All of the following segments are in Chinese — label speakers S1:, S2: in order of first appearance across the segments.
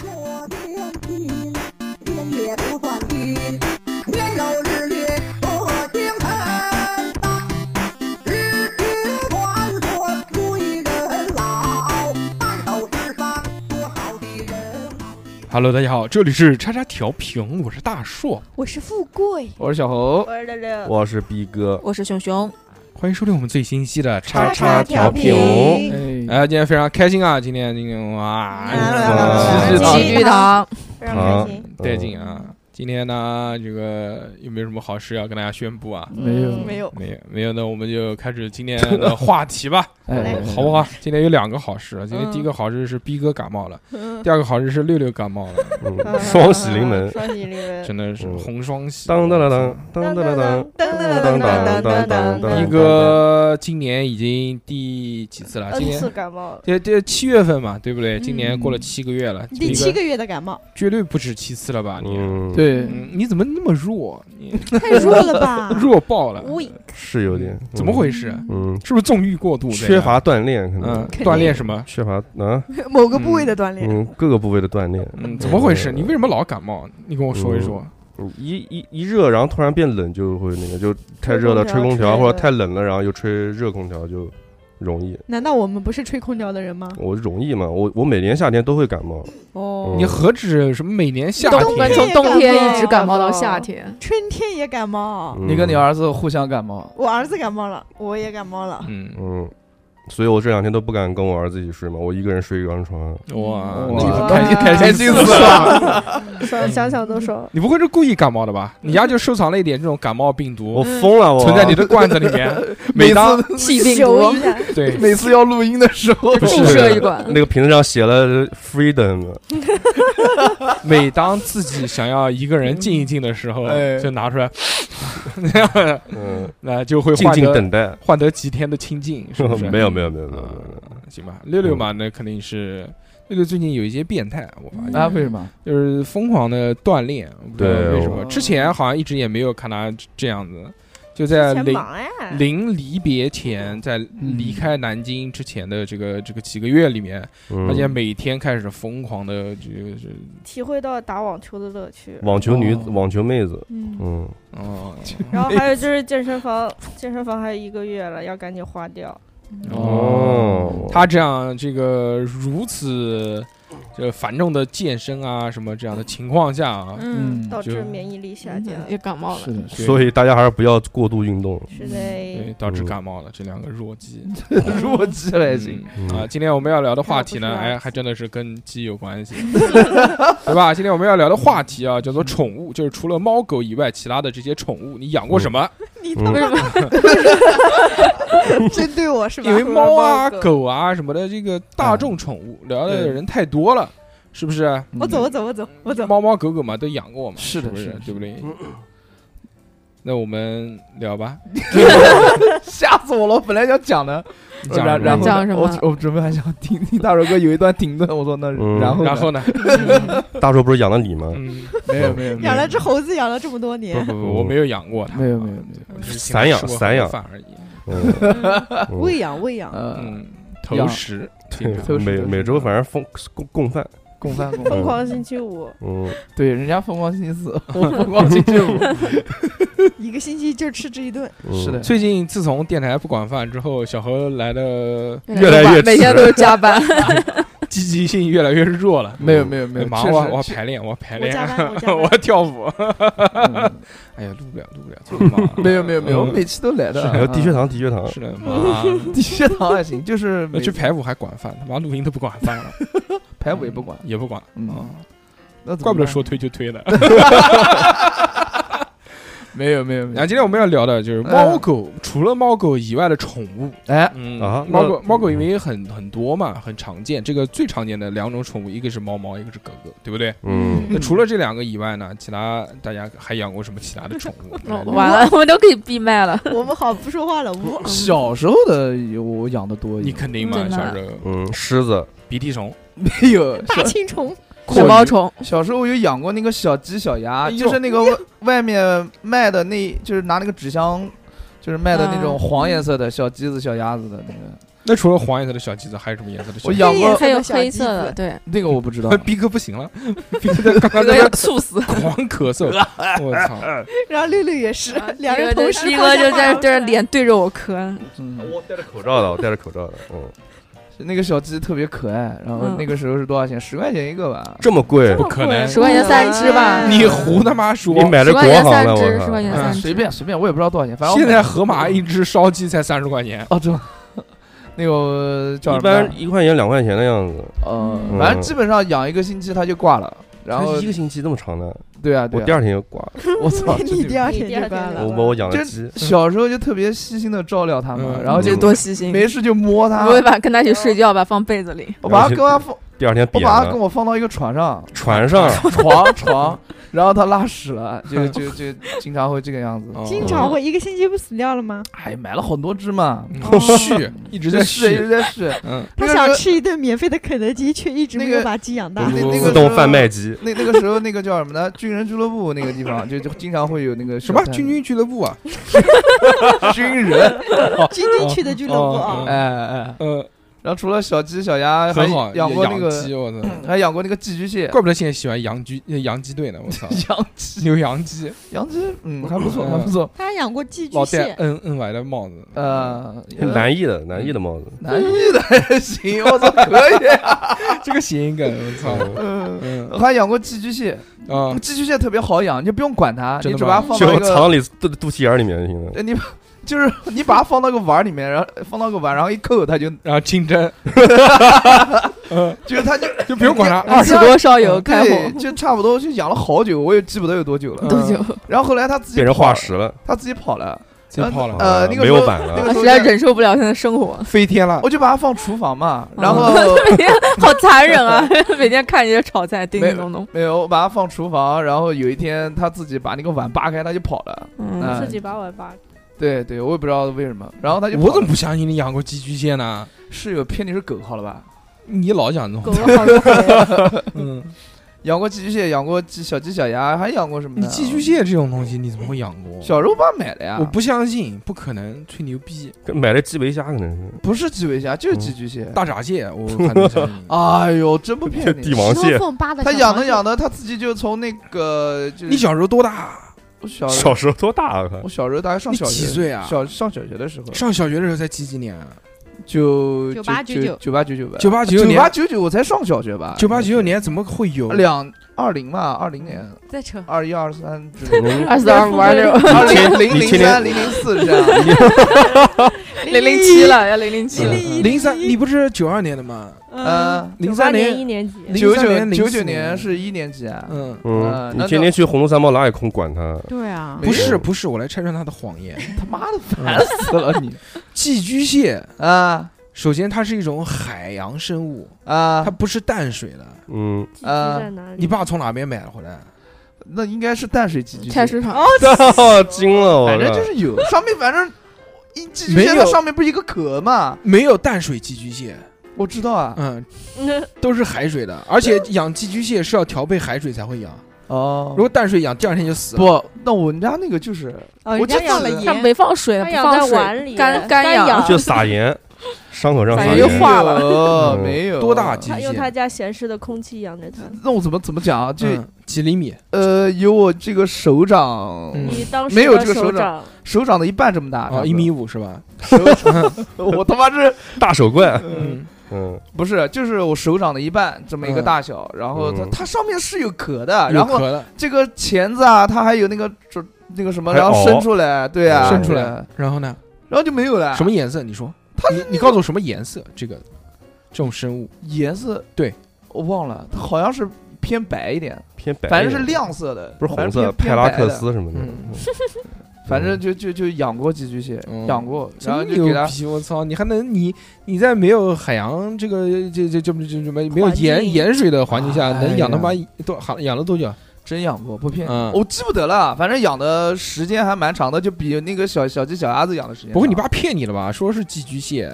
S1: 天地，天也不算地，天有日月和星辰大，日月传说出一人老，半斗之上多少的人。
S2: Hello，大家好，这里是叉叉调频，我是大硕，
S3: 我是富贵，
S4: 我是小侯，
S3: 我是六六，
S5: 我是逼哥，
S3: 我是熊熊，
S2: 欢迎收听我们最新一期的叉
S3: 叉
S2: 调
S3: 调
S2: 频
S3: 频。
S2: 哎，
S4: 哎，
S2: 今天非常开心啊！今天今天
S6: 嗯
S2: 哇，
S5: 啊
S2: 奇迹
S5: 奇
S2: 大
S5: 迹
S3: 巨堂，
S5: 非常开
S3: 心，
S2: 带劲啊！今天呢，这个又没有什么好事要跟大家宣布啊？
S4: 没有
S3: 没有，
S2: 没有，没有，那我们就开始今天的话题 吧，
S3: 嗯
S4: 哎，
S2: 好不好？今天有两个好事，啊今天第一个好事是逼哥感冒了，
S3: 嗯
S2: 第二个好事是六六感冒了，
S5: 嗯，双喜临门，
S3: 双喜临门，
S2: 真的是
S5: 嗯
S2: 红双喜。
S5: 当当当当当当当当当当当当当，
S2: 逼哥今年已经第几次了？今年
S3: 次呃感冒了，
S2: 这这七月份嘛，对不对？今年
S4: 嗯
S2: 过了七个月了，
S3: 第
S2: 逼
S3: 七
S2: 哥
S3: 个月的感冒，
S2: 绝对不止七次了吧？你，
S5: 嗯，，
S4: 对，
S2: 嗯，你怎么那么弱？ 你
S3: 太弱了吧
S2: 弱爆了，
S3: Weak
S5: 是有点，
S2: 怎么回事？
S5: 嗯，
S2: 是不是纵欲过度？
S5: 缺乏锻炼，可
S2: 这个
S5: 能
S2: 嗯锻炼什么？
S5: 缺乏啊，
S3: 某个部位的锻炼，
S5: 嗯，各个部位的锻炼，
S2: 嗯，怎么回事？你为什么老感冒？你跟我说一说。
S5: 一一一热，然后突然变冷，就会那个，就太热了吹空调，或者太冷了，然后又吹热空调就容易，
S3: 难道我们不是吹空调的人吗？
S5: 我容易嘛，我我每年夏天都会感冒，
S3: 哦
S5: 嗯
S2: 你何止什么每年夏
S3: 冬天
S2: 天？
S3: 从冬天一直感
S6: 冒
S3: 到夏
S6: 天，
S3: 春天也感冒，
S5: 嗯
S4: 你跟你儿子互相感冒，
S3: 我儿子感冒了，我也感冒了，
S2: 嗯，
S5: 嗯，所以我这两天都不敢跟我儿子一起睡嘛，我一个人睡一张床。
S2: 哇，
S4: 哇
S2: 你
S3: 哇
S4: 开心开心死了，
S6: 爽想想都爽。
S2: 你不会是故意感冒的吧？你家就收藏了一点这种感冒病
S5: 我
S2: 毒，
S5: 疯了，我
S2: 存在你的罐子里面。 每
S4: 每
S2: 当
S4: 次
S6: 细
S3: 熟一下，
S2: 对，
S4: 每次要录音的时候，
S5: 不是
S6: 注射一管
S5: 那个瓶子上写了 freedom，
S2: 每当自己想要一个人静一静的时候，
S4: 哎
S2: 就拿出来，
S5: 嗯，
S2: 那 就会
S5: 静
S2: 换
S5: 静
S2: 得
S5: 等待。
S2: 换得几天的清静，是不是？
S5: 没有没有没有没有没
S2: 啊
S5: 有，
S2: 行吧，六六嘛，那肯定是六六最近有一些变态，我发现
S4: 啊，为什么？
S2: 就是疯狂的锻炼，我不知道
S5: 对
S2: 为什么
S4: 我
S2: 之前好像一直也没有看他这样子，就在
S3: 前
S2: 临
S3: 忙呀，
S2: 临离别前，在离开南京之前的这个这个几个月里面，
S5: 嗯
S2: 而且每天开始疯狂的这个这
S3: 体会到打网球的乐趣，
S5: 网球女子
S4: 哦
S5: 网球妹子，
S3: 嗯。
S5: 嗯，
S2: 哦，
S3: 然后还有就是健身房， 健身房还有一个月了，要赶紧花掉。
S5: 嗯哦，
S2: 他这样这个如此这繁重的健身啊什么这样的情况下啊，
S4: 嗯
S3: 导致
S2: 就
S3: 免疫力下降。
S6: 也感冒了
S4: 是，的，
S5: 所以大家还是不要过度运动。
S3: 是的
S2: 对，导致感冒了，这两个弱鸡。
S4: 弱鸡了已经，
S2: 嗯啊，今天我们要聊的话题呢，
S3: 看得出来
S2: 哎，还真的是跟鸡有关 系，对吧？今天我们要聊的话题啊，叫做宠物，就是除了猫狗以外，其他的这些宠物，你养过什么？
S3: 你
S5: 嗯
S6: 为什么？
S3: 针对我是
S2: 因为猫啊、狗啊什么的，这个
S5: 嗯
S2: 大众宠物聊的
S4: 对
S2: 人太多了，是不是？
S3: 我走，我走，我走，我走。
S2: 猫猫狗狗嘛，都养过嘛，
S4: 嗯是的
S2: 不
S4: 是
S2: 是
S4: 的？
S2: 对不对？
S3: 嗯
S2: 那我们聊吧，
S4: 吓死啊我了！我本来想讲的，
S2: 你讲
S4: 然
S2: 什么
S4: 然后
S6: 讲什么
S4: 我我准备还想听听大帅哥有一段停顿，我说那
S5: 嗯
S4: 然后呢
S2: 然后呢？
S5: 大叔不是养了你吗？
S2: 嗯，
S4: 没有没有没
S3: 养
S4: 有
S3: 了只猴子，养了这么多
S2: 不
S3: 年，
S2: 不不，我没有养过它，
S4: 没有没有没有，啊
S2: 我只是请
S5: 散
S2: 它
S5: 养
S2: 吃过
S5: 散
S2: 盒
S5: 养
S2: 饭而已。
S5: 嗯 嗯
S3: 喂养喂养，
S4: 呃，
S2: 嗯，投
S4: 养
S2: 食，
S5: 对
S2: 经常
S4: 都是
S5: 每
S4: 都是
S5: 每周反正供供供饭，
S4: 共犯共犯
S3: 疯，狂星期五，
S5: 嗯，
S4: 对，人家疯狂星期 四，我疯狂星期五，
S3: 一个星期就吃这一顿，
S5: 嗯
S4: 是的
S2: 最近自从电台不管饭之后，小何来的
S5: 越来越
S6: 每天
S5: 迟
S6: 都是加班，
S2: 积极性越来越弱了。
S4: 没有没有没有，
S2: 哎忙
S4: 确
S2: 我
S4: 实
S2: 我要排练，我要排
S3: 我
S2: 练
S3: 加班我，加班
S2: 我要跳舞。
S4: 嗯
S2: 哎呀，录不了，录不了，这么忙啊
S4: 没有没有没有，我
S2: 嗯
S4: 每期都来的。
S5: 还有低血糖低血糖，
S2: 是的，忙。啊
S4: 低血糖还行，就是
S2: 那
S4: 每
S2: 去呃排舞还管饭，他妈录音都不管饭了，
S4: 排尾不管，
S2: 也不管，啊
S4: 嗯，那怎么
S2: 怪不得
S4: 办
S2: 说推就推的。
S4: 没有没有没
S2: 然后
S4: 有，
S2: 啊今天我们要聊的就是猫狗，除了猫狗以外的宠物。
S4: 哎，
S2: 嗯
S5: 啊
S2: 猫
S5: 那
S2: 狗猫狗因为很很多嘛，很常见。这个最常见的两种宠物，一个是猫猫，一个是狗狗，对不对？
S5: 嗯，
S2: 那除了这两个以外呢，其他大家还养过什么其他的宠物？嗯
S6: 哦
S3: 嗯
S6: 完了，我们都可以闭麦了。
S3: 我们好不说话了，呜。
S7: 嗯
S4: 小时候的有我养的多
S2: 你
S4: 一点，
S2: 肯定嘛，
S6: 真的
S2: 小时候
S5: 嗯，狮子，
S2: 鼻涕虫，
S4: 没有
S3: 大
S4: 小
S3: 青虫，
S4: 阔
S6: 小
S4: 鱼
S6: 毛虫，
S4: 小时候我有养过那个小鸡、小鸭，
S2: 哎呦
S4: 就是那个外外面卖的那，就是拿那个纸箱，就是卖的那种
S6: 啊
S4: 黄颜色的小鸡子、小鸭子的那个，
S2: 那除了黄颜色的小鸡子，还有什么颜色的小
S4: 我
S2: 鸡子？，
S4: 养过
S6: 还有黑色 的，，对，
S4: 那个我不知道
S2: 逼哥不行了，逼哥在刚刚
S6: 这
S2: 在
S6: 个要
S2: 那
S6: 猝死。
S2: 狂咳嗽，我操！
S1: 然后六六也是，两人同时
S6: 一
S1: 靠
S6: 啊
S1: 下
S6: 个就在
S1: 跑
S6: 这
S1: 出来
S6: 脸对着我咳，
S4: 嗯，
S5: 我戴着口罩的，我戴着口罩的，嗯，
S4: 那个小鸡特别可爱，然后
S6: 嗯
S4: 那个时候是多少钱？十块钱一个吧。
S5: 这么贵，
S2: 不可能
S6: 十块钱
S3: 哎
S6: 三只吧。
S2: 你胡他妈说！
S5: 你买
S6: 十
S5: 的
S6: 块
S5: 国
S6: 钱
S5: 行
S6: 三
S5: 的，
S6: 只，
S5: 我
S6: 十
S5: 靠
S6: 块，钱
S2: 嗯
S6: 三
S4: 哎随
S6: 只。
S4: 便随便，我也不知道多少钱，反正我
S2: 现在
S4: 买
S2: 河马一只烧鸡才三十块钱，
S4: 哦，这 那个叫
S5: 一
S4: 什么来着？
S5: 般一块钱两块钱的样子，
S4: 呃，
S5: 嗯
S4: 反正基本上养一个星期它就挂了，然后
S5: 才一个星期这么长的，
S4: 对啊，对
S5: 我
S4: 啊
S5: 第二天就挂了，
S4: 我操，真
S1: 你
S4: 牛
S1: 第二
S3: 你
S1: 天
S3: 第二
S1: 就
S3: 天
S1: 搬
S3: 就
S1: 了。
S5: 我把我养的
S4: 这
S5: 鸡，
S4: 小时候就特别细心的照料它嘛，
S2: 嗯
S4: 然后
S5: 这
S4: 就
S6: 得多细心！
S4: 没啊事就摸它
S6: 我，会把跟他一起睡觉吧，放被子里。
S4: 我把它跟它放，
S5: 第二天
S4: 我
S5: 扁
S4: 把它跟
S5: 了，
S4: 我放到一个床上，
S5: 船上，
S4: 床床，然后它拉屎了，就就就经常会这个样子。
S2: 哦
S3: 经常会一个星期不死掉了吗？
S4: 哎，买了好多只嘛，
S2: 嗯 续一直在
S4: 试一
S2: 续，
S4: 直在试。
S2: 嗯，
S3: 他
S4: 那个
S3: 想
S4: 时候
S3: 吃一顿免费的肯德基，却一直
S4: 那
S3: 没
S4: 个
S3: 有把鸡养大。
S4: 那那个
S5: 自动贩卖机，
S4: 那那个时候那个叫什么呢？军人俱乐部那个地方就就经常会有那个
S2: 什么
S4: 小摊
S2: 军军俱乐部啊？
S4: 军人，
S3: 军军去的俱乐部
S2: 哦
S3: 啊，
S4: 哎哎。
S2: 呃，
S4: 然后除了小鸡、小鸭，还
S2: 很好，
S4: 养过那
S2: 鸡，
S4: 个，
S2: 我操！
S4: 还养过那个寄居蟹。
S2: 怪不得现在喜欢洋鸡洋鸡队呢，我 操！
S4: 养鸡，
S2: 牛羊鸡，
S4: 养鸡，嗯，还不错，
S2: 嗯
S4: 还不错。
S3: 他还养过寄居
S2: 老戴
S3: 蟹，
S2: N N Y 的帽子，
S4: 呃，
S5: 南艺的南艺的帽子，
S4: 南艺的还行，我操，可 以。
S2: 这个谐音梗，我操！
S4: 嗯，
S2: 嗯
S4: 还养过寄居蟹，
S2: 啊，
S4: 寄居蟹特别好养，你就不用管它，
S2: 真
S4: 你
S2: 的
S4: 只
S2: 吗
S4: 把它放到
S5: 就
S4: 一个，
S5: 藏里肚肚脐眼儿里面就行了。
S4: 呃你把就是 你把它放到个碗里面，然后放到个碗，然后一扣，它就
S2: 然后清 蒸，嗯，
S4: 就是它就
S2: 就不用管它，
S4: 哎
S6: 二十多烧油
S2: 嗯
S6: 开
S4: 对，
S6: 火
S4: 就差不多就养了好久，我也记不得有多久了。
S2: 嗯
S6: 多久？
S4: 然后后来它自己
S5: 变成
S4: 跑
S5: 化
S4: 了，
S5: 石了，
S4: 它自己跑了，
S2: 自己泡了，
S4: 呃，那个
S5: 没
S4: 时候
S5: 有板
S4: 那
S5: 了
S4: 个
S6: 我
S4: 时
S6: 实
S4: 候
S7: 啊
S6: 在
S4: 在
S6: 忍受不了现在生活，
S2: 飞天了
S4: 我。就把它放厨房嘛，
S6: 嗯
S4: 然后
S6: 每天 好残忍 啊！每天看你这炒菜叮叮咚咚，
S4: 没有，我把它放厨房，然后有一天它自己把那个碗扒开，它就跑了。
S6: 嗯
S3: 自
S4: 嗯，
S3: 己把我扒。
S4: 对对，我也不知道为什么。然后它就
S2: 我
S4: 跑
S2: 怎么
S4: 了
S2: 不相信你养过寄居蟹呢？
S4: 室友骗你是狗好了吧？
S2: 你老养这
S3: 狗
S2: 种，
S3: 好 多回，
S2: 嗯，
S4: 养过寄居蟹，养过鸡小鸡小鸭，还养过什么
S2: 你
S4: 呢？
S2: 寄居蟹这种东西你怎么会养过？
S4: 小时候爸买的呀，
S2: 我不相信，不可能，吹牛逼！
S5: 买了基围虾可能是。
S4: 不是基围虾，就是寄居蟹。。
S2: 大闸蟹，我还能相信
S4: 嗯 哎呦，真不骗
S5: 帝
S4: 你。
S5: 王蟹，
S8: 缝扒的
S4: 他
S8: 小
S4: 养
S8: 螃
S4: 着
S8: 蟹
S4: 养着，他自己就从那个就是
S2: 你小时候多大？
S4: 我小时候
S5: 小时候多大啊？
S4: 我小时候大概上
S2: 你
S4: 小学
S2: 几岁啊
S4: 小上小学的时候，
S2: 上小学的时候才几几年啊？
S4: 就
S8: 九八
S4: 九
S8: 九九
S4: 九八九九吧，
S2: 九八九九
S4: 九
S2: 年
S4: 八，九九我才上小学吧，
S2: 九八九九年怎么会有？
S4: 两二零嘛，二零年
S6: 再扯
S4: 二一二三之 类的。
S5: 嗯
S6: 二四二五二 六
S4: 二
S5: 天
S4: 零零
S5: 你
S4: 零
S5: 天
S4: 三
S5: 天
S4: 零零四这样，
S6: 零零七了，要零零七
S5: 嗯
S6: 了。
S2: 零三，你不是九二年的吗？
S3: 嗯，
S4: 嗯，
S2: 零
S3: 八
S2: 三
S3: 年一
S2: 年，
S3: 年级，
S2: 零03
S4: 九九
S2: 年
S4: 九
S2: 04
S4: 九
S2: 年
S4: 年是一年级啊，
S2: 嗯，
S4: 呃
S5: 嗯，你
S4: 那
S5: 天天去红楼三猫哪有空管它？
S3: 对啊，
S4: 没
S2: 不是
S5: 有
S2: 不是，我来拆穿他的谎言。
S4: 他妈的烦死了你
S2: 寄居蟹，
S4: 啊
S2: 首先它是一种海洋生物，它
S4: 啊！
S2: 不是淡水的。
S5: 嗯，
S3: 寄居在哪里？
S2: 你爸从哪边买回来？
S4: 那应该是淡水寄居蟹，
S6: 菜市场，
S3: 哦
S5: 惊了我
S4: 反正就
S5: 了。
S4: 是有上 面反正一寄居
S2: 没
S4: 蟹它
S2: 有
S4: 上面不是一个壳嘛？
S2: 没有淡水寄居蟹，
S4: 我知道啊，
S2: 嗯，都是海水的，而且养寄居蟹是要调配海水才会养，
S4: 哦
S2: 如果淡水养，第二天就死了。
S4: 不，那我们家那个就是
S3: 哦，
S4: 我
S3: 人家
S4: 就
S3: 养
S4: 是
S3: 了
S6: 它
S3: 盐，
S6: 没放
S7: 呃
S6: 水，啊
S3: 它
S6: 不
S3: 养
S6: 放
S3: 在
S6: 水
S3: 碗里
S6: 干
S3: 干
S6: 养
S3: 养。
S5: 就撒盐，伤口上
S6: 撒
S5: 撒
S6: 盐
S5: 盐
S6: 又化了
S5: 嗯
S4: 了哦没有
S2: 多大？寄
S3: 他
S2: 居
S3: 用他
S2: 蟹？
S3: 家闲适的空气养着它。
S4: 那我怎么怎么讲啊？就
S2: 嗯几厘米？
S4: 呃，有我这个手掌，
S2: 嗯
S3: 你当时
S4: 没有
S3: 的
S4: 这个手
S3: 手嗯
S4: 掌，嗯手掌的一半这么大，差
S2: 啊，
S4: 不
S2: 一
S4: 多
S2: 米。五是吧？
S4: 手掌 我他妈是
S5: 大手怪，
S2: 嗯，
S5: 嗯，
S4: 不是？就是我手掌的一半这么一个
S2: 嗯
S4: 大小，然后它
S5: 嗯
S4: 它上面是有壳的，
S2: 有
S4: 啊然后
S2: 壳的，
S4: 这个钳子啊，它还有那个这那个什么，
S5: 还
S4: 然后
S5: 螯
S4: 伸出来，对啊，
S2: 伸出
S4: 对啊
S2: 来，，然后呢？
S4: 然后就没有了。
S2: 什么颜色？你说，
S4: 它
S2: 你你告诉我什么颜色？这个这种生物，
S4: 颜色？
S2: 对，
S4: 我忘了，它好像是偏白一点，
S5: 偏白，
S4: 反正是，亮色的，
S5: 不是
S4: 反
S5: 红
S4: 正
S5: 色，
S4: 偏
S5: 派拉克，
S4: 偏白的
S5: 斯什么的。
S2: 嗯
S4: 反正就就就养过寄居蟹
S2: 嗯，
S4: 养过，
S2: 真
S4: 然后就
S2: 牛
S4: 给它
S2: 逼！我操，你还能你你在没有海洋这个这这这这这没没有
S3: 环境
S2: 盐盐水的环境下，
S4: 哎呀
S2: 能养他妈一多养养了多久啊？
S4: 真养过，不骗你。
S2: 嗯
S4: 我记不得了，反正养的时间还蛮长的，就比那个小小鸡小鸭子养的时间长。
S2: 不会你爸骗你了吧？说是寄居蟹，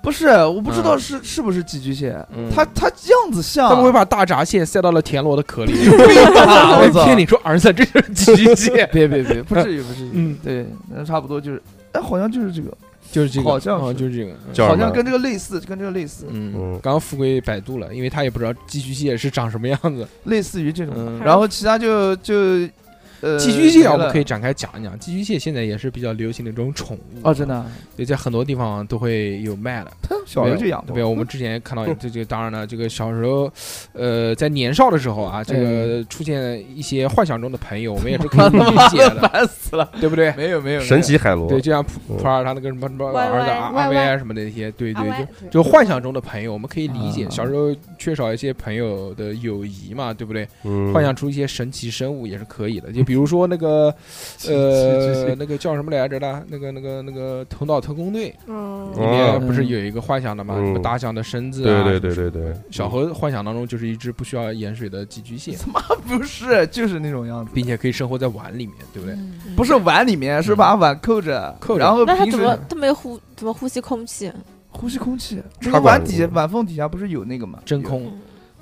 S4: 不是，我不知道是、是不是寄居蟹，
S2: 嗯
S4: 它它样子像。
S2: 他们会把大闸蟹塞到了田螺的壳里，
S4: 啊我 操
S2: 骗你说儿子这就是寄居蟹
S4: 。别别别，不至于不至于。
S2: 嗯
S4: 对，那差不多就是，哎，好像就是这个，
S2: 就是这个，
S4: 好像
S2: 啊
S4: 是
S2: 就是这个，嗯
S5: 叫什
S4: 好
S5: 么
S4: 像跟这个类似，跟这个类似，
S2: 嗯，
S5: 嗯
S2: 刚刚富贵百度了，因为他也不知道寄居蟹是长什么样子。
S4: 类似于这种。
S2: 嗯，
S4: 然后其他就就呃，
S2: 寄居蟹我
S4: 没
S2: 们
S4: 了
S2: 可以展开讲一讲，寄居蟹现在也是比较流行的这种宠物
S4: 哦，真的，啊，
S2: 对，在很多地方都会有卖的。
S4: 他小时候就养
S2: 对
S4: 过
S2: 不对，我们之前也看到这这，当然了，这个小时候，呃，在年少的时候啊，这个出现一些幻想中的朋友，我们也是可以理解的，
S4: 烦死了，
S2: 对不对？
S4: 没有没有，
S5: 神奇海螺，
S2: 对，就像普
S5: 嗯
S2: 普洱他那个什么什么
S6: 歪
S2: 儿子
S6: 歪
S2: 啊
S6: 歪
S2: 阿
S6: 歪
S2: 威啊什么的那些，对对，就
S6: 对
S2: 就幻想中的朋友，我们可以理解
S4: 啊，
S2: 小时候缺少一些朋友的友谊嘛，对不对？
S5: 嗯，
S2: 幻想出一些神奇生物也是可以的，就比如说那 个呃那个叫什么来着的，那个那个那个头脑特工队
S3: 嗯
S2: 里
S5: 哦
S2: 面不是有一个幻想的嘛，
S5: 嗯
S2: 什么大象的身子啊，
S5: 对对对
S2: 什么
S5: 对对，
S2: 小何幻想当中就是一只不需要盐水的寄居蟹，
S4: 不是就是那种样子，
S2: 并且可以生活在碗里面，嗯对不对？
S3: 嗯
S4: 不是碗里面，是把碗扣着，
S2: 嗯扣着
S4: 然后
S6: 那它
S4: 平
S6: 怎么
S4: 时
S6: 它没呼怎么呼吸空气？
S4: 呼吸空气，那
S5: 插
S4: 个
S5: 管
S4: 碗底
S5: 子
S4: 下碗缝底下不是有那个吗？
S2: 真
S4: 有，
S2: 空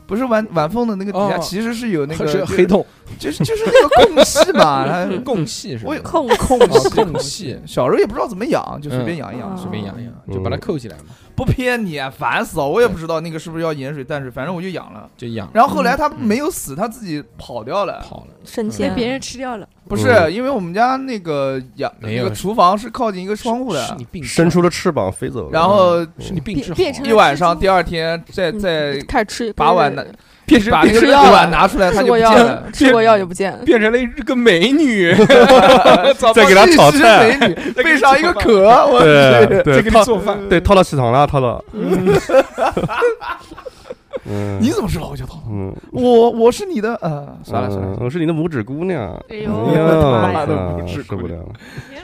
S4: 不是碗碗缝的那个底下
S2: 哦
S4: 其实是有那个
S2: 是
S4: 就
S2: 黑，洞
S4: 就是就是那个空气嘛，然后
S2: 供气是吧啊
S4: 我有
S6: 空
S2: 空供气，
S4: 小时候也不知道怎么养，就随便
S2: 嗯
S4: 养一养，
S6: 嗯
S2: 随便养一养，就把它扣起来嘛，
S4: 不骗你，啊烦死了！我也不知道那个是不是要盐水淡水，反正我就养了。
S2: 就养
S4: 然后后来它
S2: 嗯
S4: 没有死，它自己跑掉了。
S2: 跑了。
S6: 升
S2: 被
S6: 天，
S8: 别人吃掉了，
S4: 不是，
S5: 嗯
S4: 因为我们家那个养
S2: 没
S4: 那
S2: 有
S4: 个厨房是靠近一个窗户
S2: 是
S4: 的
S2: 你，病治
S5: 伸出了翅膀飞走了，
S4: 然后
S2: 是你病治好
S8: 变变
S2: 了
S8: 成
S4: 一晚上，第二天再
S5: 嗯
S4: 再
S6: 开始吃
S4: 把碗拿
S6: 的，
S2: 变 成
S4: 把
S2: 变
S4: 那
S2: 成
S4: 个碗拿出来，它就
S6: 吃
S4: 不
S6: 过
S4: 见
S6: 药
S4: 了。
S6: 了，吃过药就不见了。
S2: 变成了一个美 女，
S5: 再给它炒菜
S4: 这是美女背上一个壳，我
S5: 对
S2: 在
S5: 对
S2: 给你
S5: 套
S2: 做饭。
S5: 对套到食堂了，套到， 嗯，
S4: 你怎么知道我叫他？
S5: 嗯，
S4: 我我是你的呃，算了算了，
S5: 嗯我是你的拇指姑娘，
S8: 哎呦
S5: 我
S4: 妈的拇指
S5: 受不了了，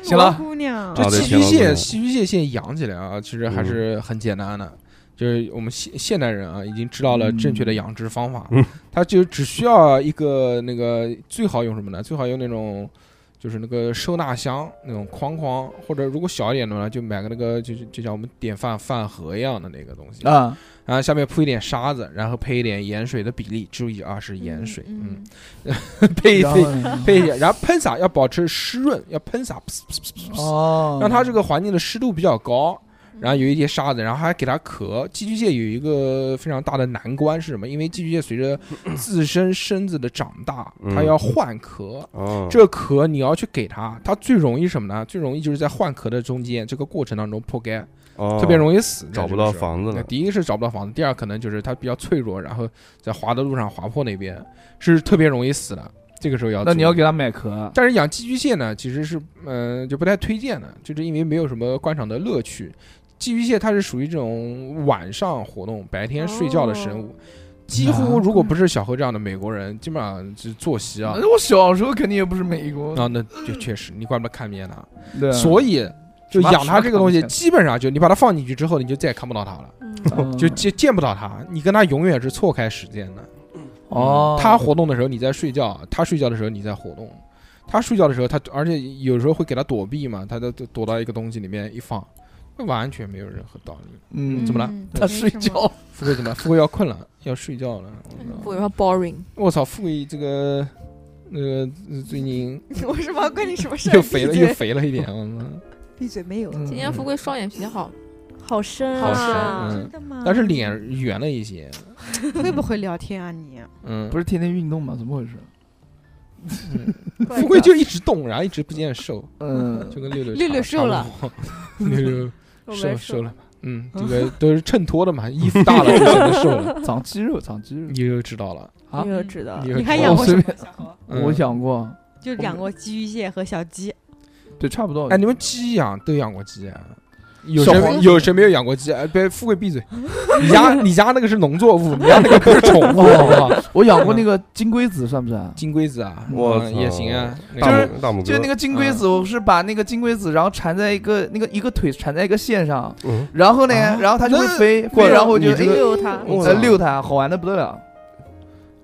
S4: 行了
S3: 姑娘
S5: 啊
S2: 就
S5: 对
S2: 寄居
S5: 天嗯
S2: 蟹，寄
S5: 狼
S2: 居蟹现在养起来啊，其实还是很简单的。就是我们现现代人啊，已经知道了正确的养殖方法，
S5: 嗯
S2: 它就只需要一个那个最好用什么呢？最好用那种就是那个收纳箱那种框框，或者如果小一点的呢，就买个那个就是就像我们点饭饭盒一样的那个东西，
S4: 啊，
S2: 然后下面铺一点沙子，然后配一点盐水的比例，注意啊是盐水，嗯，配一
S4: 然后
S2: 配配一点，然后喷洒要保持湿润，要喷洒，
S4: 哦，
S2: 让它这个环境的湿度比较高，然后有一些沙子，然后还给它壳。寄居蟹有一个非常大的难关是什么？因为寄居蟹随 着自身身子的长大，
S5: 嗯
S2: 它要换壳。
S5: 哦，
S2: 这个壳你要去给它，它最容易什么呢？最容易就是在换壳的中间这个过程当中破盖，
S5: 哦
S2: 特别容易死，
S5: 找不
S2: 在这
S5: 到
S2: 个时候
S5: 房子
S4: 嗯
S2: 那
S5: 了，
S2: 第一个是找不到房子，第二可能就是它比较脆弱，然后在滑的路上滑破那边是特别容易死的。这个时候要
S4: 那你
S2: 注意
S4: 要给它买壳，
S2: 但是养寄居蟹呢，其实是嗯、呃就不太推荐的，就是因为没有什么观赏的乐趣。寄居蟹它是属于这种晚上活动、白天睡觉的生物，几乎如果不是小何这样的美国人，基本上是作息啊。
S4: 那哎我小时候肯定也不是美国，
S2: 啊，那就确实，你怪不得看不见它。
S4: 对啊，
S2: 所以，就养它这个东
S4: 什
S2: 西，
S4: 么看不见
S2: 基本上就你把它放进去之后，你就再也看不到它了，
S4: 嗯
S2: 就见见不到它，你跟它永远是错开时间的。
S4: 哦，
S2: 他活动的时候你在睡觉，他睡觉的时候你在活动，他睡觉的时候他而且有时候会给他躲避嘛，他都都躲到一个东西里面一放，那完全没有任何道理。
S4: 嗯，
S2: 怎么了
S8: 嗯？
S4: 他睡 觉，
S2: 富贵怎么了？富贵要困了，要睡觉了。
S6: 我说 boring，
S2: 我操，富贵这个呃最近
S8: 我什么关你什么事儿？
S2: 又肥 了
S8: 闭
S2: 又嗯
S8: 嘴
S2: 肥了一点，嗯我操
S8: 闭嘴，没有。
S6: 今天富贵双眼皮好，
S3: 好深
S2: 好
S3: 啊！
S2: 深
S8: 真
S2: 嗯
S8: 的吗？
S2: 但是脸圆了一些，
S8: 会不会聊天啊你？
S2: 嗯，
S4: 不是天天运动吗？怎么回事？
S2: 是富贵就一直动，然后一直不见瘦，
S4: 嗯
S2: 就，跟六六
S8: 六六
S2: 差不
S8: 瘦了
S2: 多， 六六。
S3: 我
S2: 瘦
S3: 没
S2: 瘦
S3: 说
S2: 了，嗯，这个都是衬托 的嘛，衣服大了就显得瘦了，
S4: 长肌肉，长肌肉
S2: 你。就知道了。
S4: 啊
S3: 你就知道了
S2: 你
S8: 你还
S2: 知道
S8: 养
S4: 我
S8: 过
S4: 随
S8: 什么
S4: 便？
S8: 小猴
S2: 嗯
S4: 我养过，
S8: 就养过寄居蟹和小 鸡。
S4: 对，差不多。
S2: 哎，你们鸡养都养过鸡啊？有
S4: 小
S2: 谁
S4: 黄
S2: 有谁没有养过鸡？哎，别富贵闭 嘴！你家你家那个是农作物，你家那个不是宠 物，好不好？
S4: 我养过那个金龟子，算不算？
S2: 金龟子啊，
S5: 我
S2: 嗯也
S5: 操
S2: 行啊，那
S5: 大
S2: 个
S5: 拇大拇哥，
S4: 就那个金龟
S2: 嗯
S4: 子，我是把那个金龟子，然后缠在一个那个一个腿缠在一个线上，
S5: 嗯，
S4: 然后呢
S2: 啊，
S4: 然后它就会
S2: 那
S4: 飞，
S2: 过
S4: 飞，然后我
S5: 你
S4: 就
S5: 这个
S4: 哎
S3: 遛它，
S5: 我
S4: 呃
S5: 操
S4: 遛它，好玩的不得了。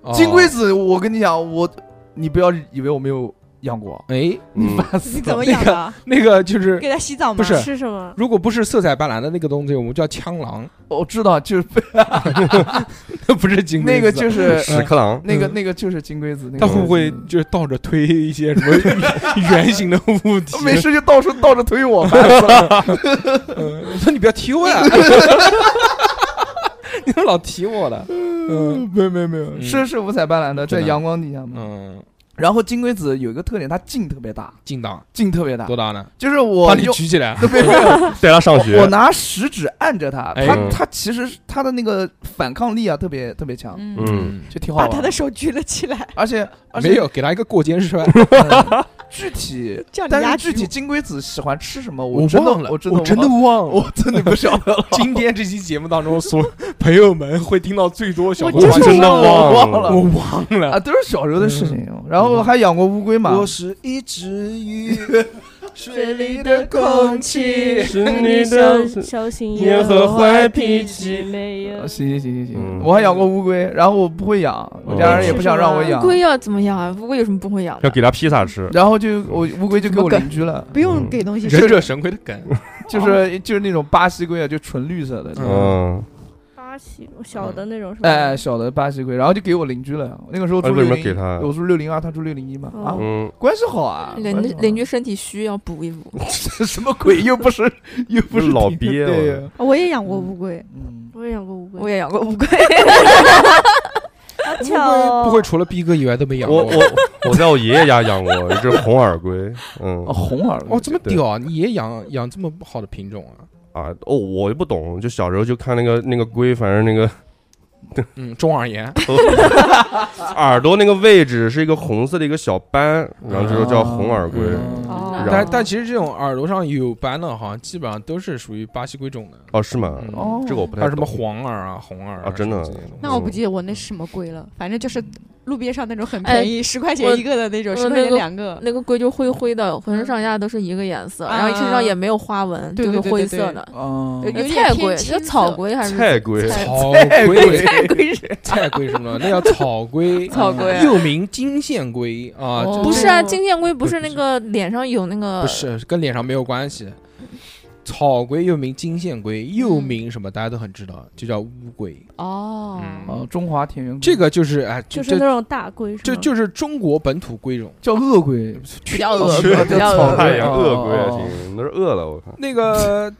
S2: 哦
S4: 金龟子，我跟你讲，我你不要以为我没有养过，
S2: 哎，
S5: 嗯，
S8: 你怎么养的？
S2: 那个就是
S8: 给它洗澡吗？
S2: 不是
S3: 吃 什么？
S2: 如果不是色彩斑斓的那个东西，我们叫枪狼，
S4: 我知道，就是
S2: 不是金龟
S4: 那
S2: 子
S4: 个 就是
S5: 屎壳郎，
S4: 那个
S2: 嗯
S4: 那个就是金龟子，那
S2: 他
S4: 个
S2: 会不会就是倒着推一些什么 圆形的物体？
S4: 没事就到处倒着推我，烦死了
S2: 嗯，我说你不要踢我 呀！你怎么老踢我了？嗯，
S4: 没有没有没有，
S2: 嗯
S4: 是是五彩斑斓的，在
S2: 真的
S4: 阳光底下嘛。
S2: 嗯，
S4: 然后金龟子有一个特点，它劲特别大，
S2: 劲大
S4: 劲特别大，
S2: 多大呢？
S4: 就是我
S2: 把你
S4: 用
S2: 举起来，
S4: 没有没有
S5: 带他上
S4: 我
S5: 学，
S4: 拿食指按着它，
S2: 哎
S4: 它它其实是它的那个反抗力啊，特别特别强，
S8: 嗯，
S5: 嗯，
S2: 嗯，
S4: 就挺好
S8: 把
S4: 玩。
S8: 他的手举了起来，
S4: 而 且而且
S2: 没有给他一个过肩摔，
S4: 嗯具体
S8: 叫你
S4: 但
S8: 家
S4: 是具
S8: 举
S4: 体金龟子喜欢吃什么，真的
S2: 忘了，
S4: 我
S2: 我真
S4: 真
S2: 的
S4: 的忘了
S2: 忘 了。，
S4: 我真的不晓得了
S2: 今天这期节目当中，所朋友们会听到最多小
S5: 我
S2: 红花
S5: 真 的
S4: 我
S5: 忘
S4: 忘了
S2: 我忘
S4: 啊，
S2: 了。嗯
S4: 都是小时候的事情。然后还养过乌龟嘛，
S2: 是一只鱼，
S3: 水里的空 气
S5: 是
S3: 你小小心
S5: 眼
S3: 眼
S5: 和
S3: 和
S5: 坏
S3: 坏
S5: 脾
S3: 脾
S5: 气
S3: 气呃没有
S4: 啊。行行行行行
S5: 嗯，
S4: 我还养过乌龟，然后我不会养，我家人也不想让我养
S7: 嗯
S6: 乌，龟要怎么养啊？乌龟有什么不会养
S5: 要
S6: 的？
S5: 给他披萨吃，
S4: 然后就我乌龟就给我邻居了，
S8: 不用
S2: 嗯
S8: 给东西吃
S2: 忍。者神龟的梗，
S4: 就是就是那种巴西龟啊，就纯绿色的，
S2: 嗯
S5: 嗯，
S3: 巴西小的那种是吧？
S4: 哎，小的巴西龟，然后就给我邻居了。那个时候
S5: 那
S4: 住
S5: 为
S4: 六
S5: 什么
S4: 零，
S5: 给他？
S4: 我住六零二，他住六零一嘛，啊
S3: 哦，
S5: 嗯，
S4: 关系好啊，
S6: 邻
S4: 关
S6: 居
S4: 系好啊
S6: 邻居身体虚，要补一
S2: 嗯
S6: 补。
S4: 什么鬼？又不是又不是
S5: 老
S4: 挺
S5: 鳖啊
S4: 对
S5: 我
S4: 呀
S8: 哦我也养过乌龟，
S4: 嗯，
S3: 我也养过乌龟，
S6: 我也养过乌龟，
S3: 好
S2: 乌
S3: 巧哦
S2: 龟不会除了逼哥以外都没养
S5: 我
S2: 过。嗯
S5: 我我在我爷爷家养过一只红耳龟，嗯
S4: 哦，红耳
S2: 哦，这么
S5: 对
S2: 屌啊，你也养养这么好的品种啊？
S5: 啊，哦，我也不懂，就小时候就看那个那个龟，反正那个
S2: 嗯，中耳炎，
S5: 耳朵那个位置是一个红色的一个小斑，然后就说
S4: 啊
S5: 叫红耳龟。
S7: 哦
S2: 嗯
S6: 哦
S5: 然后
S2: 但但其实这种耳朵上有斑的，好像基本上都是属于巴西龟种的。
S5: 哦，是吗？
S2: 嗯
S4: 哦，
S5: 这个我不
S2: 还
S5: 太
S2: 有什么
S5: 懂。
S2: 黄耳啊、红耳
S5: 啊真的
S2: 什么之类的
S8: 那我不记得我那是什么龟了，反正就是路边上那种很
S6: 哎
S8: 便宜，十块钱
S6: 我
S8: 一个的那种，
S6: 我
S8: 十块
S6: 那
S8: 钱
S6: 个
S8: 两个。
S6: 那个龟就灰灰的，浑身上下都是一个颜色，然后身上也没有花纹，
S8: 对
S6: 就
S8: 对
S6: 是
S8: 对
S6: 灰
S8: 对
S6: 色
S8: 对
S6: 的。
S4: 哦
S8: 有点
S6: 菜
S8: 偏
S6: 龟，
S8: 青
S6: 这
S8: 色
S6: 草龟还是
S5: 菜龟
S6: 菜
S2: 草
S4: 菜
S2: 龟、
S4: 龟，
S2: 菜龟什么的，那叫草龟，
S6: 草龟
S2: 嗯又名金线龟啊，
S4: 哦
S2: 这
S6: 不是啊，
S8: 哦
S6: 金线龟不
S2: 不
S6: 是
S2: 是
S6: 那个脸上有那个
S2: 不是跟脸上没有关系。草龟又名金线龟，又名什么？大家都很知道，就叫乌龟。
S6: 哦，
S2: 嗯
S4: 哦，，中华田园龟
S2: 这个就是哎，
S3: 就
S2: 就是
S3: 那
S2: 这
S3: 种大龟，
S2: 这
S3: 是吗
S2: 就是中国本土龟种。
S4: 叫鳄龟，
S6: 比较恶
S4: 哦
S6: 心，
S4: 是
S6: 比较
S4: 草
S2: 嗯
S4: 龟
S6: 恶心。
S5: 太阳啊鳄
S2: 啊
S5: 龟还
S4: 哦
S5: 行，那是饿了，我看。
S2: 那个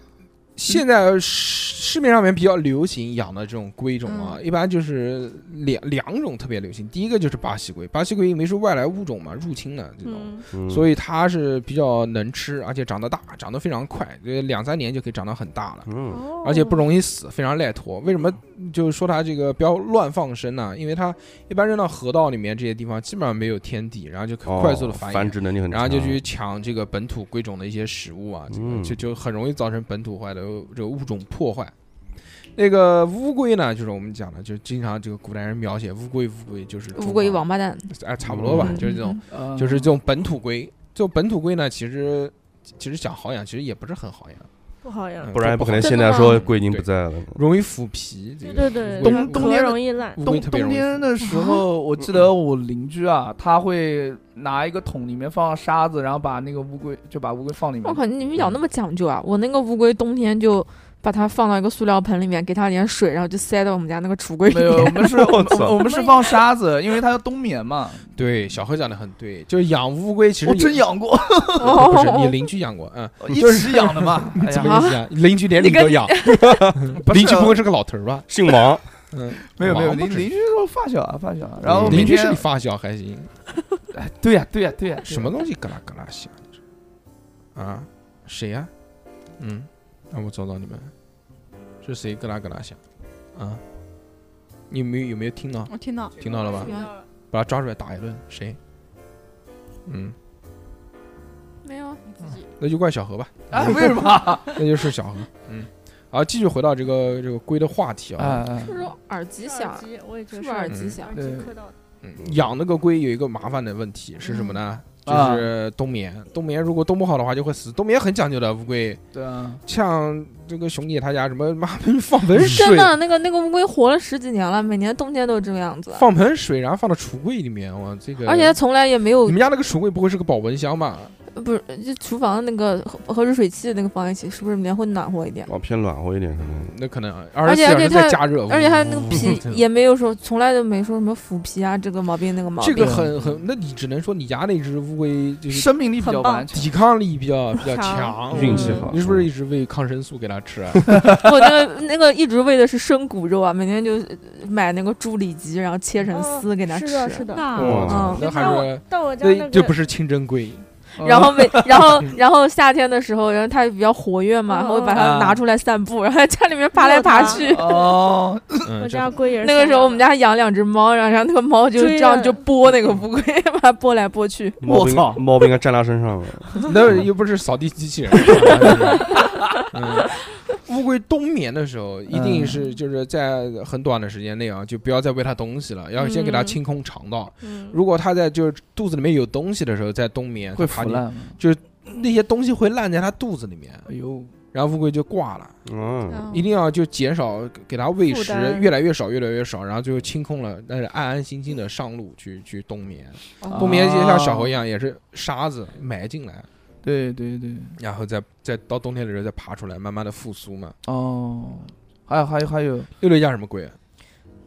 S2: 现在市市面上面比较流行养的这种龟种啊，一般就是两两种特别流行。第一个就是巴西龟，巴西龟因为是外来物种嘛，入侵的这种。
S3: 嗯，
S2: 所
S5: 以，
S2: 以它是比较能吃，而且长得大，长得非常快，呃，两三年就可以长得很大了，
S5: 嗯，
S3: 哦
S2: 而且不容易死，非常耐驮。为什么就是说它这个不要乱放生呢？因为它一般扔到河道里面这些地方基本上没有天敌，然后就
S5: 哦
S2: 快速的
S5: 繁
S2: 繁衍，
S5: 殖能力很
S2: 然
S5: 强，
S2: 后就去抢这个本土龟种的一些食物啊，这个
S5: 嗯
S2: 就就很容易造成本土化的这个物种破坏。那个乌龟呢，就是我们讲的，就经常这个古代人描写乌龟，乌龟就是
S6: 乌龟
S2: 王，
S6: 王八蛋，
S2: 哎，差不多吧，
S5: 嗯
S2: 就是这种。
S6: 哦
S4: 呃
S2: 就是这种本土龟。这种本土龟呢，其实其实讲好养，其实也不是很好养，
S3: 不好
S2: 嗯。
S3: 养
S5: 不然也不可能
S6: 真
S5: 现
S6: 的
S5: 在
S6: 吗
S5: 说龟已经不
S2: 对
S5: 在了。
S2: 容易腐皮。这
S3: 对
S2: 个
S3: 对对，
S2: 乌龟
S4: 冬冬
S2: 乌
S3: 壳
S2: 龟
S4: 天
S3: 容易烂。
S2: 乌龟
S4: 冬
S2: 特别
S4: 嗯冬
S2: 容易
S4: 天
S2: 腐。
S4: 的时 候，我记得我邻居啊，他会拿一个桶里面放沙子，然后把那个乌龟就把乌龟放里
S6: 嗯我
S4: 面。
S6: 靠，你们养那么讲究啊！我那个乌龟冬天就把它放到一个塑料盆里面，给它点水，然后就塞到我们家那个橱柜里
S4: 没有，我
S6: 面。
S4: 们是
S5: 我
S4: 我
S5: 操
S4: 们我们是放沙子，因为它要冬眠嘛。
S2: 对，小何讲的很对，就是养乌龟其实
S4: 我
S2: 也
S4: 真养过，
S2: 不是你邻居养过，嗯，
S4: 一
S2: 就是
S4: 起养的 嘛。哎
S2: 怎
S4: 呀，
S2: 么意思啊？邻居连你
S6: 你跟
S2: 都养，
S4: 不是
S2: 邻居不会是个老头儿吧？
S5: 姓王，
S2: 嗯，
S4: 没有没有，
S2: 王八
S4: 邻
S2: 之
S4: 邻居是我发小啊发小啊，然后
S5: 我
S2: 邻
S4: 每
S2: 居
S4: 天
S2: 是你发小还行，
S4: 哎对呀对呀对呀，
S2: 什么东西咯啦咯啦响？啊，谁呀？嗯，让我找找你们，是谁咯啦咯啦响？啊，你有没有有没有听到？啊
S8: 我听到，
S2: 听到了吧？把他抓出来打一顿，谁？嗯，
S6: 没有，
S2: 那就怪小何吧，
S4: 哎为什么啊？
S2: 那就是小何。嗯，好，继续回到这个这个龟的话题啊。
S4: 哎
S6: 是不是耳机响
S3: 耳？机我也觉
S6: 是
S3: 得
S6: 不是耳机
S2: 嗯
S6: 响？
S3: 耳
S4: 对
S3: 机磕到的。
S2: 嗯养那个龟有一个麻烦的问题是什么呢？就
S4: 啊
S2: 是冬眠。冬眠如果冬不好的话就会死，冬眠很讲究的乌龟，
S4: 对啊，
S2: 像这个熊姐她家什么 妈 放盆水
S6: 真，的，那个那个乌龟活了十几年了，每年冬天都这个样子，
S2: 放盆水然后放到橱柜里面，哇，这个
S6: 而且它从来也没有
S2: 你们家那个橱柜不会是个保温箱吧？
S6: 不是就厨房的那个和和热水器的那个放一起，是不是里面会暖和一点？
S5: 哦，偏暖和一点可能。
S2: 那可能二
S6: 而
S2: 十四小时
S6: 且而且它
S2: 在加热，
S6: 而且它那 个
S2: 呜
S6: 皮也没有说，从来都没说什么腐皮啊，这个毛病那个毛
S2: 这
S6: 病。
S2: 个很很，那你只能说你家那只乌龟就是
S4: 生命力比较
S3: 很棒
S4: 顽强
S2: 抵。抗力比较比较
S3: 强
S2: 强，
S5: 运气
S2: 嗯
S5: 好
S2: 你是不是一直喂抗生素给它吃啊？
S6: 我那个那个一直喂的是生骨肉啊，每天就买那个猪里脊，然后切成丝给它
S3: 哦是
S6: 吃。
S3: 的，是的。
S5: 哇
S8: 那
S5: 嗯
S2: 那还
S3: 那我
S2: 是
S3: 到我家那
S2: 那
S3: 个
S2: 这不是清蒸龟，
S6: 然后每 然后然后夏天的时候，然后它比较活跃嘛，
S3: 嗯
S6: 会把
S4: 嗯
S6: 它拿出来散步，然后在家里面爬来爬去。
S4: 哦，
S2: 嗯
S3: 我，
S2: 这
S3: 家龟也是
S6: 那个时候我们家养两只猫，然后然后那个猫就
S3: 追
S6: 这样
S3: 着
S6: 就拨那个乌龟， 把它拨来拨去。
S5: 猫不应
S4: 我操
S5: 猫不应该站他身上了。
S2: 那又不是扫地机器人。嗯乌龟冬眠的时候，一定
S3: 嗯
S2: 是就是在很短的时间内啊，就不要再喂它东西了，要先给它
S6: 嗯
S2: 清空肠道。
S3: 嗯
S2: 如果它在就是肚子里面有东西的时候，在冬眠
S4: 会
S2: 它爬
S4: 腐
S2: 进
S4: 烂吗。
S2: 那些东西会烂在它肚子里面，
S4: 哎呦，
S2: 然后乌龟就挂了。
S5: 嗯，
S2: 一定要就减少给它喂
S3: 负
S2: 食，
S3: 担
S2: 越来越少，越来越少，然后最后清空了，但是安安心心的上路去去冬眠。
S4: 哦
S2: 冬眠就像小猴一样，也是沙子埋进来，
S4: 对对对，
S2: 然后再再到冬天的时候再爬出来，慢慢的复苏嘛。
S4: 哦，还有还有还有，
S2: 六六家什么龟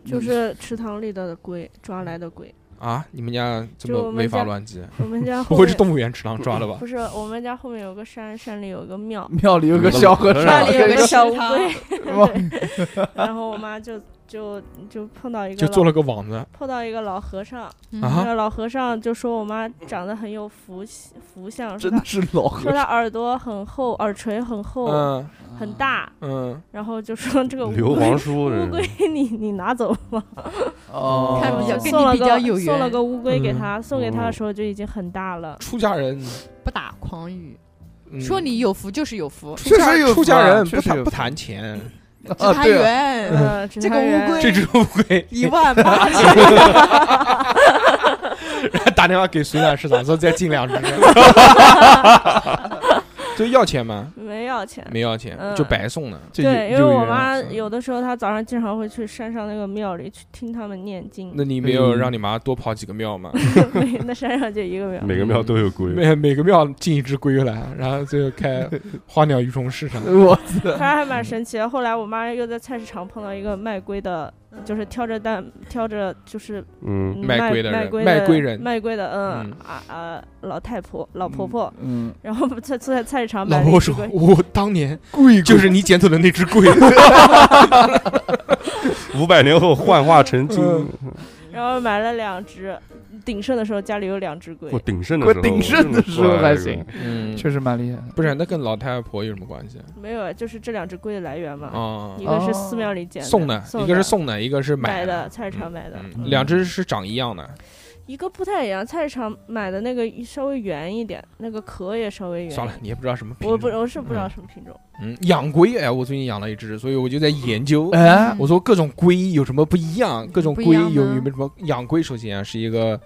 S3: 就是池塘里的龟抓来的龟，
S2: 啊？你们家这
S3: 就
S2: 么
S3: 我们
S2: 违法
S3: 家
S2: 乱纪？
S3: 我们家
S2: 不
S3: 后
S2: 会是
S3: 面
S2: 动物园池塘抓的吧？
S3: 不是我们家后面有个山，山里有个庙，
S4: 庙里有个小和尚，
S3: 庙里有
S8: 有
S3: 个
S8: 个小
S3: 小乌
S8: 乌
S3: 龟
S8: 龟，
S3: 然后我妈就就就碰到一个
S2: 就
S3: 老
S2: 做了个网子
S3: 碰到一个老和尚，那
S2: 啊
S3: 个老和尚就说我妈长得很有福气福相，说
S4: 真
S3: 她
S4: 的是老
S3: 说
S4: 和
S3: 她耳朵很厚，耳垂很厚、
S2: 嗯
S4: 尚，
S3: 很。大，
S2: 嗯，
S3: 然后就说这个乌
S5: 硫
S3: 龟
S5: 磺叔
S3: 乌
S5: 这
S3: 龟
S5: 是。
S3: 你你拿走吧，
S4: 哦，
S8: 看比较跟
S3: 送了
S8: 你比较
S3: 个
S8: 有
S3: 送了
S8: 缘
S3: 个乌龟给他，送给他的
S5: 嗯
S3: 时候就已经很大了。
S2: 出家人
S8: 不打诳语，
S2: 嗯
S8: 说你有福就是有福，
S2: 出家
S4: 确实有
S2: 出家
S4: 福啊
S2: 人
S4: 确
S2: 不
S4: 实有
S2: 谈不
S4: 福
S2: 谈钱，
S8: 只
S4: 啊，
S8: 他
S4: 对
S7: 嗯
S4: 啊，
S8: 缘。
S3: 呃，这
S8: 这个乌龟
S2: 这只乌龟
S8: 一万 八千，
S2: 打电话给水产市场说再进两 只，这要钱吗？
S3: 没要钱。
S2: 没要钱，
S3: 嗯
S2: 就白送了。
S4: 这
S3: 对，因
S4: 有
S3: 为
S4: 有
S3: 我
S4: 缘
S3: 妈
S4: 分
S3: 有的时候她早上经常会去山上那个庙里去听他们念经，
S2: 那你没有
S5: 嗯
S2: 让你妈多跑几个庙 吗？
S3: 每那山上就一个庙。
S5: 每个庙都有龟，
S2: 每每个庙进一只龟来，然后最后开花鸟鱼虫市场。
S4: 我
S3: 可是还蛮神奇的。后来我妈又在菜市场碰到一个卖龟的，就是挑着担挑着就是
S5: 嗯，
S3: 嗯
S2: 卖
S3: 卖
S2: 龟的人
S3: 卖龟
S2: 卖龟人
S3: 卖龟的，嗯
S2: 嗯
S3: 啊啊老太婆老婆婆，
S4: 嗯，
S3: 然后在坐在菜市场
S2: 老
S3: 买
S2: 婆
S3: 了一
S2: 婆
S3: 只
S2: 说
S3: 龟：“，
S2: 我当年
S4: 贵
S2: 就是你捡走的那只龟。
S5: 五百年后幻化成金，
S2: 嗯
S3: 然后买了两只，鼎盛的时候家里有两只龟
S5: 我，鼎盛的时候，
S4: 鼎盛的时候还行”
S2: 嗯，
S4: 确实蛮厉害的。
S2: 不是，那跟老太婆有什么关系
S3: 没有，啊，就是这两只龟的来源嘛，
S2: 啊
S3: 一？个是寺庙里捡
S2: 送的，一个是送的，一个是
S3: 买
S2: 的。
S3: 菜市场买的，
S2: 嗯，两只是长一样的，
S3: 一个不太一样，菜市场买的那个稍微圆一点，那个壳也稍微圆。
S2: 算了，嗯你也不知道什么品
S3: 我
S2: 种。
S3: 不我是不知道什么品种。
S2: 嗯，养龟哎，我最近养了一只，所以我就在研究。
S4: 哎，
S2: 我说各种龟有什么不一样？各种
S8: 不一
S2: 龟有
S8: 样
S2: 有
S8: 呢
S2: 没有什么养龟？首先啊，是一个，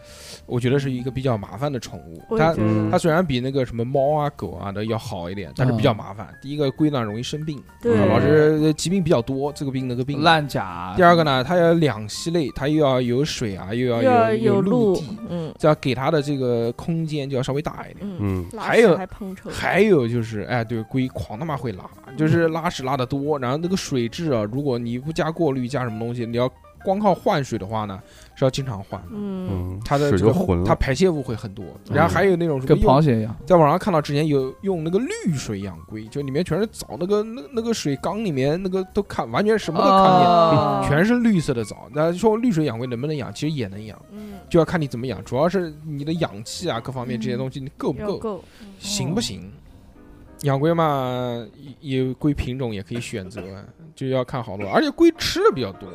S2: 我觉得是一个比较麻烦的宠物。
S3: 我也
S2: 它
S3: 觉得
S5: 嗯
S2: 它虽然比那个什么猫啊、狗啊的要好一点，但是比较
S8: 嗯
S2: 麻烦。第一个，龟呢容易生病，
S3: 对，
S5: 嗯
S2: 老是疾病比较多，这个病那个病。
S4: 嗯烂甲。
S2: 第二个呢，它要两栖类，它又要有水啊，又要
S3: 又要
S2: 有
S3: 路
S2: 地，，
S3: 嗯
S2: 这要给它的这个空间就要稍微大一点。
S3: 嗯，
S5: 嗯，
S3: 拉
S2: 还
S3: 屎
S2: 有
S3: 还碰嗯臭，
S2: 还有就是，哎，对，龟狂他妈会拉，
S3: 嗯
S2: 就是拉屎拉的多，然后那个水质啊，如果你不加过滤加什么东西，你要光靠换水的话呢，是要经常换的。
S3: 嗯，
S5: 嗯，
S2: 它的
S5: 水
S2: 这
S5: 就
S2: 个
S5: 混
S2: 它
S5: 了，嗯
S2: 排泄物会很多。然后还有那种什
S4: 跟
S2: 么
S4: 螃
S2: 用，
S4: 蟹一样，
S2: 在网上看到之前有用那个绿水养龟，就里面全是藻，那个那那个水缸里面那个都看完全什么都看不见，
S4: 啊
S2: 全是绿色的藻。那说绿水养龟能不能养，其实也能养，
S3: 嗯，
S2: 就要看你怎么养，主要是你的氧气啊各方面这些东西你够不
S3: 要
S2: 够，
S3: 够，
S6: 哦
S2: 行不行？养龟嘛，也也归品种，也可以选择，就要看好多。而且龟吃的比较多，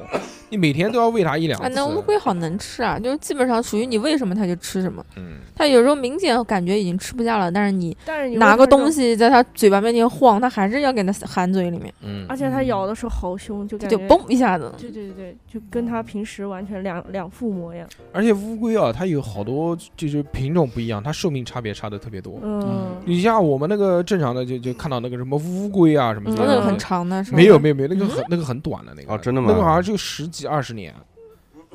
S2: 你每天都要喂它一两次。
S6: 啊，那乌龟好能吃啊，就是基本上属于你喂什么它就吃什么。
S2: 嗯，
S6: 它有时候明显感觉已经吃不下了，但是你
S3: 但是你
S6: 拿
S3: 喂
S6: 个
S3: 它肉
S6: 东，西在它嘴巴面前晃，它还是要给它含嘴里面，
S2: 嗯
S3: 而且它咬的时候好凶，就
S6: 它
S3: 感
S6: 就
S3: 觉
S6: 嘣一下子。
S3: 对对对对，就跟它平时完全两两副模样。
S2: 而且乌龟啊，它有好多就是品种不一样，它寿命差别差的特别多。
S3: 嗯，
S2: 你像我们那个正常的就就看到那个什么乌龟啊什么
S6: 嗯，
S2: 之类
S6: 那
S2: 的，
S6: 个很长的嗯是吧？
S2: 没有没有没有，那个很那个很短的那个
S5: 哦真的吗
S2: 那个好像就十几二十年，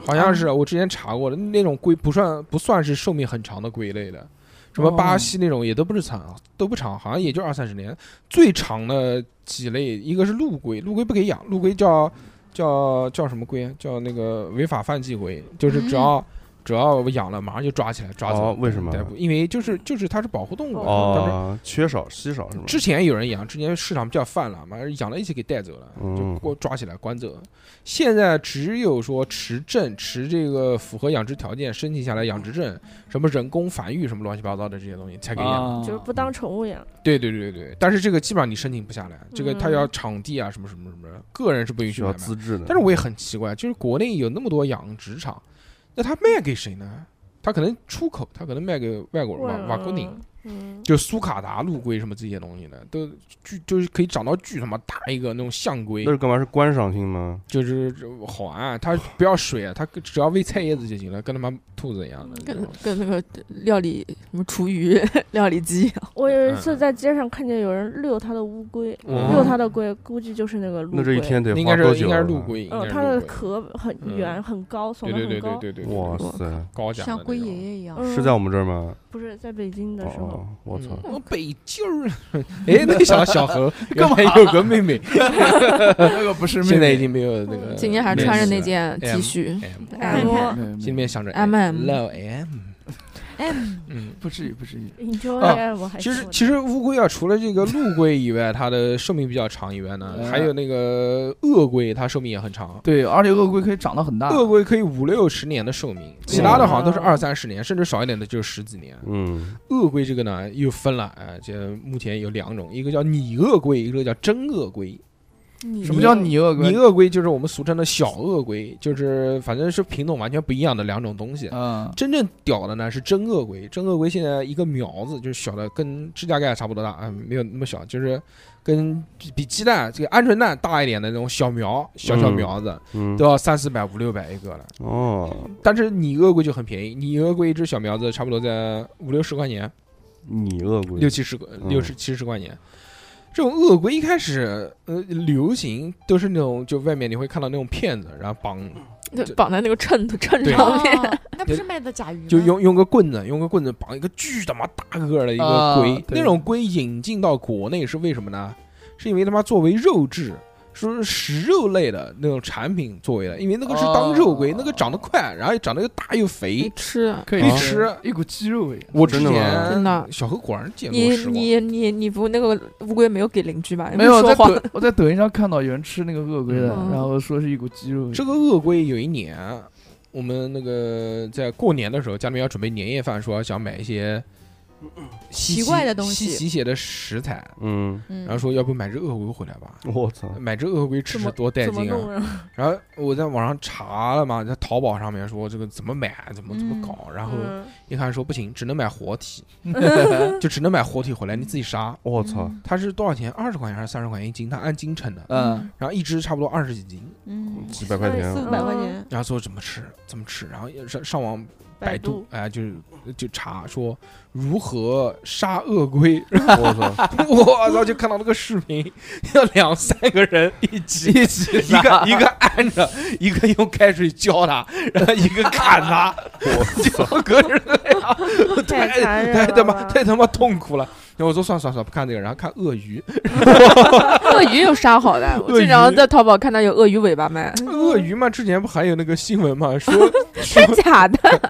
S2: 好像
S6: 啊
S2: 是我之前查过的，那种龟不算不算是寿命很长的龟类的，什么
S4: 哦
S2: 巴西那种也都不是长都不长，好像也就二三十年。最长的几类，一个是陆龟，陆龟不给养，陆龟叫叫叫什么龟啊？叫那个违法犯纪龟，就是
S6: 嗯
S2: 只要。只要养了，马上就抓起来，抓走。
S5: 哦为什么
S2: 逮捕？因为就是就是它是保护动物。当时
S5: 哦，缺少稀少是吗？
S2: 之前有人养，之前市场比较泛滥嘛，养了一起给带走了，就
S5: 嗯
S2: 给我抓起来关走。现在只有说持证、持这个符合养殖条件、申请下来养殖证，什么人工繁育、什么乱七八糟的这些东西才给养。
S4: 啊，
S3: 就是不当宠物养。
S2: 对对对对，但是这个基本上你申请不下来，这个它要场地啊什么什么什么的，个人是不允
S5: 嗯需
S2: 许买
S5: 要
S2: 卖。
S5: 资质的。
S2: 但是我也很奇怪，就是国内有那么多养殖场，那它卖给谁呢？它可能出口，它可能卖给外国人、
S3: 哇
S2: 瓦瓦国人。
S3: 嗯，
S2: 就苏卡达陆龟什么这些东西的，都巨就是可以长到巨他妈大一个那种象龟
S5: 那，是干嘛？是观赏性吗？
S2: 就是好玩、啊。它不要水啊，它只要喂菜叶子就行了，跟他妈兔子一样的。
S6: 跟跟那个料理什么厨余料理机一样，
S3: 我有一次在街上看见有人遛他的乌龟，
S5: 哦
S3: 遛他的龟，估计就是那个陆龟。
S5: 那这一天得
S2: 应
S5: 花
S2: 该
S5: 多
S2: 是应
S5: 久？
S2: 该是
S5: 啊
S2: 陆，龟，应该
S3: 嗯，
S2: 是
S3: 它的
S2: 陆龟
S3: 壳很
S2: 嗯
S3: 圆、很高，耸
S2: 对
S3: 得
S2: 对对
S3: 很
S2: 对
S3: 高。
S2: 对对，对
S5: 哇塞，
S2: 高奖
S8: 像
S2: 的
S8: 龟
S2: 那
S8: 爷
S2: 种。
S8: 爷一样。
S3: 嗯
S5: 是在我们这儿吗？
S3: 不是在北京的
S5: 哦
S3: 时候，
S5: 哦，我操！
S2: 嗯，我北京 儿，哎，那个小小 猴原来有个妹妹，
S4: 那个不是妹妹
S2: 现在已经没有那个。
S6: 今天还穿着那件 T 恤，
S2: M，
S3: 大多
S4: 没有没有
S2: 心里面想着
S6: MM
S2: love M，
S8: M
S2: 嗯，
S4: 不至于不至于，
S3: enjoy
S2: 啊
S3: M 还
S2: 其实
S3: 是我的
S2: 其实乌龟啊，除了这个陆龟以外，它的寿命比较长以外呢，
S4: 嗯
S2: 还有那个鳄龟，它寿命也很长。
S4: 对，而且鳄龟可以长得很大，
S2: 鳄龟可以五六十年的寿命，
S4: 哦
S2: 其他的好像都是二三十年，甚至少一点的就是十几年。
S5: 嗯，
S2: 鳄龟这个呢又分了，哎，这目前有两种，一个叫拟鳄龟，一个叫真鳄龟。
S8: 你
S4: 什么叫拟鳄龟？
S2: 拟鳄龟就是我们俗称的小鳄龟，就是反正是品种完全不一样的两种东西。
S4: 嗯，
S2: 真正屌的呢是真鳄龟，真鳄龟现在一个苗子就是小的，跟指甲盖差不多大，嗯，没有那么小，就是跟比鸡蛋这个鹌鹑蛋大一点的那种小苗，小小苗子、
S5: 嗯
S2: 都，要三四百、五六百一个了。
S5: 哦，
S2: 但是拟鳄龟就很便宜，拟鳄龟一只小苗子差不多在五六十块钱，
S5: 你鳄龟，
S2: 六七十个，
S5: 嗯
S2: 六十七十块钱。这种鳄龟一开始，呃，流行都是那种，就外面你会看到那种骗子，然后绑
S6: 就绑在那个秤秤
S2: 对
S6: 上 面。
S8: 哦那不是卖的甲鱼吗？
S7: 嗯
S2: 就用用个棍子，用个棍子绑一个巨他妈大个儿的一个
S4: 啊
S2: 龟，
S4: 对
S2: 那种龟引进到国内是为什么呢？是因为他妈作为肉质，说是食肉类的那种产品作为的，因为那个是当肉龟，
S4: 哦
S2: 那个长得快，然后又长得又大又肥
S6: 你。吃啊，
S4: 可
S2: 可以
S4: 以
S2: 吃
S4: 一股肌肉味。
S2: 我之
S5: 真的吗
S2: 前
S6: 真的
S2: 小何果然见过
S6: 你
S2: 吃过，
S6: 你你你不那个乌龟没有给邻居吧？
S4: 没有
S6: 说
S4: 在
S6: 谎，
S4: 抖，我在抖音上看到有人吃那个鳄龟的，
S6: 嗯
S4: 然后说是一股鸡肉味。
S2: 这个鳄龟有一年，我们那个在过年的时候，家里面要准备年夜饭，说想买一些稀
S8: 奇
S2: 奇
S8: 怪的东西
S2: 稀奇些的食材，
S5: 嗯，
S8: 嗯
S2: 然后说要不买只鳄龟回来吧。
S5: 我操，
S2: 买只鳄龟吃
S3: 怎
S2: 吃
S3: 么
S2: 多带
S3: 怎么
S2: 劲
S3: 弄
S2: 啊！
S3: 啊？
S2: 然后我在网上查了嘛，在淘宝上面说这个怎么买，怎么怎么
S8: 嗯
S2: 搞，然后
S3: 嗯，
S2: 一看说不行，只能买活体，
S4: 嗯
S2: 就只能买活体回来，你自己杀。
S5: 我操，
S2: 它是多少钱？二十块钱还是三十块钱一斤？它按斤称的，
S4: 嗯，
S2: 然后一只差不多二十几斤。
S8: 嗯，
S5: 几百块钱
S8: 四
S5: 啊，
S8: 五百块
S6: 嗯
S8: 钱，
S2: 然后说怎么吃，怎么吃，然后上上网百度，哎、就是就查说如何杀鳄龟，
S5: 我操，
S2: 我操！就看到那个视频， 要两三个人一起 一起，一个一个按着，一个用开水浇它， 然后一个砍它，就隔着那样，
S3: 太残忍
S2: 太
S3: 了
S2: 他妈
S3: 吧
S2: 太他妈痛苦了。然后我说算了算了算了，不看这个，然后看鳄鱼，
S6: 鳄鱼有啥好的？ 我
S2: 鳄
S6: 经
S2: 鱼
S6: 常在淘宝看到有鳄鱼尾巴卖，
S3: 嗯
S2: 鳄鱼嘛，之前不还有那个新闻嘛， 说
S6: 真假的？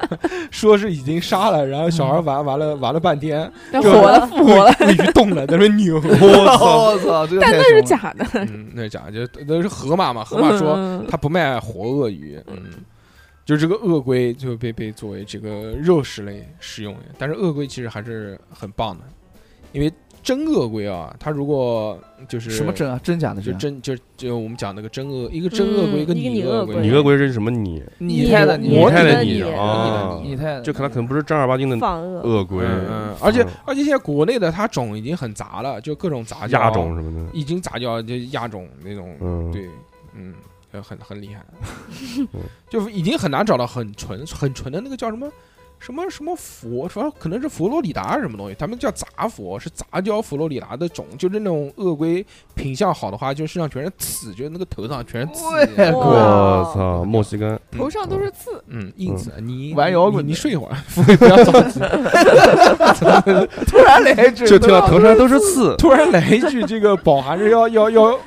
S2: 说是已经杀了，然后小孩
S3: 嗯
S2: 玩玩了玩了半天，
S6: 要活了，复活了，
S2: 鳄鱼动了，在那边 扭。
S4: 我操我操，这个
S6: 但
S4: 太
S6: 那是
S4: 凶了
S6: 假的。
S2: 嗯，那讲就那是河马嘛，河马说。
S6: 嗯
S2: 他不卖活鳄鱼，嗯，就这个鳄龟就被被作为这个肉食类食用的，但是鳄龟其实还是很棒的，因为真鳄龟啊，它如果就是
S4: 什么真啊？真假的
S2: 就
S4: 真？
S2: 真就就我们讲那个真鳄，一个真鳄龟，个
S3: 一
S6: 嗯
S3: 个
S2: 拟
S3: 拟
S2: 鳄
S3: 鳄
S5: 你
S3: 对
S5: 鳄龟是什么你？
S4: 拟态的
S2: 我
S4: 拟
S2: 我
S5: 拟态的
S2: 拟
S5: 拟
S3: 的拟
S5: 啊，
S4: 拟态的，
S5: 就可能可能不是正儿八经的
S3: 放恶
S5: 鳄龟，
S2: 嗯嗯，而且
S5: 嗯
S2: 而且现在国内的它种已经很杂了，就各种杂交
S5: 亚种，什么的，
S2: 已经杂交就亚种那种，
S5: 嗯，
S2: 对，嗯，呃很很厉害
S5: 嗯，
S2: 就已经很难找到很纯很纯的那个叫什么。什么什么佛，主要可能是佛罗里达什么东西，他们叫杂佛，是杂交佛罗里达的种，就是那种鳄龟品相好的话，就身上全是刺，就是那个头上全是刺，
S5: 啊
S4: 对哦
S3: 哇
S5: 我操，墨西哥，
S8: 头上都是刺，
S2: 嗯，硬刺。你
S4: 玩摇滚的
S2: 你你睡一会儿，不要着急。
S4: 突然来一句，
S5: 就听到头上都是刺，
S2: 突然来一句这个饱含着要要要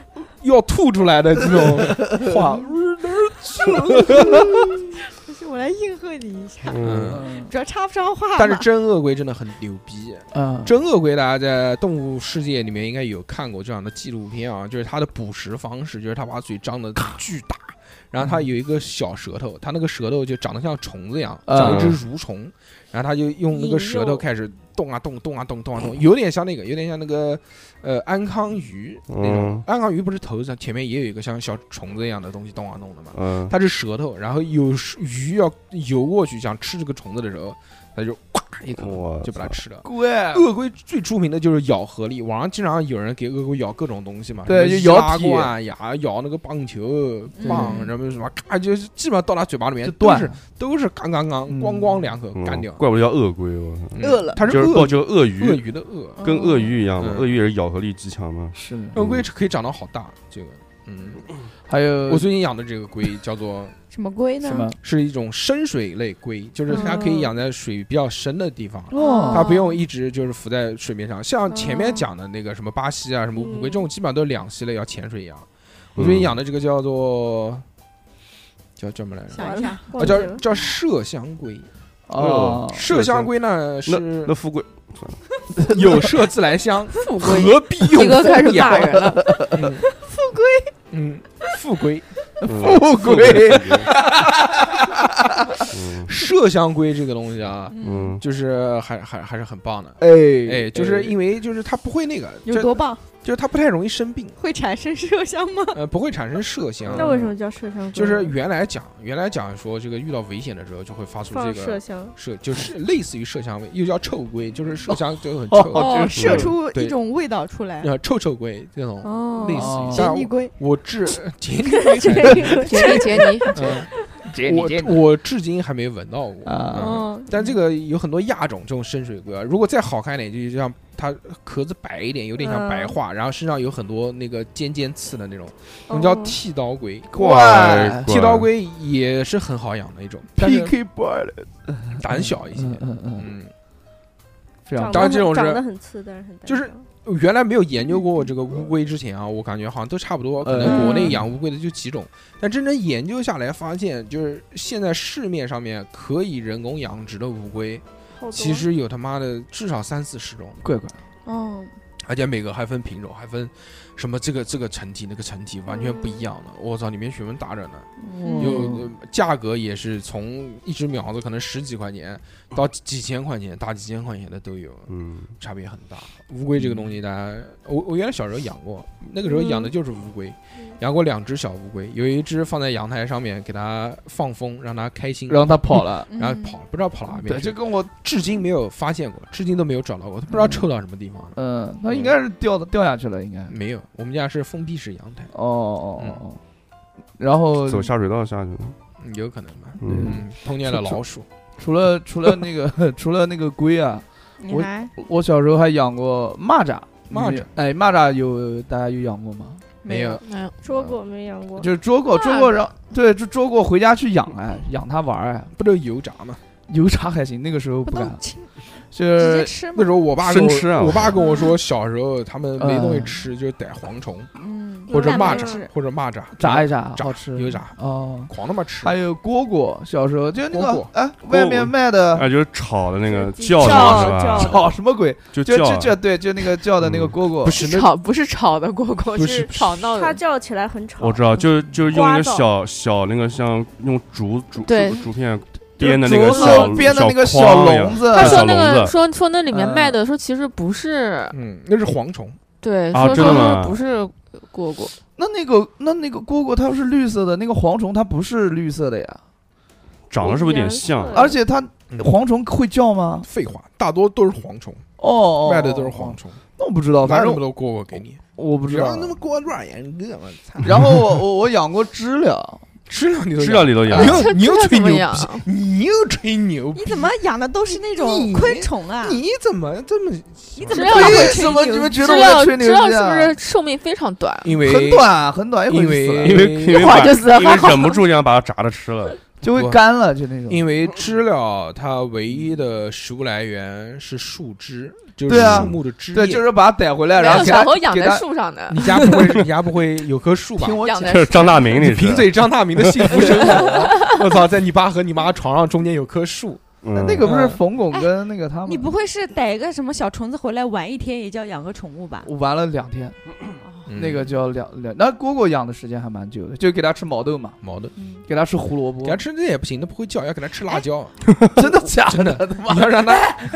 S2: 要吐出来的这种 话，
S8: 不是我来应和你一下，
S5: 嗯，
S8: 主要插不上话嘛。
S2: 但是真鳄龟真的很牛逼。
S4: 嗯，
S2: 真鳄龟大家在动物世界里面应该有看过这样的纪录片啊，就是它的捕食方式，就是它把嘴张的巨大。然后它有一个小舌头，它那个舌头就长得像虫子一样，
S4: 嗯
S2: 长一只蠕虫。然后它就用那个舌
S3: 引
S2: 头
S3: 诱
S2: 开始动啊动，动啊动，动啊动，有点像那个，有点像那个，呃，安康鱼那种
S5: 嗯。
S2: 安康鱼不是头上前面也有一个像小虫子一样的东西动啊动的吗？
S5: 嗯，
S2: 它是舌头，然后有时鱼要游过去想吃这个虫子的时候，它就咵一口
S5: 我
S2: 就把它
S5: 操
S2: 吃了。
S4: 怪
S2: 鳄龟啊最出名的就是咬合力，网上经常有人给鳄龟咬各种东西嘛，
S4: 对
S2: 什
S4: 就
S2: 么
S4: 咬
S2: 易拉
S4: 铁
S2: 罐呀，咬那个棒球棒，
S8: 嗯
S2: 什么什么，咔就是基本上到它嘴巴里面
S4: 就
S2: 都
S4: 断
S2: 是
S4: 了
S2: 都是刚刚刚
S4: 嗯
S2: 咣咣两口
S5: 嗯
S2: 干掉，
S5: 怪不得叫鳄龟，我操
S2: 嗯
S8: 饿了
S2: 它是
S5: 就是
S2: 鳄
S5: 哦，就是鳄
S2: 鳄
S5: 鱼，
S2: 鱼的鳄，
S5: 跟鳄鱼一样嘛
S2: 嗯，
S5: 鳄鱼也是咬合力极强嘛，
S4: 是的，
S2: 鳄龟可以长得好大，这个。嗯，
S4: 还有
S2: 我最近养的这个龟叫 做
S8: 什么龟
S4: 什么
S8: 呢？？
S2: 是一种深水类龟，就是它可以养在水比较深的地
S8: 嗯
S2: 方，
S4: 哦
S2: 它不用一直就是浮在水面上。像前面讲的那个什么巴西啊、什么乌龟这
S3: 嗯
S2: 种，基本上都是两栖类，要潜水养。我
S5: 嗯
S2: 最近养的这个叫做叫叫什么来着？
S8: 想一下，
S2: 啊，叫叫麝香龟。
S4: 哦，
S2: 麝香龟呢
S5: 那
S2: 是
S5: 那富贵
S2: 有麝自来香，
S6: 富贵，
S2: 何必用
S6: 皮哥开始
S2: 疯养
S6: 骂人了，
S2: 嗯 嗯，富龟，
S5: 嗯富
S4: 不
S5: 贵，
S2: 麝香龟这个东西啊，
S5: 嗯嗯，
S2: 就是还还还是很棒的。
S4: 哎
S2: 哎，就是因为就是它不会那个，
S8: 有
S2: 就
S8: 多棒？
S2: 就是它不太容易生病，
S8: 会产生麝香吗？
S2: 呃，不会产生麝香。
S3: 那为什么叫麝香龟？
S2: 嗯就是原来讲，原来讲说这个遇到危险的时候就会发出
S3: 放
S2: 这
S3: 麝
S2: 个
S3: 香，
S2: 麝，就是类似于麝香味，又叫臭龟，就是麝香就很
S4: 哦
S2: 臭，
S8: 哦，
S5: 这
S8: 射
S5: 个
S8: 出
S2: 对
S8: 一种味道出来。
S2: 呃，臭臭龟这种
S8: 哦
S2: 类似于
S4: 哦。
S2: 但
S8: 杰尼
S2: 我
S8: 龟，
S2: 我至杰尼龟才
S6: 杰尼杰尼，
S2: 嗯
S4: 杰
S2: 我我至今还没闻到过
S4: 啊
S2: 嗯
S8: 哦，
S2: 但这个有很多亚种，这种深水龟啊，如果再好看一点，就是像它壳子白一点，有点像白化，然后身上有很多那个尖尖刺的那种， 我们叫
S3: 哦
S2: 剃刀龟。
S5: 怪
S2: 剃刀龟也是很好养的一种，但是
S4: PK boy 了，
S2: 胆小一些。
S4: 嗯嗯嗯，
S2: 嗯，
S4: 非常
S2: 当
S3: 长得
S2: 然这种
S3: 很
S2: 是
S3: 长得很刺，但是很
S2: 就是
S3: 胆小
S2: 原来没有研究过这个乌龟之前啊，我感觉好像都差不多，可能
S4: 嗯
S2: 国内养乌龟的就几种，但真正研究下来发现，就是现在市面上面可以人工养殖的乌龟，
S3: 好多
S2: 其实有他妈的至少三四十种，
S4: 怪怪，
S8: 哦，
S2: 而且每个还分品种，还分什么这个这个成体那个成体，完全不一样的。我操，里面学问大着呢。
S8: 嗯
S2: 有呃价格也是从一只苗子可能十几块钱到几千块钱，大几千块钱的都有，
S5: 嗯，
S2: 差别很大。乌龟这个东西，大家我我原来小时候养过，那个时候养的就是乌龟，养过两只小乌龟，有一只放在阳台上面给它放风，让它开心，
S4: 让他跑 了。
S8: 嗯
S2: 然后跑，不知道跑哪边
S4: 对，
S2: 去
S4: 就，跟我，
S2: 至今没有发现过，至今都没有找到过，它不知道臭到什么地方了。
S4: 嗯，那应该是掉的掉下去了，应该。
S2: 没有，我们家是封闭式阳台，
S4: 哦哦哦哦，然后
S5: 走下水道下去了，
S2: 嗯有可能吧。
S5: 嗯，
S2: 嗯，碰见了老鼠，
S4: 除了除了那个除了那个龟啊，
S8: 你
S4: 我
S8: 来
S4: 我小时候还养过蚂蚱。
S2: 蚂蚱
S4: 你，哎，蚂蚱有大家有养过吗？
S2: 没有，
S6: 没有，
S3: 捉过没养过，
S4: 就是捉过，
S8: 蚂蚱
S4: 捉过，然后对，就捉过回家去养，哎，养它玩儿，哎，
S2: 不都油炸吗？
S4: 油炸还行，那个时候
S8: 不
S4: 不
S8: 动
S4: 敢，
S8: 亲
S4: 就
S7: 呃
S8: 直接
S4: 是
S8: 吃嘛
S2: 那时。候我爸跟我
S5: 生吃啊
S2: 我爸跟我说，小时候他们没东西
S4: 嗯
S2: 吃，就逮蝗虫
S8: 嗯，
S2: 或者
S8: 蛋
S2: 蚂
S8: 白
S2: 蚱
S8: 质
S2: 或者蚂蚱
S4: 炸一炸，
S2: 炸
S4: 好吃，
S2: 油炸
S4: 哦。
S2: 狂他妈吃
S4: 还。有蝈蝈，小时候就那
S2: 蝈
S4: 个
S2: 蝈
S4: 哎，外面卖的
S5: 啊，就是炒的那个
S3: 就是
S5: 叫的
S3: 叫
S5: 是
S3: 叫
S5: 吧？
S4: 炒什么鬼？
S5: 就
S4: 就
S5: 叫啊
S4: 就就对，就那个叫的那个
S5: 嗯
S4: 蝈蝈
S2: 不，
S6: 是
S2: 是那
S6: 吵，不是吵的蝈蝈，
S2: 不是
S6: 是吵闹
S3: 它
S6: 的。
S3: 叫起来很吵。
S5: 我知道，就是就是用
S3: 刮
S5: 一个
S3: 到
S5: 小小那个像用竹竹
S6: 对
S5: 竹竹片编的那个
S4: 竹子
S5: 小
S4: 编的那个
S5: 小筐呀
S4: 呃笼子，
S6: 他
S5: 小
S6: 说那
S5: 笼
S6: 个
S5: 子
S6: 说说那里面
S4: 嗯
S6: 卖的说其实不是，
S2: 嗯，那是蝗虫，
S6: 对，
S5: 啊
S6: 说
S5: 真
S6: 说
S5: 的
S6: 那
S5: 吗
S6: 个不是蝈蝈，
S4: 那那个那那个蝈蝈它是绿色的，那个蝗虫它不是绿色的呀，
S5: 长得是不是有点
S3: 颜色
S5: 像？
S3: 对
S4: 而且它
S2: 嗯
S4: 蝗虫会叫吗？
S2: 废话，大多都是蝗虫，
S4: 哦，
S2: 卖的都是蝗
S4: 黄，
S2: 虫，
S4: 那我不知道，
S2: 哪
S4: 反
S2: 有那么
S4: 正
S2: 多蝈蝈给你？
S4: 我不
S2: 不
S4: 知道。
S2: 那么蝈蝈严格，我操！
S4: 然后我我我养过知 了，
S2: 吃了你都
S5: 知道里头养
S2: 你 又
S6: 这
S2: 你又
S6: 这
S2: 吹
S6: 怎么
S2: 牛
S6: 样
S2: 逼，你又吹牛逼
S7: 你，怎么养的都是那种
S2: 你
S7: 昆虫啊？
S2: 你怎么这么你
S6: 怎么知道
S4: 为什么你们觉
S6: 知
S4: 得我在
S6: 了
S4: 吹
S6: 知
S4: 牛
S6: 了
S4: 逼
S6: 是不
S4: 啊
S6: 是？寿命非常短？
S2: 因为
S4: 很短很短，一
S2: 因
S4: 会儿就死了
S2: 为
S5: 因为因为
S6: 一会儿
S5: 把
S6: 就死了
S5: 因为忍不住想把它炸着吃了。
S4: 就
S2: 不
S4: 会干了，就那种。
S2: 因为知了它唯一的食物来源是树枝，就是
S4: 对啊
S2: 树木的枝叶。
S4: 对，就是把它逮回来，
S6: 没
S4: 然
S6: 有
S4: 后给
S6: 小
S4: 它
S6: 猴养
S4: 给
S6: 在
S4: 它
S6: 树上 的，
S2: 你家不会，你家不会有棵树吧？
S4: 听我
S6: 养在
S5: 这是
S6: 树
S5: 张大民，
S2: 你
S5: 你
S2: 贫
S5: 是
S2: 嘴张大民的幸福生 活，我操，在你爸和你妈床上中间有棵树，
S5: 嗯
S4: 那个不是
S2: 嗯
S4: 冯巩跟那个他
S6: 哎
S4: 们？
S7: 你不会是逮个什么小虫子回来玩一天也叫养个宠物吧？
S4: 我玩了两天，那个
S2: 嗯
S4: 就要两两。那蝈蝈养的时间还蛮久的，就给它吃毛豆嘛，
S2: 矛盾。
S7: 嗯，
S4: 给它吃胡萝卜
S2: 给。他吃那也不行，那不会叫，要给他吃
S7: 哎
S2: 辣椒。
S4: 真的假的？
S2: 你要让他，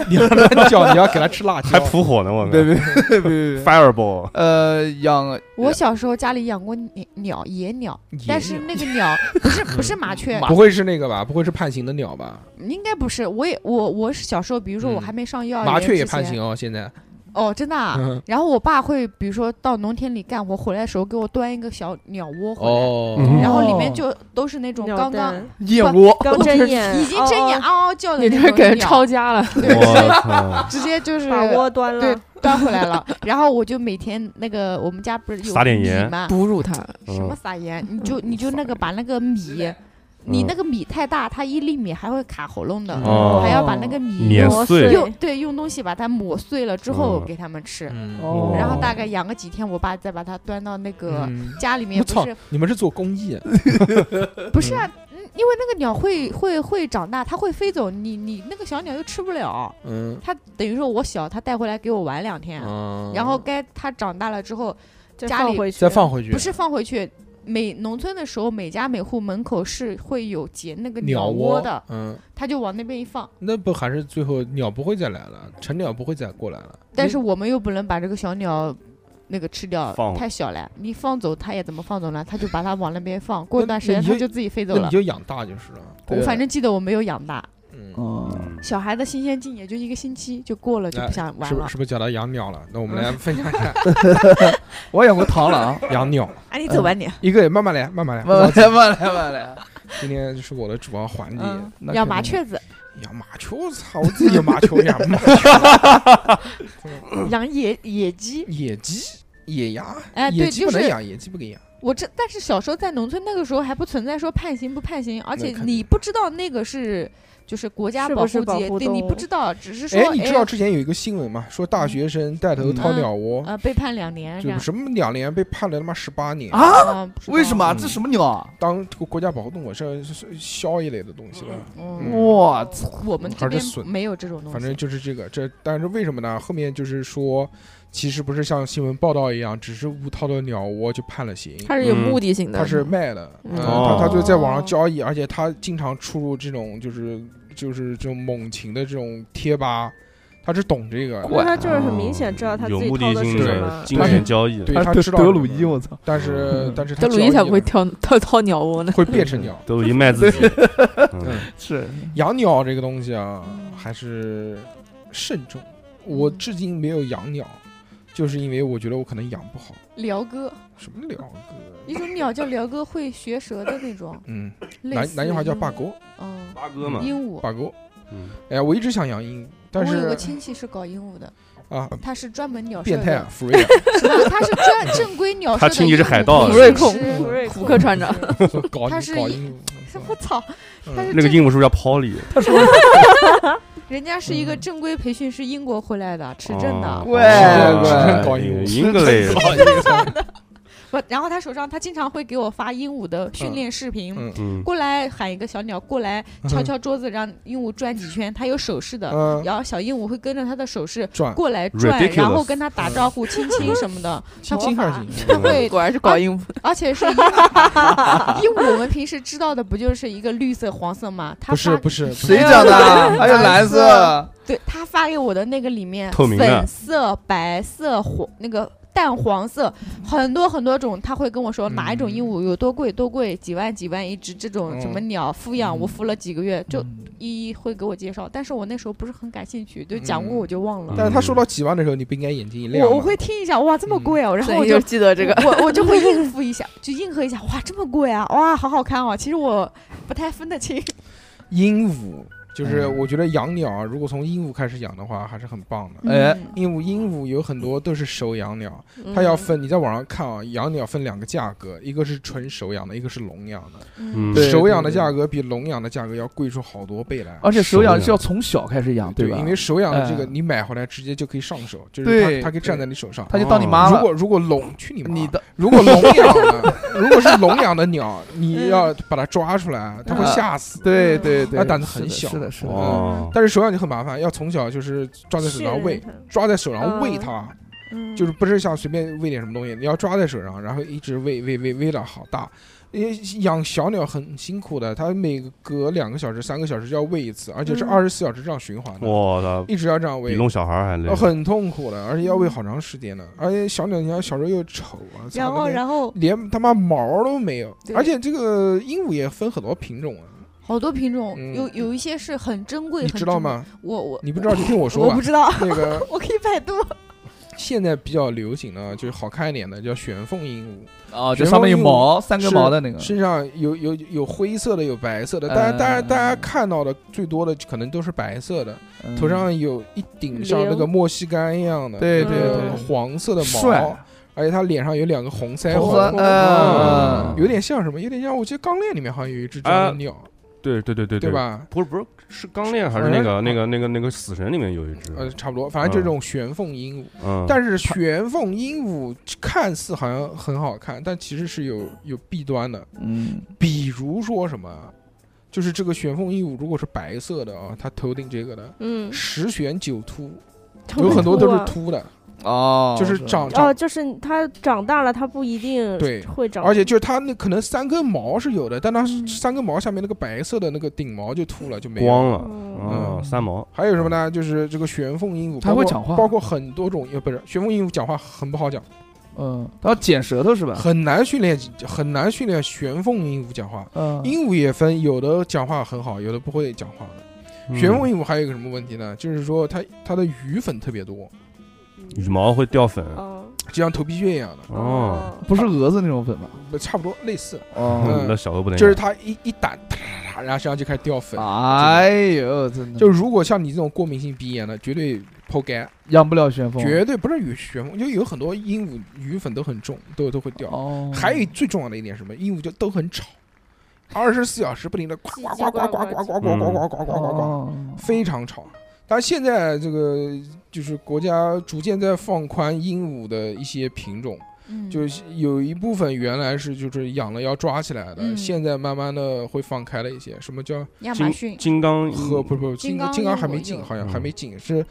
S2: 你要让他 叫，你要给他吃辣椒。
S5: 还扑火呢，我
S4: 别
S5: 们
S4: 别别别 别！
S5: fireball
S4: 呃，养
S7: 我小时候家里养过鸟鸟野鸟，
S2: 野
S7: 但是
S2: 鸟
S7: 那个鸟不是不是 麻雀，
S2: 不会是那个吧？不会是判刑的鸟吧？
S7: 应该不是。我也我我是小时候，比如说我
S2: 嗯
S7: 还没上幼儿园
S2: 麻雀也
S7: 之前
S2: 判刑哦，现在。
S7: 哦，真的啊。
S2: 嗯
S7: 然后我爸会比如说到农田里干活回来的时候，给我端一个小鸟窝回来，
S2: 哦，
S5: 嗯
S7: 然后里
S4: 哦
S7: 面就都是那种
S3: 鸟
S7: 刚刚
S3: 蛋
S4: 燕窝，
S3: 刚
S6: 我
S3: 睁
S6: 这
S3: 眼，
S7: 已经睁眼
S3: 哦，
S7: 嗷嗷叫的
S6: 你这
S7: 那
S6: 是给
S7: 种
S6: 人
S7: 鸟
S6: 抄，家了，
S5: 我操，
S7: 直接就是
S3: 把窝端了
S7: 对，端回来了。然后我就每天那个我们家不是有
S5: 撒点
S7: 米
S5: 盐
S7: 吗？
S6: 哺乳它。
S5: 嗯
S7: 什么撒盐？你就你就
S5: 撒
S7: 那个
S5: 盐
S7: 把那个米，你那个米太大，它一粒米还会卡喉咙的，
S5: 嗯哦
S7: 还要把那个米
S5: 碾
S3: 磨
S5: 碎
S3: 碎
S7: 用对用东西把它磨碎了之后
S5: 嗯
S7: 给它们吃，
S2: 嗯
S4: 哦
S7: 然后大概养个几天，我爸再把它端到那个
S2: 嗯
S7: 家里面，
S2: 我
S7: 不
S2: 操
S7: 是，
S2: 你们是做公益啊？
S7: 不是啊。嗯因为那个鸟会会会长大，它会飞走，你你那个小鸟又吃不了，
S2: 嗯
S7: 它等于说我小，它带回来给我玩两天，啊
S2: 嗯
S7: 然后该它长大了之后，
S3: 再
S7: 家
S3: 放
S7: 里
S3: 回去，
S2: 再放回去。
S7: 不是放回去。每农村的时候，每家每户门口是会有结那个
S2: 鸟
S7: 窝的，
S2: 嗯，
S7: 他就往那边一放。
S2: 那不还是最后鸟不会再来了，成鸟不会再过来了。
S7: 但是我们又不能把这个小鸟那个吃掉
S5: 放，
S7: 太小了。你放走它也怎么放走呢？它就把它往那边放，过一段时间
S2: 那你就
S7: 它就自己飞走
S2: 那你
S7: 了。
S2: 就养大就是了。
S7: 我反正记得我没有养大，
S2: 嗯，
S7: 哦
S4: 嗯，
S7: 小孩的新鲜劲也就一个星期就过了，就
S2: 哎
S7: 不想玩
S2: 是不
S7: 了嗯
S2: 是。不是讲到养鸟了？那我们来分享一 下
S4: 我养过螳 螂。
S2: 养鸟。
S7: 哎，你
S4: 走吧
S7: 你。
S2: 一个慢慢来，慢慢来，不着
S4: 慢
S2: 急
S4: 嗯来，慢来，慢来。
S2: 今天是我的主要环节。
S7: 嗯
S4: 那
S7: 养
S4: 肯
S7: 麻
S4: 定
S7: 雀子，
S2: 养麻雀，我操，我自己有麻雀， 养麻
S7: 养野野鸡。
S2: 野鸡、野鸭，
S7: 哎，
S2: 野
S7: 对，
S2: 鸡
S7: 就
S2: 不能
S7: 是
S2: 养，野鸡不给养。
S7: 我这，但是小时候在农村那个时候还不存在说判刑不判刑，而且
S2: 那肯定
S7: 你不知道那个是就是国家
S3: 是
S7: 保
S3: 不
S7: 护
S3: 是保
S7: 节，
S3: 护
S7: 对，你
S3: 动
S7: 不
S3: 物
S7: 知道，只是说
S2: 哎，你知道
S7: 哎
S2: 之前有一个新闻吗？说大学生带头掏
S7: 嗯
S2: 鸟窝，
S7: 呃被判两年这
S2: 就
S7: 样
S2: 什么两年被判了他妈十八年，
S4: 啊？
S7: 啊？不知
S4: 为
S7: 道
S4: 什么啊？
S2: 嗯
S4: 这什么鸟啊？
S2: 当这个国家保护动物是是是枭一类的东西了。
S7: 嗯，
S2: 嗯
S4: 我操！
S7: 我们这
S2: 还是
S7: 边
S2: 损
S7: 没有这种东西。
S2: 反正就是这个，这但是为什么呢？后面就是说，其实不是像新闻报道一样，只是无掏的鸟窝就判了刑，
S6: 它是有目的性的。
S2: 嗯他是卖的，
S6: 嗯
S2: 嗯
S5: 哦
S2: 他他就在网上交易，而且他经常出入这种就是就是这种猛禽的这种贴吧，他是懂这个，
S3: 那他就是很明显知道他自
S5: 有
S3: 己
S5: 目
S3: 掏
S5: 的
S3: 的
S5: 性
S3: 是
S2: 嗯的
S3: 什
S5: 的
S3: 么。
S5: 金钱交易，
S2: 对
S4: 他
S2: 他
S4: 德
S2: 知道
S4: 德
S2: 这
S4: 鲁
S2: 个
S4: 伊，我嗯操！
S2: 但是但是他
S6: 德鲁伊才
S2: 交易
S6: 不会
S2: 了
S6: 挑掏掏鸟窝呢。
S2: 会变成鸟。
S5: 都已经卖自己。嗯
S4: 是
S2: 养鸟这个东西啊，还是慎重。我至今没有养鸟，就是因为我觉得我可能养不好。
S7: 鹩哥，
S2: 什么鸟啊哥？
S7: 一种鸟叫鹩哥，会学蛇的那种，
S2: 嗯，
S7: 类
S2: 南
S7: 似
S2: 南京话叫
S7: 鹦鹉
S2: 八。哥，
S7: 嗯，
S5: 八哥嘛，
S7: 鹦鹉。
S2: 八哥。
S5: 嗯
S2: 哎呀，我一直想养鹦鹉，但
S7: 我有个
S2: 是
S7: 亲戚是搞鹦鹉的，
S2: 啊，
S7: 他是专门鸟舍
S2: 变态啊
S7: 的，，
S2: 福瑞啊
S7: 是吧他是专正规鸟舍
S5: 他
S7: 的。
S5: 亲戚是海盗
S6: 福瑞控
S3: 福瑞
S6: 虎克船长，
S2: 说搞
S7: 他是
S2: 搞
S7: 一
S2: 鹦鹉。
S7: 我操，
S2: 嗯
S7: 他是
S5: 那个
S7: 正
S5: 鹦鹉是不是叫 Polly？
S7: 人家是一
S2: 嗯
S7: 个正规培训，是英啊
S5: 哦
S2: 哦
S7: 国回来的，持证的。
S4: 乖乖
S2: 搞
S5: 英格雷，
S2: 搞鹦鹉
S7: 不，然后他手上他经常会给我发鹦鹉的训练视频，
S2: 嗯
S5: 嗯，
S7: 过来喊一个小鸟过来敲敲桌子，让鹦鹉转几圈，它有手势 的，
S2: 嗯，
S7: 然后小鹦鹉会跟着它的手势
S2: 转
S7: 过来转，
S5: Ridiculous
S7: 然后跟它打招呼、亲
S2: 嗯
S7: 亲什么的，
S2: 亲
S7: 魔
S2: 亲还
S7: 法
S2: 是行。
S7: 对，
S6: 果然是搞硬
S7: 而且是鹦鹉 鹦鹉，我们平时知道的不就是一个绿色、黄色吗？它
S2: 不是
S7: 发
S2: 不是，不是
S4: 谁讲的？啊 还有蓝
S7: 蓝色
S4: 色，
S7: 对他发给我的那个里面，
S5: 透明的
S7: 粉色、白色、黄那个淡黄色，很多很多种。他会跟我说
S2: 嗯
S7: 哪一种鹦鹉有多贵，多贵，几万几万一只。这种
S2: 嗯
S7: 什么鸟孵养，
S2: 嗯
S7: 我孵了几个月，就
S4: 嗯
S7: 一一会给我介绍。但是我那时候不是很感兴趣，就讲过
S2: 嗯嗯
S7: 我就忘了。
S2: 但是他说到几万的时候，你不应该眼睛一亮
S7: 我我
S2: 吗
S7: 会听一下，哇，这么贵啊！然后
S6: 所
S7: 我
S6: 以就
S7: 就
S6: 记得这个。
S7: 我我就会应付一下，就应和一下，哇，这么贵啊！哇，好好看哦。其实我不太分得清。
S2: 鹦鹉，就是
S4: 嗯
S2: 我觉得养鸟啊，如果从鹦鹉开始养的话，还是很棒的。
S4: 哎
S7: 嗯，
S2: 鹦鹉鹦鹉有很多都是手养鸟，
S6: 嗯
S2: 它要分，你在网上看啊，养鸟分两个价格，一个是纯手养的，一个是笼养的。
S5: 嗯
S4: 对
S2: 手养的价格比笼养的价格要贵出好多倍来。
S4: 而且手
S5: 手
S4: 养
S5: 痒
S4: 是要从小开始养，
S2: 对
S4: 啊吧？
S2: 因为手养的这个，
S4: 哎
S2: 你买回来直接就可以上手，就是
S4: 对
S2: 它它可以站在你手上。
S4: 他就当你妈
S2: 如
S4: 了。
S2: 果哦如果笼去你妈
S4: 你的
S2: 如果笼养的，如果是笼养的鸟，你要把它抓出来，它会吓死。
S4: 对对对，
S2: 那胆子
S4: 是
S2: 很
S4: 的
S2: 小
S4: 是的，是的。
S5: 哦，
S2: 但是手养就很麻烦，要从小就是抓在手
S3: 训
S2: 上
S3: 练
S2: 喂，
S3: 它，
S2: 抓在手上喂
S3: 嗯
S2: 它，
S3: 嗯
S2: 就是不是像随便喂点什么东西，你要抓在手上，然后一直喂喂喂喂到好大。因为养小鸟很辛苦的，它每隔两个小时、三个小时就要喂一次，而且是
S3: 嗯
S2: 二十四小时这样循环的，
S5: 我操，
S2: 一直要这样
S5: 比
S2: 喂。
S5: 弄小孩还累
S2: 呃，。嗯很痛苦的，而且要喂好长时间的，而且小鸟，你看小时候又丑啊，
S7: 然
S2: 操
S7: 后
S2: 那个
S7: 然后
S2: 连他妈毛都没有，
S7: 对
S2: 而且这个鹦鹉也分很多品种啊，
S7: 好多品种，
S2: 嗯
S7: 有有一些是很珍贵，
S2: 你
S7: 很
S2: 知道
S7: 珍贵？
S2: 吗？
S7: 我我
S2: 你不知道就听我说
S7: 我
S2: 吧
S7: 不。知道，
S2: 那个
S7: 我可以百度。
S2: 现在比较流行的，啊就是好看一点的，叫玄凤鹦
S4: 哦，就上面有毛，三根毛的那
S2: 鹉，
S4: 个。
S2: 身上有有有灰色的，有白色的，
S4: 嗯
S2: 当然当然大家看到的最多的可能都是白色的，
S4: 嗯
S2: 头上有一顶像那个
S3: 绫
S2: 莫西干一样的，
S4: 对
S2: 那
S4: 对
S2: 个
S4: 对
S2: 黄色的毛
S4: 帅，，
S2: 而且它脸上有两个红腮
S4: 头
S2: 红
S4: 发，
S5: 嗯
S4: 嗯，啊
S2: 有点像什么？有点像，我记得《钢炼》里面好像有一只这样的鸟，
S5: 对对对对
S2: 对？吧？
S5: 不是不是，是钢炼还是那个那个那个那个死神里面有一只？
S2: 呃，差不多，反正就是这种玄凤鹦鹉。
S5: 嗯，
S2: 但是玄凤鹦鹉看似好像很好看，但其实是有有弊端的。
S4: 嗯，
S2: 比如说什么，啊就是这个玄凤鹦鹉如果是白色的啊，它头顶这个的
S3: 嗯，
S2: 十旋九突，
S3: 头
S2: 有很多都是
S3: 秃啊
S2: 秃的，
S4: 哦，
S2: 就是长长
S3: 哦，，就是它长大了，它不一定
S2: 对
S3: 会长，
S2: 而且就是它那可能三根毛是有的，但它
S3: 嗯
S2: 三根毛下面那个白色的那个顶毛就秃了，就没有了。
S5: 光了，
S3: 嗯
S5: 哦，三毛，
S2: 还有什么呢？就是这个玄凤鹦鹉，
S4: 它
S2: 包括
S4: 会讲话
S2: 包括很多种，呃也不是玄凤鹦鹉讲话很不好讲，
S4: 嗯，他要剪舌头是吧？
S2: 很难训练，很难训练玄凤鹦鹉讲话。
S4: 嗯，
S2: 鹦鹉也分，有的讲话很好，有的不会讲话的。
S5: 嗯
S2: 玄凤鹦鹉还有一个什么问题呢？就是说它它的鱼粉特别多，
S5: 羽毛会掉粉
S3: 哦
S2: 就像头皮屑一样的，
S5: 哦，
S4: 不是蛾子那种粉吧？
S2: 不差不多类似。
S4: 哦，
S2: 嗯
S5: 那小鹅不能
S2: 就是它一一打，啪啪啪然后身上就开始掉粉。
S4: 哎呦，真的
S2: 就如果像你这种过敏性鼻炎的，绝对抛开，
S4: 养不了旋
S7: 哦
S4: 风。
S2: 绝对不是鱼玄凤，就有很多鹦鹉鱼粉都很重，都都会掉。
S4: 哦，
S2: 还有最重要的一点是什么？鹦鹉就都很吵，二十四小时不停的呱呱呱呱呱呱呱呱呱呱呱呱呱呱，
S4: 哦，
S2: 非常吵。但现在这个就是国家逐渐在放宽鹦鹉的一些品种，
S7: 嗯
S2: 就是有一部分原来是就是养了要抓起来的，
S7: 嗯
S2: 现在慢慢的会放开了一些。什么叫
S7: 亚马
S5: 金
S7: 逊，
S5: 嗯金刚
S2: 和不是不是
S7: 嗯金
S2: 金
S7: 刚
S2: 金刚还
S7: 鹦鹉
S2: 没
S7: 有
S2: 进，好像
S5: 嗯
S2: 还没进，是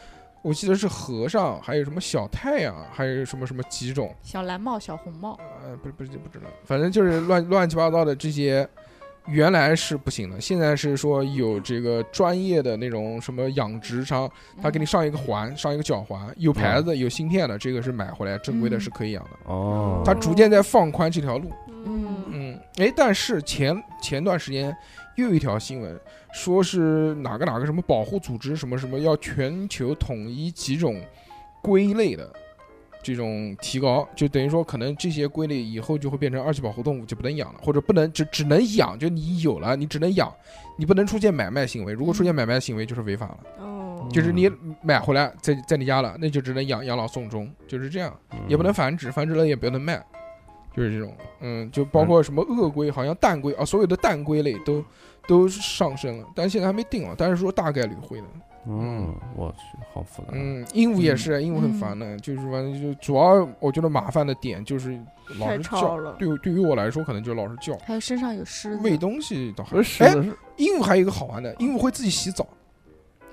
S2: 我记得是和尚，还有什么小太阳，还有什么什么几种。
S7: 小蓝帽、小红帽，
S2: 呃，不是不是不知道，反正就是乱乱七八糟的这些，原来是不行的，现在是说有这个专业的那种什么养殖商，他
S7: 嗯
S2: 给你上一个环，上一个脚环，有牌子有芯片的，这个是买回来正规的，
S7: 嗯
S2: 是可以养的。
S5: 哦，
S2: 他逐渐在放宽这条路，
S3: 嗯
S2: 嗯，哎，但是前前段时间又有一条新闻，说是哪个哪个什么保护组织什么什么要全球统一几种归类的这种提高，就等于说可能这些归类以后就会变成二级保护动物，就不能养了，或者不能只只能养，就你有了你只能养，你不能出现买卖行为，如果出现买卖行为就是违法了，
S3: 哦
S2: 就是你买回来在在你家了，那就只能养养老送终，就是这样，也不能繁殖，繁殖了也不能卖。就是这种，嗯，就包括什么鳄龟，好像蛋龟啊，所有的蛋龟类都都上升了，但是现在还没定啊，但是说大概率会的。
S5: 嗯，我去，好复杂。
S2: 嗯，鹦鹉也是，鹦鹉
S3: 嗯
S2: 很烦的，就是反正就主要我觉得麻烦的点就是老
S3: 太
S2: 是
S3: 吵
S2: 叫，
S3: 了。
S2: 对对于我来说可能就老是叫，
S7: 还有身上有虱
S2: 喂
S7: 子，
S2: 东西倒还
S4: 不是
S2: 哎
S4: 狮子是
S2: 鹦鹉还有一个好玩的，鹦鹉会自己洗澡。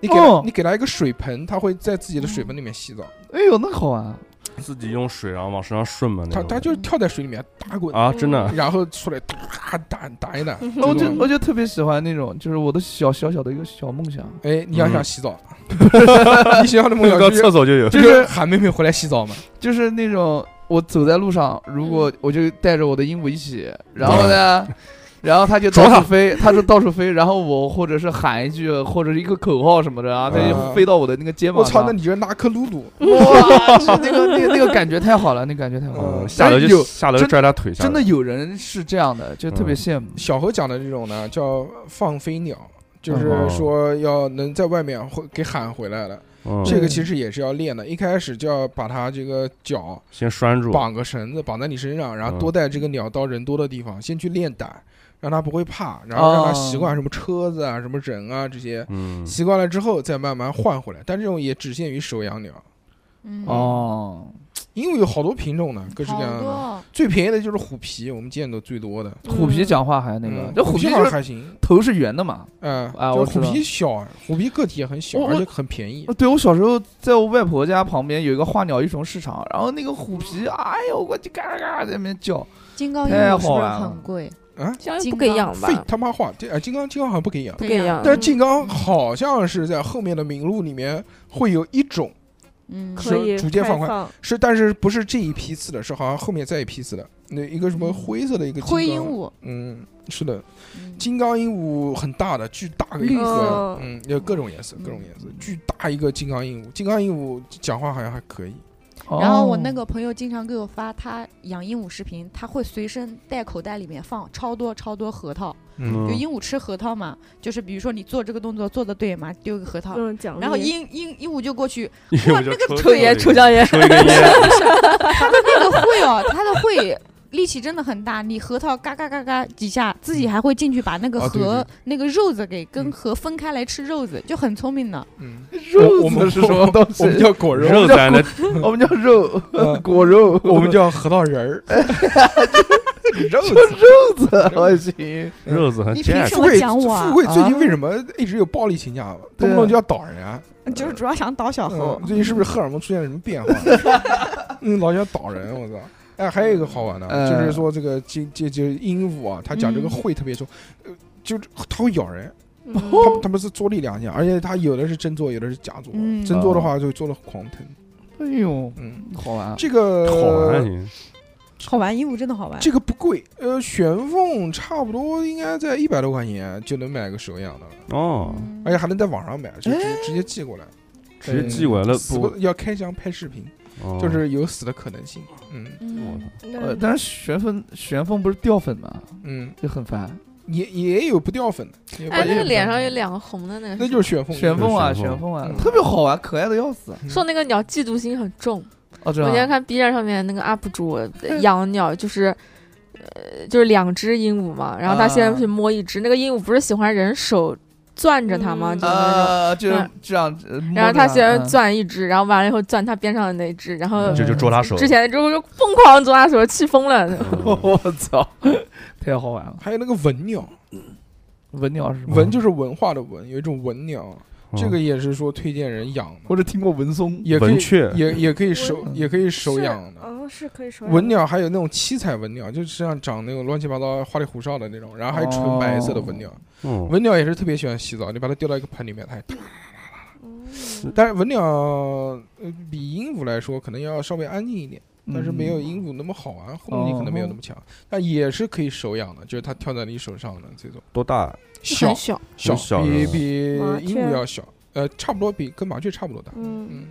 S2: 你给它、
S4: 哦
S2: 你给它一个水盆，它会在自己的
S3: 嗯
S2: 水盆里面洗澡。
S4: 哎呦，那好玩，
S5: 自己用水然后往身上顺嘛，
S2: 它
S5: 那
S2: 它
S5: 种。
S2: 就是
S3: 嗯
S2: 跳在水里面打滚，
S5: 啊，真的，
S2: 然后出来打打打 一打。
S4: 那
S3: 哦
S4: 我就
S2: 这种
S4: 我就特别喜欢那种，就是我的小小小的一个小梦想，
S2: 哎，你要
S5: 嗯
S2: 想洗澡， 你学校的梦 想
S5: 到
S2: 就是
S5: 厕所就
S2: 嗯
S5: 有。
S2: 就是喊妹妹回来洗澡 嘛。
S4: 就是那种我走在路上，如
S2: 嗯
S4: 果我就带着我的鹦鹉一起，然后呢， 然后它就
S5: 啄
S4: 到
S5: 它
S4: 处飞，它就到处飞，然后我或者是喊一句或者是一个口号什么的，然后它
S2: 啊
S4: 就飞到我的那个肩
S2: 我
S4: 膀
S2: 操，
S4: 上
S2: 那。你就是拉克鲁鲁，
S4: 哇，那个那个那个感觉太好了，那感觉太好了。
S2: 嗯
S5: 嗯，下楼
S4: 哎
S5: 就
S4: 有
S5: 下楼就
S4: 真
S5: 拽他腿下来。
S4: 真的有人是这样的，就特别
S5: 嗯
S4: 羡慕。
S2: 小何讲的这种呢，叫放飞鸟，就是
S5: 嗯
S2: 说要能在外面会给喊回来了。
S5: 嗯，
S2: 这个其实也是要练的，一开始就要把它这个脚
S5: 先拴住。
S2: 绑个绳子绑在你身上，然后
S5: 嗯
S2: 多带这个鸟到人多的地方，先去练胆，让它不会怕，然后让它习惯什么车子啊、什么人啊这些。
S5: 嗯，
S2: 习惯了之后再慢慢换回来，但这种也只限于手养鸟，
S7: 嗯，
S4: 哦，
S2: 因为有好多品种呢，各式各
S7: 好
S2: 样的。
S7: 多，
S2: 最便宜的就是虎皮，我们见的最多的。
S4: 虎皮讲话还那个
S2: 嗯，
S4: 这
S2: 虎
S4: 虎皮
S2: 好
S4: 就
S2: 像
S4: 是
S2: 还行，
S4: 头是圆的嘛。
S2: 嗯，
S4: 啊
S2: 就
S4: 我
S2: 是虎
S4: 知道
S2: 皮小，虎皮个体也很小，
S4: 我
S2: 而
S4: 我
S2: 且很便宜。
S4: 哦对我小时候在我外婆家旁边有一个花鸟鱼虫市场，然后那个虎皮，哎呦，我就嘎嘎嘎在那边叫，
S7: 金刚鹦鹉
S4: 太
S7: 是
S4: 好
S7: 不是
S4: 玩了
S7: 很贵？
S6: 这样
S7: 金
S6: 不给
S7: 刚
S6: 养吧
S2: 废？他妈话，这啊，金刚金刚好像不给养，
S4: 嗯
S6: 不给养，
S2: 但是金刚好像是在后面的名录里面会有一种
S7: 嗯，
S3: 可以
S2: 逐渐
S3: 开
S2: 放宽
S3: 放，
S2: 是，但是不是这一批次的，是好像后面再一批次的那一个什么灰色的一个金
S7: 嗯灰
S2: 刚
S7: 鹦，鹉，
S2: 嗯，是的，
S7: 嗯
S2: 金刚鹦鹉很大的，巨大个一
S3: 绿
S2: 个
S3: 色，
S2: 嗯，有各种颜色，各种颜色，巨大一个金刚鹦鹉，金刚鹦鹉讲话好像还可以，
S7: 然后我那
S4: 哦
S7: 个朋友经常给我发他养鹦鹉视频，他会随身带口袋里面放超多超多核桃，
S5: 嗯
S7: 就鹦鹉吃核桃嘛，就是比如说你做这个动作做的对嘛，丢个核桃
S4: 嗯
S3: 各，种嗯奖励。
S7: 然后鹦鹦鹦鹉就过去，
S5: 因为
S7: 哇
S5: 我就
S7: 那个
S5: 抽烟，抽香烟，抽一根烟，
S7: 那个喙哦，它的喙力气真的很大，你核桃嘎嘎嘎嘎几下，自己还会进去把那个
S2: 啊对
S7: 核、
S2: 对
S7: 那个肉子给
S2: 嗯
S7: 跟核分开来吃肉子，就很聪明的。
S2: 嗯，我
S4: 肉
S2: 我们
S4: 子是什么东西
S2: 我？们叫果肉，
S5: 肉咱的
S4: 我们叫肉
S2: 嗯
S4: 果肉，
S2: 我们叫核桃仁儿， 肉
S4: 就
S2: 子
S4: 肉子，我行。
S5: 肉子很
S7: 你凭
S5: 贱
S7: 什，
S2: 富
S7: 么
S2: 贵
S7: 讲我啊
S2: 富贵最近为什么一直有暴力倾向，啊动不动就要打人啊？
S7: 就是主要想倒小
S2: 嗯，最近是不是荷尔蒙出现了什么变化？嗯，老想打人，我操！哎，还有一个好玩的，
S4: 嗯
S2: 就是说这个这这这鹦鹉啊，它讲这个喙特别重，呃，就是它会咬人，
S3: 嗯
S2: 它它们是坐力两下，而且它有的是真坐，有的是假坐，
S7: 嗯
S2: 真坐的
S5: 哦
S2: 话就坐的狂疼。
S4: 哎呦，
S2: 嗯，
S4: 好玩。啊
S2: 这个
S5: 好
S2: 嗯
S5: 玩啊你。
S7: 好玩，鹦鹉真的好玩。
S2: 这个不贵，呃，玄凤差不多应该在一百多块钱就能买个手养的了，
S5: 哦，
S7: 嗯
S2: 而且还能在网上买，就直直接寄过来。
S5: 直接寄过来了，
S2: 死
S5: 呃不
S2: 过要开箱拍视频，
S5: 哦
S2: 就是有死的可能性。嗯
S7: 嗯，
S4: 呃，
S3: 那
S4: 但是玄凤玄凤不是掉粉吗？
S2: 嗯，
S4: 就很烦。
S2: 也也有不掉粉的，也有不
S6: 哎，
S2: 掉粉
S6: 那个嗯
S2: 的
S6: 脸上有两个红的那个，
S2: 那就是旋风。
S4: 玄凤啊，
S5: 玄
S4: 玄
S5: 凤
S4: 凤啊
S2: 嗯，
S4: 特别好玩，可爱的要死。
S6: 说那个鸟嫉妒心很重。
S4: 哦，这
S6: 我今
S4: 样啊。
S6: 天看 B 站上面那个 UP 主呃养鸟，就是，呃，就是两只鹦鹉嘛，然后他先
S4: 啊
S6: 去摸一只，那个鹦鹉不是喜欢人手攥着它吗？
S3: 嗯
S6: 就
S3: 看
S6: 是那种。
S4: 呃，就是
S6: 嗯
S4: 这样。呃摸
S6: 然后
S4: 着它
S6: 他先
S4: 嗯
S6: 攥一只，然后完了以后攥他边上的那只，然后
S4: 嗯
S5: 就就捉他手。
S6: 呃之前之后就疯狂抓手，气疯了。
S5: 嗯
S4: 我操，太好玩了！
S2: 还有那个文鸟，
S4: 文鸟是什么？
S2: 文就是文化的文，有一种文鸟，这
S5: 嗯
S2: 个也是说推荐人养嘛，
S4: 或者听过文松，
S2: 也可以
S5: 文雀
S2: 也也可以手
S6: 嗯
S4: 文
S2: 也可以手
S3: 是
S2: 养
S6: 哦
S2: 的。
S3: 嗯，是可以手养
S2: 文鸟还有那种七彩文鸟，就是像长那种乱七八糟、花里胡哨的那种，然后还有纯白色的文鸟。
S5: 嗯，
S2: 文鸟也是特别喜欢洗澡，你把它丢到一个盆里面，它也
S3: 嗯
S2: 但是文鸟呃比鹦鹉来说可能要稍微安静一点，但是没有
S4: 嗯
S2: 鹦鹉那么好啊玩，互动力可能没有那么强，但也是可以手养的，就是它跳在你手上的这种
S5: 多大？
S2: 小
S6: 很小，
S2: 小
S5: 小嗯
S2: 比
S5: 的
S2: 比
S3: 麻
S2: 鹦鹉
S3: 雀
S2: 要小，呃，差不多比跟麻雀差不多大。
S3: 嗯，
S2: 嗯，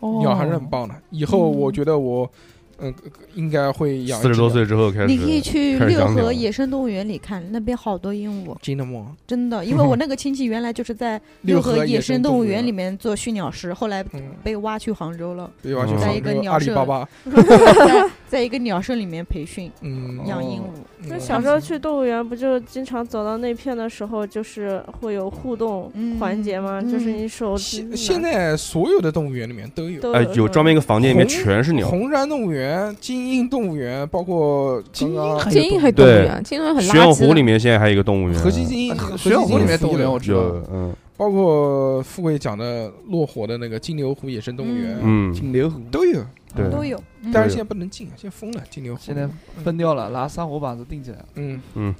S4: 哦
S2: 鸟还是很。棒的。以后我觉得我嗯应该会养一
S5: 四十
S2: 只
S5: 多
S2: 鸟
S5: 岁之后开始，
S7: 你可以去
S5: 开始
S7: 六
S5: 养鸟
S7: 合野生动物园里看，那边好多鹦鹉，
S2: 金的啊梦，
S7: 真的。因为我那个亲戚原来就是在
S2: 六合
S7: 合
S2: 野
S7: 野
S2: 生
S7: 生
S2: 动
S7: 动
S2: 物
S7: 物
S2: 园
S7: 园里面做驯鸟师，后来
S2: 嗯，
S7: 被挖去杭州了，
S5: 嗯
S2: 比如要去
S5: 在
S2: 杭
S7: 一个
S2: 州
S7: 鸟
S2: 阿里
S7: 舍
S2: 巴巴，
S7: 在在一个鸟舍里面培训
S2: 嗯，
S7: 养鹦鹉。
S3: 那小时候去动物园，不就经常走到那片的时候，就是会有互动环节吗？
S7: 嗯
S3: 就是你手机
S2: 现现在所有的动物园里面都有，
S3: 都
S5: 哎，有专门一
S3: 个
S5: 个房间，里面全是鸟，
S2: 红山动物园、金鹰动物园，包括刚刚
S4: 还有
S6: 金鹰还动物园，金鹰很
S5: 玄
S6: 垃
S5: 武
S6: 圾
S5: 湖
S6: 的。
S5: 里面现在还有一个动物园，
S2: 河西金鹰、河西
S4: 玄武湖里面
S2: 金
S4: 动
S2: 鹰
S4: 物园我
S2: 有，
S4: 知道，
S5: 有嗯
S2: 包括富贵讲的落火的那个金牛湖野生动物园
S5: 嗯，
S4: 金流湖
S2: 都有，
S5: 对，
S7: 都有，嗯
S2: 但是现在不能进，啊现在封了金牛湖。
S4: 现在分掉了，拿三火把子钉起来了。
S2: 嗯
S5: 嗯，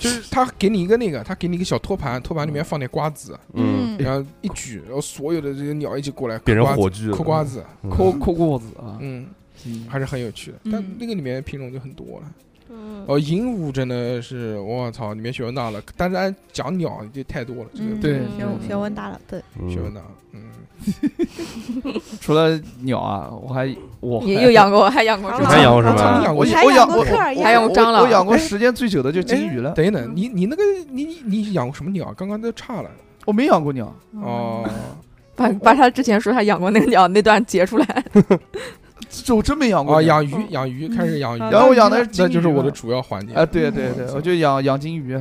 S2: 就是他给你一个那个，他给你一个小托盘，托盘里面放点瓜子，
S5: 嗯，
S7: 嗯，
S2: 然后一举，然后所有的这些鸟一起过来
S5: 变
S2: 嗑
S5: 成
S2: 瓜
S5: 火
S2: 子，
S5: 炬了，
S2: 嗑瓜子，
S5: 嗯
S4: 抠抠过子啊，
S2: 嗯，
S4: 嗯
S2: 还是很有趣的。
S7: 嗯
S2: 但那个里面品种就很多了。
S3: 嗯，
S2: 哦，鹦鹉真的是，我操，你们学问大了。但是按讲鸟就太多了，这个
S7: 嗯
S4: 对
S7: 学问学问大了，对，
S5: 嗯
S2: 学问大了。嗯，
S4: 除了鸟啊，我还我还
S6: 你又养过，还养过
S3: 螳
S6: 什
S3: 螂
S5: 还
S6: 么？
S5: 养过什么？
S2: 养过
S4: 我
S3: 你
S2: 一
S3: 还
S4: 我
S3: 养
S4: 养
S3: 过
S4: 我
S3: 克尔
S6: 还
S3: 鸭，
S6: 养过蟑
S4: 我养
S6: 螂，哎
S4: 过时间最久的就金鱼了，
S2: 等一等，你你那个你你你养过什么鸟？刚刚都差了。
S4: 我没养过鸟，
S2: 哦，
S6: 把把他之前说他养过那个鸟那段截出来。
S4: 这我真没养过
S2: 哦，
S4: 鸟。
S2: 养鱼，养鱼，开始养鱼。
S3: 嗯
S4: 然后我养的是金
S2: 那
S4: 鱼
S2: 就是我
S4: 嘛
S2: 的主要环节
S4: 啊，对对对，我就养养金鱼，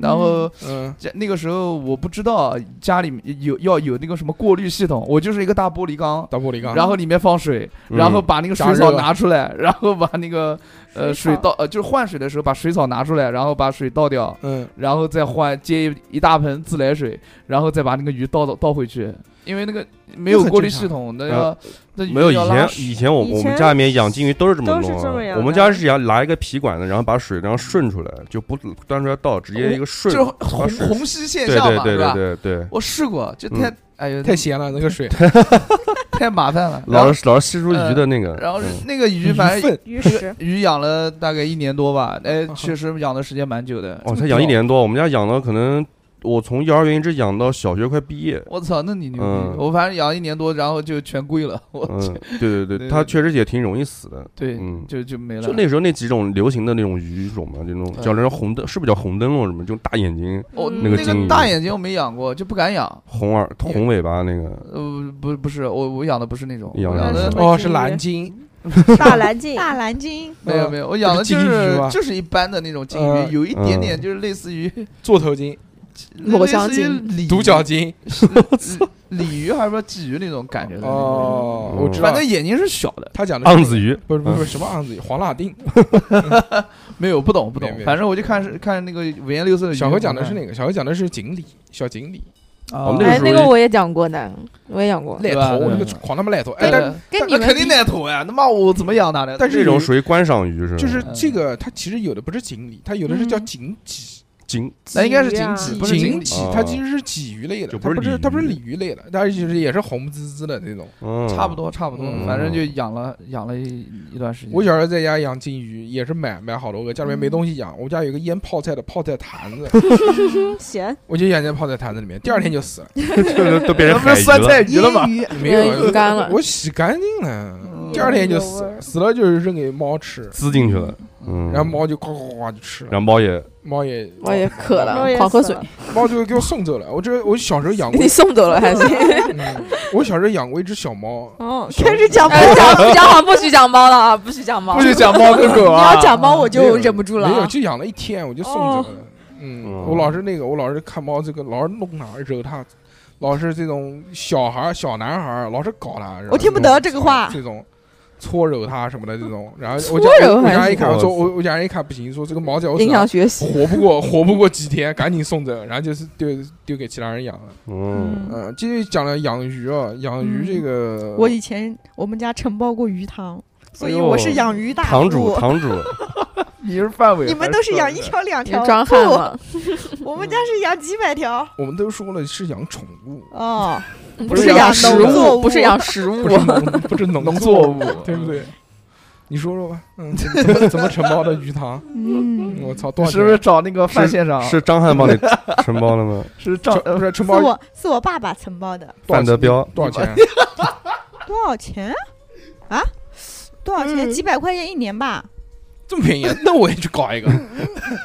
S4: 然后
S2: 嗯，
S4: 家那个时候我不知道家里面有要有那个什么过滤系统，我就是一个大玻璃缸，
S2: 大玻璃缸。
S4: 然后里面放水，
S5: 嗯
S4: 然后把那个水
S2: 加
S4: 草
S2: 热
S4: 拿出来，然后把那个呃水
S3: 水草
S4: 倒呃就是换水的时候把水草拿出来，然后把水倒掉，
S2: 嗯，
S4: 然后再换接一一大盆自来水，然后再把那个鱼倒倒倒回去，因为那个没有
S2: 那很
S4: 过滤
S2: 正
S4: 系
S2: 常
S4: 统，那
S5: 呃
S4: 要那鱼
S5: 没有以
S4: 要拉
S5: 前
S4: 屎
S5: 以前我
S3: 以
S5: 我们
S3: 前
S5: 家里面养金鱼都是这么
S3: 都是
S5: 弄
S3: 这么
S5: 啊，
S3: 养
S5: 我们
S3: 的
S5: 家是养拿一个皮管子，然后把水然后顺出来，就不端出来倒，直接一个顺，
S4: 就是
S5: 把
S4: 虹
S5: 水
S4: 虹吸现
S5: 对
S4: 象嘛，
S5: 对对
S4: 是吧？
S5: 对对
S2: 呃
S5: 嗯对，
S4: 我试过，就太哎呦
S2: 太咸了那个 水。
S4: 太麻烦了，然
S5: 老
S4: 后
S5: 是老是吸出鱼的那个，
S4: 然后是
S5: 嗯
S4: 那个鱼 反正
S2: 粪
S3: 鱼食，
S4: 鱼养了大概一年多吧，哎，
S2: 啊
S4: 确实养的时间蛮久的。
S5: 哦，才养一年多，我们家养了可能我从幼儿园一直养到小学快毕业，
S4: 我操，那你牛
S5: 嗯
S4: 逼！我反正养一年多，然后就全归了。我
S5: 嗯
S4: 去，，
S5: 对对
S4: 对
S5: 对，它
S4: 对
S5: 确实也挺容易死的，
S4: 对，
S5: 嗯。
S4: 就就没了。
S5: 就那时候那几种流行的那种鱼种嘛，就那种
S4: 嗯
S5: 叫人家红灯，是不是叫红灯笼什么？就大眼睛、
S4: 哦，
S3: 嗯
S4: 那
S5: 那个金鱼
S4: 大眼睛我没养过，就不敢养。
S5: 红耳、红尾巴那个，
S4: 呃，不，不是，我我养的不是那种，
S5: 养
S4: 我
S5: 的
S4: 养
S5: 是
S4: 的
S5: 什么
S2: 哦，是蓝鲸。
S3: 大
S5: 嗯
S3: 蓝鲸，
S7: 大蓝鲸，
S4: 没有
S2: 嗯
S4: 没有，我养的
S2: 这个金
S4: 就
S2: 鱼
S4: 是
S2: 吧
S4: 就是一般的那种金
S2: 呃
S4: 鱼，有一点点
S5: 嗯
S4: 就是类似于
S2: 座头鲸、
S4: 嗯
S6: 裸香鲸、
S4: 类似于鲤鱼
S2: 独角鲸。
S4: 鲤鱼还是不是鲫鱼那种感觉的那种，
S2: 哦，
S5: 嗯
S2: 我知道
S4: 反。正眼睛是小的。
S2: 他讲的是
S5: 盎子，鱼，
S2: 不是不是
S4: 嗯
S2: 不是什么盎子鱼，黄辣丁。
S4: 没有，不懂不懂
S2: 没，有
S4: 反正我就看是看那个五颜六色的鱼。
S2: 小何讲的是
S4: 个，
S2: 那个，小何讲的是锦鲤，小锦鲤，
S4: 哦
S5: 那个
S6: 哎
S5: 时，候
S6: 那
S5: 我
S6: 个
S5: 就
S6: 我也讲过的，我也养过。
S2: 赖
S4: 对吧
S2: 头，我那
S4: 对
S2: 个
S4: 对
S2: 狂他妈赖头。哎，
S4: 对
S2: 但
S4: 对
S7: 跟你
S4: 那
S7: 们
S4: 肯定
S7: 比
S4: 奶头呀！那妈我怎么养它的？
S2: 但是
S5: 这种
S2: 有
S5: 属于观赏鱼是吧？
S2: 就是
S4: 嗯
S2: 这个，它其实有的不是锦鲤，它有的是叫锦鲫，
S5: 鲸，
S4: 那应该是
S3: 鲫鱼啊
S4: 锦
S2: 锦
S4: 不是锦鲤，
S2: 鲫，它其实是鲫鱼类的，
S5: 就
S2: 它不
S5: 不是
S2: 是
S5: 鲤
S2: 它不是
S5: 鱼
S2: 鲤鱼类的，但是就是也是红滋滋的那种。
S5: 嗯，
S4: 差不多差不多，
S2: 嗯
S4: 反正就养了养了一一段
S5: 嗯
S4: 时间。
S2: 我小时候在家养金鱼，也是买买好多个，家里面没东西养，我们家有个腌泡菜的泡菜坛子，
S3: 咸，
S2: 我就养在泡菜坛子里面，第二天就死了，
S5: 都都变成海
S4: 那不是酸
S5: 鱼了。
S4: 菜鱼了吗？
S2: 没
S6: 嗯
S2: 有
S6: 鱼干了嗯
S2: 我洗干净了，嗯第二天就死了，死了就是扔给猫吃，
S5: 滋进去了，嗯，
S2: 然后，猫就呱呱呱呱就吃了，
S5: 然后猫也，
S2: 猫也嗯
S6: 我也渴
S7: 呃
S3: 猫
S6: 了，
S3: 也
S6: 狂喝
S3: 死
S6: 水
S3: 了，
S7: 哦
S2: 猫就给我送走了。我这我小时候养
S6: 给
S2: 过
S6: 你，送走了还是？
S2: 嗯我小时候养过一只小猫，
S7: 哦，
S2: 小
S7: 开 始讲
S6: 哎，讲讲好不许讲猫了啊，不许讲猫。
S4: 不许讲猫跟狗
S7: 你
S4: 啊！
S7: 要讲猫，我
S2: 哦没有
S7: 就忍不住了
S2: 没有
S7: 啊。
S2: 就养了一天，我就送走了。嗯，
S5: 哦
S2: 我老是那个，我老是看猫这个，老是弄它，惹它。老是这种小孩儿、小男孩儿，老是搞他，
S7: 我听不得这个话
S2: 这种搓揉他什么的这种，然后我
S6: 搓
S2: 家
S6: 揉
S2: 我
S6: 还
S2: 家
S6: 是
S2: 一看，
S5: 什么
S2: 我说我我家人一看不行，说这个毛脚啊
S6: 影响学习。
S2: 活不过活不过几天，赶紧送走，然后就是丢丢给其他人养了。
S5: 嗯，
S2: 嗯，继续讲了养鱼啊，养鱼这个，
S7: 嗯我以前我们家承包过鱼塘，所以
S5: 哎呦
S7: 我是养鱼大
S5: 堂主，
S7: 户。
S5: 堂主，
S4: 你是范伟，
S7: 你们都是养一条两
S6: 你
S7: 条，
S6: 装汉
S7: 不，
S6: 吗？
S7: 我们家是养几百条。
S2: 我们都说了是养宠物，
S7: 哦，
S6: 不
S2: 是养
S6: 食
S2: 农
S7: 作
S6: 物，
S7: 物
S6: 不是养食物
S2: 不。是农不是农
S4: 农
S2: 作
S4: 作
S2: 物，嗯
S4: 物，
S2: 对不对？你说说吧，嗯，怎么怎么承包的鱼塘？
S7: 嗯，
S2: 我操，多少
S4: 是不是
S2: 钱？
S4: 找那个范县长？
S5: 是张翰帮你承包了吗？
S4: 是呃张
S2: 承不是承
S7: 是
S2: 包
S7: 我是我爸爸承包的，
S2: 多少
S5: 范德彪
S2: 多少钱？
S7: 多少钱啊？多少钱？几百块钱一年吧，
S2: 这么便宜？那我也去搞一个。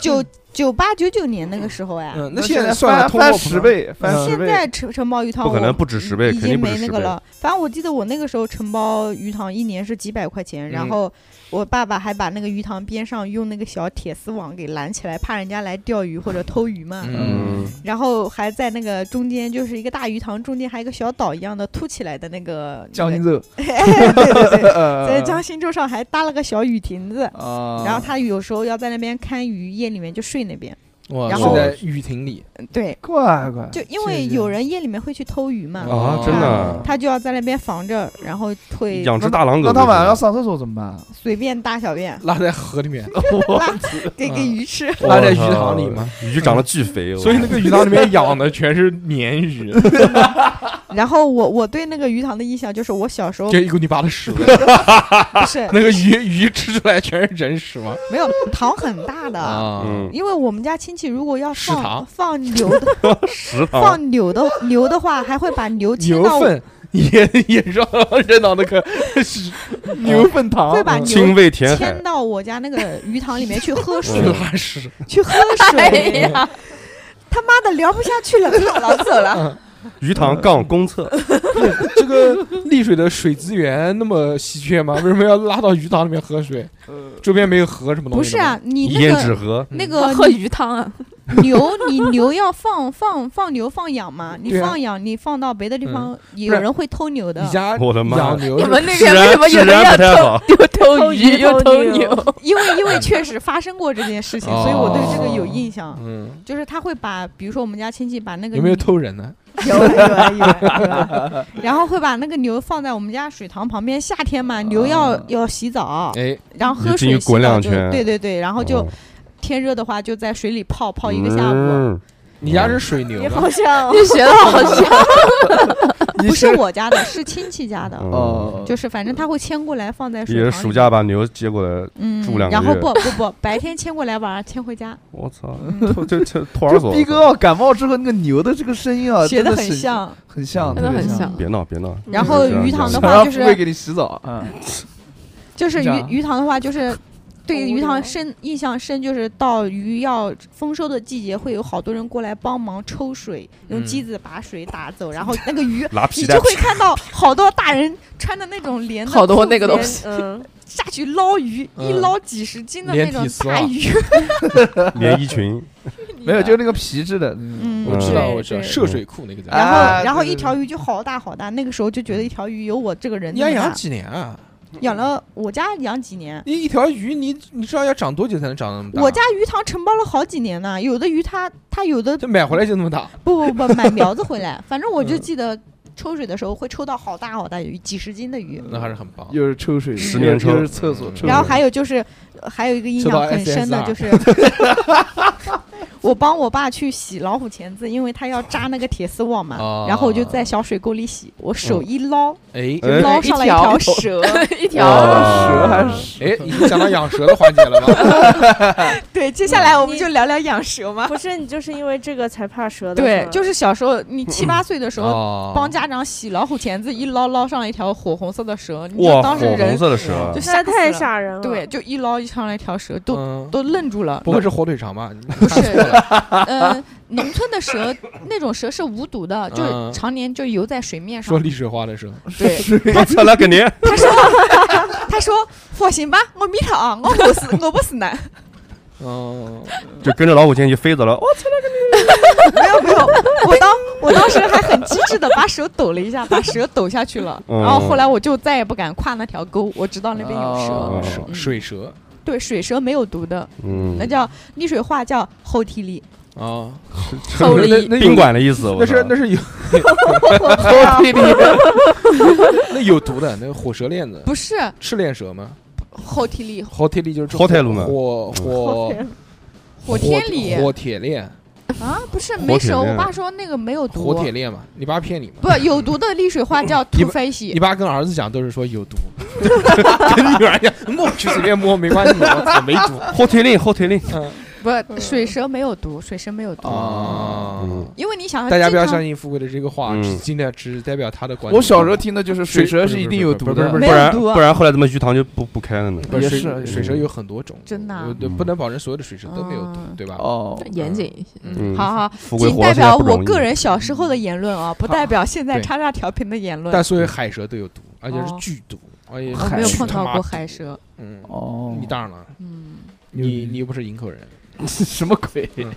S7: 九九八九九年那个时候哎，
S2: 嗯，那
S4: 那
S2: 现
S4: 在
S2: 算了通货膨
S4: 翻翻
S2: 胀
S4: 十，倍，翻
S2: 嗯
S4: 十
S7: 现
S4: 倍，
S7: 在承承包鱼汤
S9: 不可能
S7: 我
S9: 不止十倍
S7: 嗯已
S9: 肯
S7: 经
S9: 定不止
S7: 没那
S9: 十
S7: 个
S9: 倍
S7: 了。反正我记得我那个时候承包鱼塘一年是几百块
S2: 嗯
S7: 钱，然后我爸爸还把那个鱼塘边上用那个小铁丝网给拦起来，怕人家来钓鱼或者偷鱼嘛。
S2: 嗯，
S7: 然后还在那个中间，就是一个大鱼塘中间还有一个小岛一样的凸起来的那个，
S4: 江
S7: 那
S4: 阴
S7: 个
S4: 肉，
S7: 对对对，在
S4: 在
S7: 江心洲上还搭了个小雨亭子，
S4: 啊，
S7: 然后他有时候要在那边看鱼，夜里面就睡那边。
S2: 哇，
S7: 然
S2: 睡
S7: 后
S2: 在雨亭里，
S7: 嗯对，
S4: 怪怪，
S9: 啊
S7: 就因
S4: 谢
S7: 为
S4: 谢
S7: 有人夜里面会去偷鱼嘛，
S2: 哦
S5: 啊真
S7: 的
S5: 啊
S7: 他就要在那边防着，然后会
S5: 养只大狼狗
S4: 那
S5: 就是。
S4: 他晚上要上厕所怎么办？
S7: 随便大 小便
S2: 拉在河里面，
S7: 给给
S2: 嗯
S7: 鱼吃。
S2: 拉在鱼塘里嘛，
S9: 哦鱼长得巨肥，
S2: 嗯所以那个鱼塘里面养的全是鲶鱼，
S7: 然后我我对那个鱼塘的印象就是我小时候
S2: 就一啊股泥巴的屎味，
S7: 不是
S2: 那个鱼鱼吃出来全是人屎嘛，
S7: 没有塘很大的，
S2: 啊，
S9: 嗯，
S7: 因为我们家亲戚如果要
S2: 食堂
S7: 放放牛 的
S9: 食啊堂
S7: 放牛的牛的话，还会把牛牵
S2: 啊牛
S7: 到
S2: 粪也也 扔扔到那个屎
S4: 牛粪糖
S7: 会
S2: 嗯
S7: 把牛
S9: 清味填海
S7: 牵，到我家那个鱼塘里面去 喝
S2: 去
S7: 水，
S2: 拉屎，
S7: 去喝水。
S2: 哎
S7: 他妈的聊不下去了，走了走 了。
S9: 鱼塘杠公厕，
S2: 这个丽水的水资源那么稀缺吗？为什么要拉到鱼塘里面喝水？周边没有河什么
S7: 不
S2: 东西
S7: 是
S2: 的吗？
S7: 啊，你那
S9: 胭脂
S7: 个
S9: 河，
S7: 那
S6: 喝
S7: 个
S6: 鱼汤啊，
S7: 牛，你牛要放放放牛放养嘛？你
S2: 对啊嗯
S7: 放养，你放到别的地方，有
S2: 不是
S7: 人会偷牛的
S2: 你。家
S9: 我的妈
S2: 养牛
S6: 你
S2: 是
S6: 们那
S9: 治
S6: 边为
S9: 安
S6: 什么
S9: 治
S6: 有人
S9: 安不
S5: 啊
S6: 要
S9: 太
S6: 偷
S9: 好。
S6: 又偷
S3: 鱼
S6: 鱼又
S3: 偷
S6: 偷
S3: 牛
S6: 牛？
S7: 因为因为确实发生过这件事情，所以我对这个
S9: 哦
S7: 有印象。
S2: 嗯，
S7: 就是他会把，比如说我们家亲戚把那个
S2: 有没有
S7: 牛
S2: 偷人呢？
S7: 有啊有啊有啊有啊 然后会把那个牛放在我们家水塘旁边，夏天嘛，牛要要洗澡，
S2: 哎，
S7: 然后
S9: 你
S7: 喝
S9: 哦进
S7: 水
S9: 去
S7: 洗
S9: 滚
S7: 澡
S9: 两
S7: 就
S9: 圈
S7: 对对对，然后就
S9: 嗯
S7: 天热的话就在水里泡泡一个下 午。
S9: 嗯
S2: 你家是水牛
S3: 你
S2: 吗
S7: 嗯
S3: 好？像
S6: 你学的好像，
S4: 你
S7: 不是我家的，是亲戚家的，
S9: 哦，
S4: 哦，
S7: 就是反正他会牵过来放在水
S9: 也
S7: 塘
S9: 是
S7: 里
S9: 暑假把牛接过来，
S7: 嗯
S9: 住两，个
S7: 然后
S9: 月
S7: 不不不，白天牵过来，晚上牵 回家。
S9: 我操，
S7: 嗯
S9: 这这托儿
S4: 就
S9: 所，
S4: 逼哥要感冒之后那个牛的这个声音啊，
S7: 学
S4: 真
S7: 的
S4: 的
S7: 很
S4: 是，
S7: 像，嗯
S4: 很像，
S6: 真的很
S4: 特别
S6: 像
S9: 别闹别闹，
S7: 然后
S9: 是这样
S7: 鱼
S5: 嗯
S7: 塘的
S9: 讲
S7: 话就
S4: 然后不会
S7: 是
S4: 给你洗澡，嗯，
S7: 就是
S4: 这样
S7: 鱼鱼塘的话就是。对
S3: 无
S7: 鱼塘
S3: 聊
S7: 深印象深，就是到鱼要丰收的季节，会有好多人过来帮忙抽水，用
S2: 嗯
S7: 机子把水打走，然后那 个鱼
S9: 拉
S7: 你
S9: 皮带
S7: 就，会看到好多大人穿的那种连的
S6: 好多
S7: 裤子
S6: 那个东西
S3: 嗯，
S7: 下去捞鱼，
S2: 嗯
S7: 一捞几十斤的
S2: 连
S7: 那种
S2: 体丝
S7: 大
S2: 袜
S7: 鱼。
S9: 连衣裙，
S4: 没有，就那个皮质的，嗯，
S7: 嗯
S2: 我知道，
S7: 对
S2: 我知道，
S7: 对嗯
S2: 涉水库那个叫。
S7: 然后、
S4: 啊
S7: 然后
S4: 对对
S7: 一条鱼就好大好大，那个时候就觉得一条鱼有我这个人
S2: 你
S7: 那
S2: 要
S7: 么大。
S2: 养几年啊？
S7: 养了我家养几年，
S2: 一一条鱼，你你知道要长多久才能长那么大？
S7: 我家鱼塘承包了好几年呢。有的鱼它它有的
S2: 这买回来就那么大，
S7: 不不不买苗子回 来，反正我就
S2: 嗯
S7: 记得抽水的时候会抽到好大好大鱼，几十斤的鱼。
S2: 那还是很棒。
S4: 又是抽水，
S9: 十年
S4: 又
S9: 抽
S4: 又是厕所，
S2: 嗯
S4: 抽
S7: 然后
S4: 水
S7: 还有就是，呃还有一个印
S2: 抽到
S7: 象很深的
S2: SSR
S7: 就是， 我帮我爸去洗老虎钳子，因为他要扎那个铁丝网嘛
S2: 哦。
S7: 然后我就在小水沟里洗，我手一捞，
S2: 哎
S9: 哎
S7: 捞上来一条蛇。
S2: 哦
S7: 哦
S6: 一条
S9: 哇
S3: 嗯
S4: 蛇还是
S2: 哎，已经讲到养蛇的环节了吗？
S7: 对，接下来我们就聊聊养蛇嘛。
S3: 嗯不是你就是因为这个才怕蛇的，
S7: 对，就是是小时候你七八岁的时候，
S2: 嗯哦
S7: 帮家长洗老虎钳子，一捞捞上来一条火红色的蛇，你就
S9: 哇，
S7: 当时
S9: 火红
S7: 人
S9: 色的蛇
S7: 就，
S3: 那
S7: 吓
S3: 太
S7: 死了，
S3: 吓人了，
S7: 对，，就一捞上来一条蛇，都
S2: 嗯，
S7: 都愣住了。
S2: 不会是火腿肠吧？
S7: 不是，嗯，农村的蛇那种蛇是无毒的，就是
S2: 嗯
S7: 常年就游在水面
S2: 说
S7: 上。
S2: 丽水话的时候，
S7: 对，
S9: 我操，那肯定，
S7: 他说，他说放心吧，我没逃啊，我不是，我不 是男，
S2: 嗯，
S9: 就跟着老虎钳就飞走了，我
S7: 没有没有，我当我当时还很机智的把手抖了一下，把蛇抖下去了。
S9: 嗯
S7: 然后后来我就再也不敢跨那条沟，我知道那边有蛇
S4: 哦。
S2: 蛇
S7: 嗯
S2: 水蛇
S7: 对，水蛇没有毒的，
S9: 嗯
S7: 那，叫丽水话叫后体力。
S4: 哦
S2: 啊，
S6: 后
S2: 那
S6: 力，
S2: 那
S9: 宾
S2: 有
S9: 馆的意思，
S2: 那
S9: 我操
S2: 是那 是有
S4: 后屁里，
S2: 那有毒的，那个火蛇链子，
S7: 不是
S2: 赤链蛇吗？
S7: 后体力，
S2: 火铁链就是嗯这
S9: 火铁路嘛
S2: 火
S7: 哦
S2: 火
S7: 火天里
S2: 火铁链，
S7: 啊，不是没
S9: 铁
S7: 蛇。
S9: 链
S7: 我爸说那个没有毒
S2: 火，铁链嘛，你爸骗你嘛？
S7: 不有毒的丽水话叫
S2: 你
S7: 土飞
S2: 你
S7: 喜。
S2: 爸跟儿子讲都是说 有毒， 跟女儿讲摸去随便摸没关系，我操没毒。
S9: 后退令后退令，
S2: 嗯，
S8: 不，水蛇没有毒，水蛇没有毒，
S2: 啊
S5: 嗯，
S8: 因为你想，
S2: 大家不要
S8: 啊经常
S2: 相信富贵的这个话，
S5: 嗯
S2: 只尽量只代表他的观点。
S4: 我小时候听的就是水蛇是一定有毒的，
S2: 不是不是不是不是
S5: 不
S2: 没
S5: 然不然后来咱们鱼塘就不不开了呢。
S2: 不
S4: 也
S2: 水
S4: 是嗯也
S2: 水蛇
S5: 是
S2: 有很多种，
S8: 真的啊
S2: 我对不能保证所有的水蛇都没有毒，
S8: 嗯
S2: 对吧？
S4: 哦，
S6: 严谨一些。
S5: 嗯，
S8: 好好，
S5: 富贵
S8: 仅
S5: 活到
S8: 代
S5: 现在
S8: 表
S5: 不容易
S8: 我个人小时候的言论啊，不代表现在
S2: 对
S8: 叉叉调频的言论。
S2: 但所有海蛇都有毒，而且是
S8: 哦
S2: 剧毒，哎而且
S8: 我没有
S2: 巨
S8: 碰
S2: 他
S8: 到
S2: 妈
S8: 过
S2: 毒
S8: 海。蛇，
S2: 嗯，
S4: 哦，
S2: 你当然了，
S8: 嗯，
S2: 你你又不是营口人，
S4: 什么鬼
S2: 嗯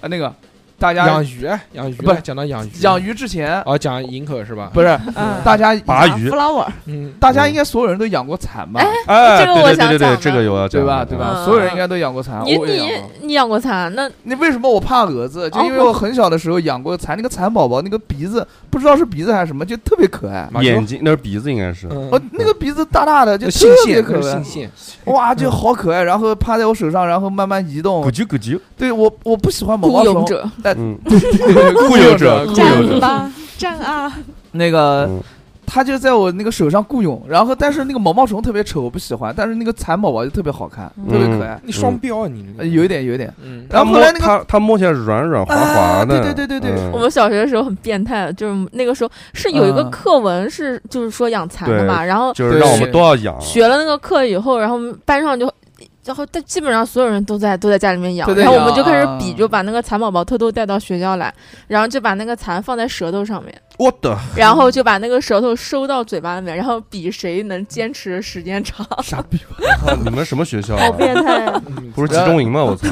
S4: 啊？那个大家
S2: 养鱼啊养鱼
S4: 不
S2: 讲到养鱼
S4: 养鱼之前
S2: 哦，讲营口是吧？
S4: 不是
S8: 嗯
S4: 大家
S5: 鲅鱼
S8: 弗，拉沃，
S2: 嗯，
S4: 大家应该所有人都养过蚕吧？
S5: 哎，
S6: 这个我
S5: 对对
S6: 想
S5: 对对对，
S6: 讲
S5: 这
S6: 的
S5: 个有要啊讲
S4: 对
S5: 的，
S4: 吧？对吧？
S6: 嗯
S4: 所有人应该都养过蚕，
S6: 你
S4: 我也养过。
S6: 你你养过啊蚕？那
S4: 那为什么我怕蛾子？就因为我很小的时候养过蚕，那个蚕宝宝那个鼻子不知道是鼻子还是什么，就特别可爱。
S2: 马
S5: 眼
S2: 修
S5: 睛那是鼻子应该是，
S2: 嗯
S4: 哦，那个鼻子大大的，就
S2: 那
S4: 特
S2: 性
S4: 别
S2: 腺，
S4: 可
S2: 那是
S4: 爱
S2: 性，腺，
S4: 哇，就好可爱。然后趴在我手上，然后慢慢移动
S5: 咕。啾咕啾，
S4: 对我，我不喜欢毛
S6: 孤
S4: 毛
S6: 勇
S4: 虫，
S6: 者，
S5: 嗯，
S4: 固
S5: 固有者固有者
S8: 站吧，站啊！
S4: 那个
S5: 嗯，
S4: 它就在我那个手上雇佣，然后但是那个毛毛虫特别丑，我不喜欢，但是那个蚕宝宝就特别好看，特别可爱，
S2: 你双标啊你这个
S4: 呃有一点有一点。
S2: 嗯，
S5: 它
S4: 然后后
S5: 摸
S4: 来那个
S5: 它它摸起来软软滑
S4: 啊
S5: 滑的，
S4: 对对对对对
S5: 嗯
S6: 我们小学的时候很变态，就是那个时候是有一个课文是就是说养蚕的嘛，然后
S5: 就是让我们
S4: 对
S5: 都要养，
S6: 学了那个课以后，然后班上就。然后，但基本上所有人都在都在家里面养
S4: 都，在
S6: 然后我
S4: 养
S6: 们就开始
S4: 啊
S6: 比，就把那个蚕宝宝偷偷带到学校来，然后就把那个蚕放在舌头上面，
S5: 我的
S6: 然后就把那个舌头收到嘴巴里面，然后比谁能坚持的时间长。
S4: 傻逼，
S5: 你们什么学校啊？
S3: 好变 态啊！
S2: 嗯
S5: 不是集中营吗？我操！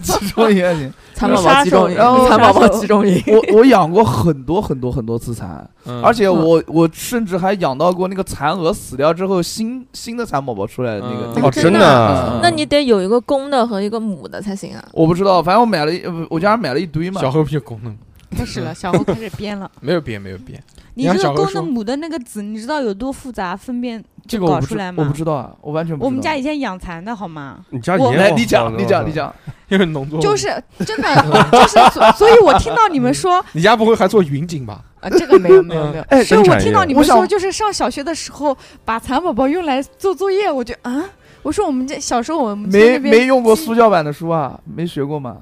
S4: 其中一个人
S6: 蚕宝宝集中营，
S4: 杀手
S6: 蚕宝宝集中营。
S4: 我我养过很多很多很多次蚕，
S2: 嗯
S4: 而且我我甚至还养到过那个蚕蛾死掉之后新新的蚕宝宝出来的那个
S2: 嗯
S4: 那个
S5: 哦，
S6: 真
S5: 真
S6: 的
S5: 的
S4: 嗯
S5: 啊，
S6: 那你得有一个公的和一个母的才行啊。
S4: 我不知道，反正我买了一，呃我家人买了一堆嘛
S2: 小。何不就功能
S7: 开始了，小 猴开始编了。
S2: 没有变没有变，
S7: 你
S2: 让
S7: 这
S2: 小
S7: 个
S2: 猴
S7: 公的
S2: 说
S7: 母的那个子，你知道有多复杂分辨？
S4: 这个我不
S7: 搞出
S4: 知
S7: 来
S4: 我
S7: 吗
S4: 不知道啊，我完全不知道。
S7: 我们家以前养蚕的好吗？
S5: 你家
S7: 我
S5: 盐
S4: 来，
S5: 我
S4: 你
S5: 操
S4: 讲，你讲，你。
S5: 我操
S4: 讲。
S2: 又浓度
S7: 就是真的，就是所，所以我听到你们说，
S2: 你家不会还做云锦吧？嗯
S7: 啊，这个没有没有没有，
S4: 哎
S7: 所以我听到你们
S4: 我
S7: 说，
S4: 想
S7: 就是上小学的时候把蚕宝宝用来做作业，我就啊，我说我们这小时候我们村
S4: 没
S7: 那边
S4: 没用过苏教版的书啊，没学过嘛？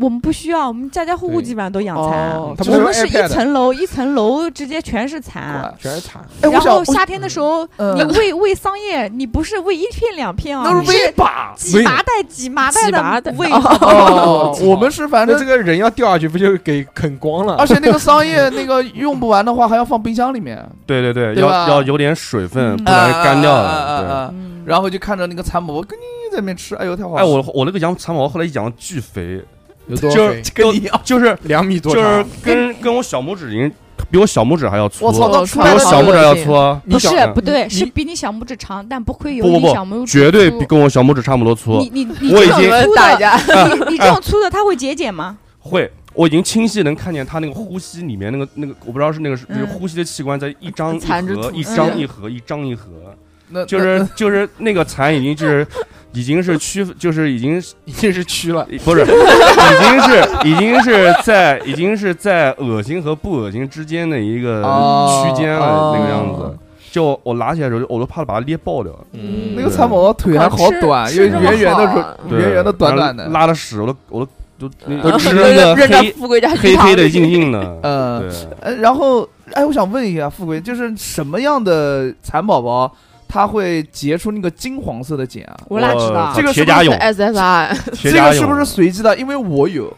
S7: 我们不需要，我们家家户户
S2: 对
S7: 基本上都养蚕。
S4: 哦
S2: 他
S4: 他
S2: 不
S4: 不
S7: 我
S2: 是
S7: 们是一
S2: iPad，
S7: 层楼一层楼直接全是
S4: 啊
S7: 蚕，
S2: 全是蚕，
S4: 哎，我
S7: 然
S4: 想，我
S7: 后夏天的时候
S4: 嗯
S7: 你喂喂桑叶，你不是喂一片两片啊，
S4: 那
S7: 你
S4: 是
S7: 是
S4: 喂把。
S7: 几麻袋几麻
S6: 几麻
S7: 袋
S6: 袋
S7: 的喂。
S4: 哦， 我们是反
S2: 那这
S4: 正，
S2: 个人要掉下去不就给啃光了
S4: 而？且那个桑叶那个用不完的话，还要放冰箱里面，
S5: 对对对，
S4: 对
S5: 要
S4: 吧
S5: 要有点水
S7: 嗯
S5: 分，不然干掉
S4: 啊啊啊啊
S5: 了。
S4: 啊
S7: 嗯
S4: 然后就看着那个蚕宝宝咯在那边吃，哎呦，太好
S5: 对，
S4: 了！
S5: 哎，我我那个养蚕宝宝后来养巨肥，
S2: 有多
S5: 就是
S2: 肥
S4: 跟你一样，
S5: 就是
S2: 两米多
S5: 就
S2: 长？
S5: 是跟跟我小拇指已经比我小拇指还要粗，
S4: 我操，
S6: 哦
S5: 比
S4: 那出来
S5: 我
S4: 的
S5: 小拇指还要粗啊，
S2: 你
S7: 不是
S2: 想
S7: 不对，
S2: 你
S7: 是比你小拇指长，但不会有
S5: 不不
S7: 你
S5: 不
S7: 小拇指
S5: 绝对
S7: 粗
S5: 比跟我小拇指差不多粗。
S7: 你你你
S5: 我
S7: 这
S5: 已
S7: 种
S5: 经
S7: 粗
S6: 打
S7: 的，
S6: 架，
S7: 你你这种粗的，它会节俭吗？
S5: 会，我已经清晰能看见他那个呼吸里面那个那个，我不知道是那个是、
S7: 嗯
S5: 那个呼吸的器官在一张一
S6: 缠着
S5: 合，
S6: 吐
S5: 一
S6: 丝
S5: 张一合，一张一合，
S4: 那
S5: 就是就是那个蚕已经就是已经是区，就是已经是
S2: 已经是蛆了，
S5: 不是，已经是已经是在已经是在恶心和不恶心之间的一个
S4: 哦
S5: 区间了，那个样
S4: 哦
S5: 子。就我拿起来的时候，我都怕把它捏爆掉，
S2: 嗯
S4: 那个蚕宝宝腿还好短，因
S6: 吃
S4: 为
S6: 吃这么
S4: 圆圆的
S6: 好
S4: 肉
S6: 啊，
S5: 对
S4: 圆圆的短短的。
S5: 然后拉的屎，我都我都都那
S6: 嗯
S5: 都吃
S6: 扔
S5: 的
S6: 到 扔到
S5: 黑
S6: 富贵家
S5: 黑黑的
S6: 一
S5: 硬硬的，
S4: 嗯，
S5: 对。
S4: 呃，然后，哎，我想问一下富贵，就是什么样的蚕宝宝，它会结出那个金黄色的茧啊？
S7: 我哪知道
S5: 哇
S7: 啊
S5: 操
S6: 这个
S5: 铁甲蛹，
S6: SSR
S5: 铁
S4: 这
S5: 甲
S4: 个
S5: 蛹
S4: 是不是随机的？因为我有，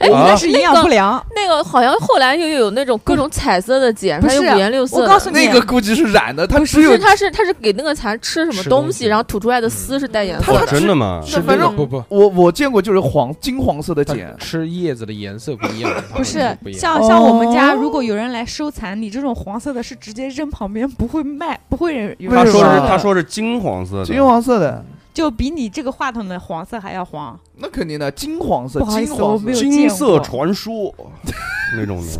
S7: 我们
S5: 啊
S7: 那是营养不良，
S6: 那个好像后来又有那种各种彩色的茧，
S7: 不
S6: 它
S7: 是
S6: 有五颜六色的。
S7: 我告诉你啊
S4: 那个估计是染的，它
S6: 不
S4: 只有
S6: 是，它是它是给那个蚕吃什么
S2: 吃东
S6: 东
S2: 西
S6: 西，然后吐出来的丝是带颜色
S4: 它
S5: 哇，
S6: 的。
S5: 真的吗？
S4: 是反正
S2: 不不，
S4: 我我见过就是黄金黄色的
S2: 它
S4: 茧，
S2: 吃叶子的颜色不一样，它
S7: 不是
S2: 不一样。
S7: 像像我们家，
S4: 哦
S7: 如果有人来收蚕，你这种黄色的是直接扔旁边，不会卖，不会有人。
S5: 他
S4: 为什
S5: 说
S4: 么
S5: 是他说是金黄色的，
S4: 金黄色的，
S7: 就比你这个话筒的黄色还要 黄。
S4: 那肯定的，金黄色，
S7: 不好意
S4: 金
S7: 思
S4: 黄
S7: 我没
S4: 色
S7: 有。
S5: 金色传说那种的。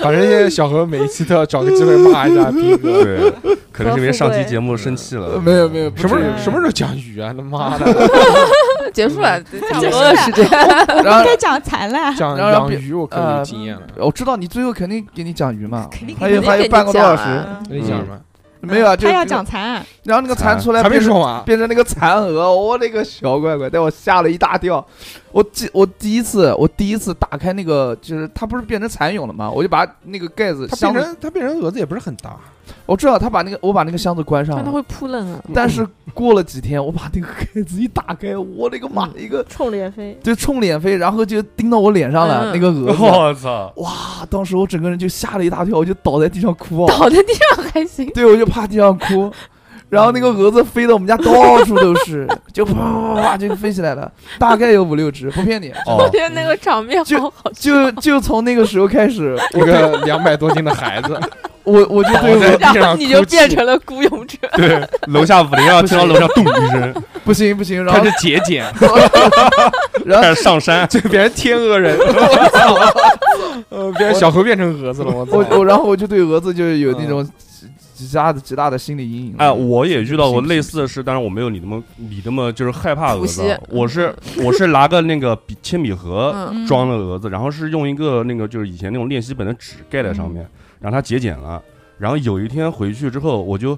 S2: 反正现在小何每一期都要找个机会骂一下斌哥。
S5: 对，可能是因为上期节目生气了
S4: 呃。没有没有，
S2: 什么
S4: 不
S2: 时
S4: 至于
S2: 候什么时候讲鱼啊？他妈的，
S6: 结束了，
S7: 结
S6: 结
S7: 束
S6: 束
S7: 了
S6: 了是这样。
S7: 我
S4: 然后
S7: 们该讲蚕了，
S2: 讲
S4: 然后呃
S2: 养
S4: 别
S2: 鱼我可有经验了。
S4: 我知道你最后肯定给你讲鱼嘛
S7: 肯定，
S4: 还
S7: 给
S4: 有
S7: 你
S4: 还有半个多小
S6: 肯定给你
S4: 时
S2: 那你讲
S6: 讲啊，
S2: 什么？
S4: 没有啊，就
S7: 嗯他要长蚕，
S4: 然后那个蚕出来
S2: 还没
S4: 变成
S2: 说完，啊
S4: 变成那个蚕蛾，我勒个小乖乖，带我吓了一大跳。我记我第一次我第一次打开那个，就是它不是变成蚕蛹了吗？我就把那个盖子
S2: 它
S4: 箱
S2: 变
S4: 子，
S2: 成它变成蛾子也不是很大，
S4: 我知道它把那个我把那个箱子关上
S6: 但它
S4: 了，
S6: 会扑棱啊。
S4: 但是过了几天，我把那个盖子一打开，我勒个妈，一个
S3: 冲脸飞，
S4: 就冲脸飞，然后就叮到我脸上了那
S6: 嗯
S4: 个 蛾子。
S5: 操！
S4: 哇！当时我整个人就吓了一大跳，我就倒在地上哭啊！
S6: 倒在地上还行，
S4: 对，我就趴地上哭，然后那
S5: 嗯
S4: 个蛾子飞到我们家到处都是，就啪啪啪啪就飞起来了，大概有五六只，不骗你。
S6: 我
S5: 哦，
S6: 觉得那个场面好好笑。
S4: 就就从那个时候开始，
S2: 一个两百多斤的孩子
S4: 我我就
S2: 倒
S5: 哦
S4: 对
S2: 在地
S4: 我
S6: 然后
S2: 上
S6: 你就
S2: 哭泣
S6: 变成了孤勇者，
S5: 对，楼下五零幺听到楼上咚一 声，
S4: 不行不行，然
S2: 开
S4: 后
S2: 始节 俭，
S4: 然后
S5: 开始上 山，
S2: 就变成天鹅人，呃，变成小猴变成蛾子了，我
S4: 我
S2: 操！
S4: 我然后我就对蛾子就有那种极极大的极大的心理阴影
S5: 嗯
S4: 了。
S5: 哎，我也遇到过类似的事，但是我没有你那么你那么就是害怕蛾
S6: 伏
S5: 子啊
S6: 羲，
S5: 我是我是拿个那个笔铅笔盒
S6: 嗯，
S5: 装了蛾子，然后是用一个那个就是以前那种练习本的纸盖在上面，让它节俭了。然后有一天回去之后，我就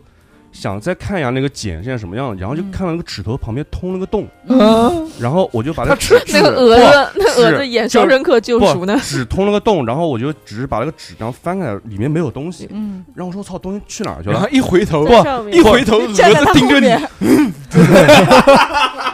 S5: 想再看一下那个茧现在什么样，然后就看到那个指头旁边通了个洞，
S4: 嗯，
S5: 然后我就把
S4: 他
S5: 它
S4: 吃
S6: 那个蛾子，那
S5: 是
S6: 蛾子眼
S5: 就
S6: 烧深刻救赎呢
S5: 不， 只通了个洞，然后我就只是把那个纸张翻开，里面没有东西，
S7: 嗯，
S5: 然后我说操，东西去哪儿去
S2: 然
S5: 了
S2: 后？一回头，
S3: 在上面
S2: 一回头，蛾
S6: 站在
S2: 子
S6: 他
S2: 盯
S6: 后
S2: 着你
S6: 面，，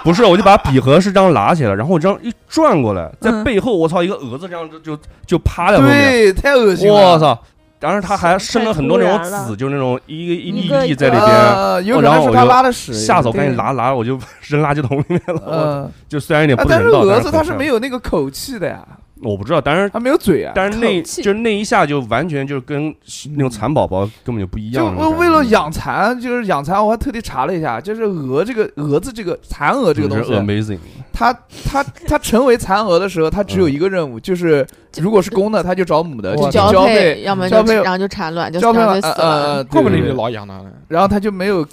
S5: 不是，我就把笔盒是这样拿起来，然后我这样一转过来，在
S7: 嗯
S5: 背后我操一个蛾子这样就就就趴在后面，
S4: 对，太恶心了。
S5: 我操！当时它还生了很多那
S3: 太突然
S5: 种
S3: 了
S5: 籽，就那种一个一粒
S3: 一个
S5: 一粒
S3: 一
S5: 在
S3: 个
S5: 里边。
S4: 呃有可
S5: 然
S4: 能
S5: 后
S4: 是
S5: 我
S4: 他
S5: 就
S4: 拉的屎，
S5: 吓死我！赶紧
S4: 对。
S5: 拿拿，我就 扔垃圾桶里面了。我
S4: 嗯，
S5: 就虽然有点
S4: 啊
S5: 不
S4: 但是
S5: 人道，
S4: 蛾子它
S5: 但
S4: 是
S5: 很
S4: 没
S5: 有，
S4: 有那个口气的呀，
S5: 我不知道。但是
S4: 它没有嘴啊。
S5: 但是那
S6: 口气
S5: 就是那一下就完全就是跟那种蚕宝宝根本就不一
S4: 就
S5: 样。
S4: 为为了养蚕，就是养蚕，我还特地查了一下，就是蛾这个蛾子这个蚕蛾这个东
S5: 是
S4: 西，
S5: amazing，
S4: 它 它它成为蚕蛾的时候，它只有一个任务，就是如果是公的，它就找母的，
S2: 就
S4: 就
S2: 交
S6: 交
S4: 交配，
S6: 要么
S4: 交
S6: 就
S4: 配
S6: 然后就产卵，就
S4: 交配
S6: 然后
S4: 完，
S6: 就
S4: 呃
S6: 死了。
S4: 呃，
S2: 怪不得
S4: 对
S2: 你
S4: 对对
S2: 老养它呢，
S4: 然后它就没有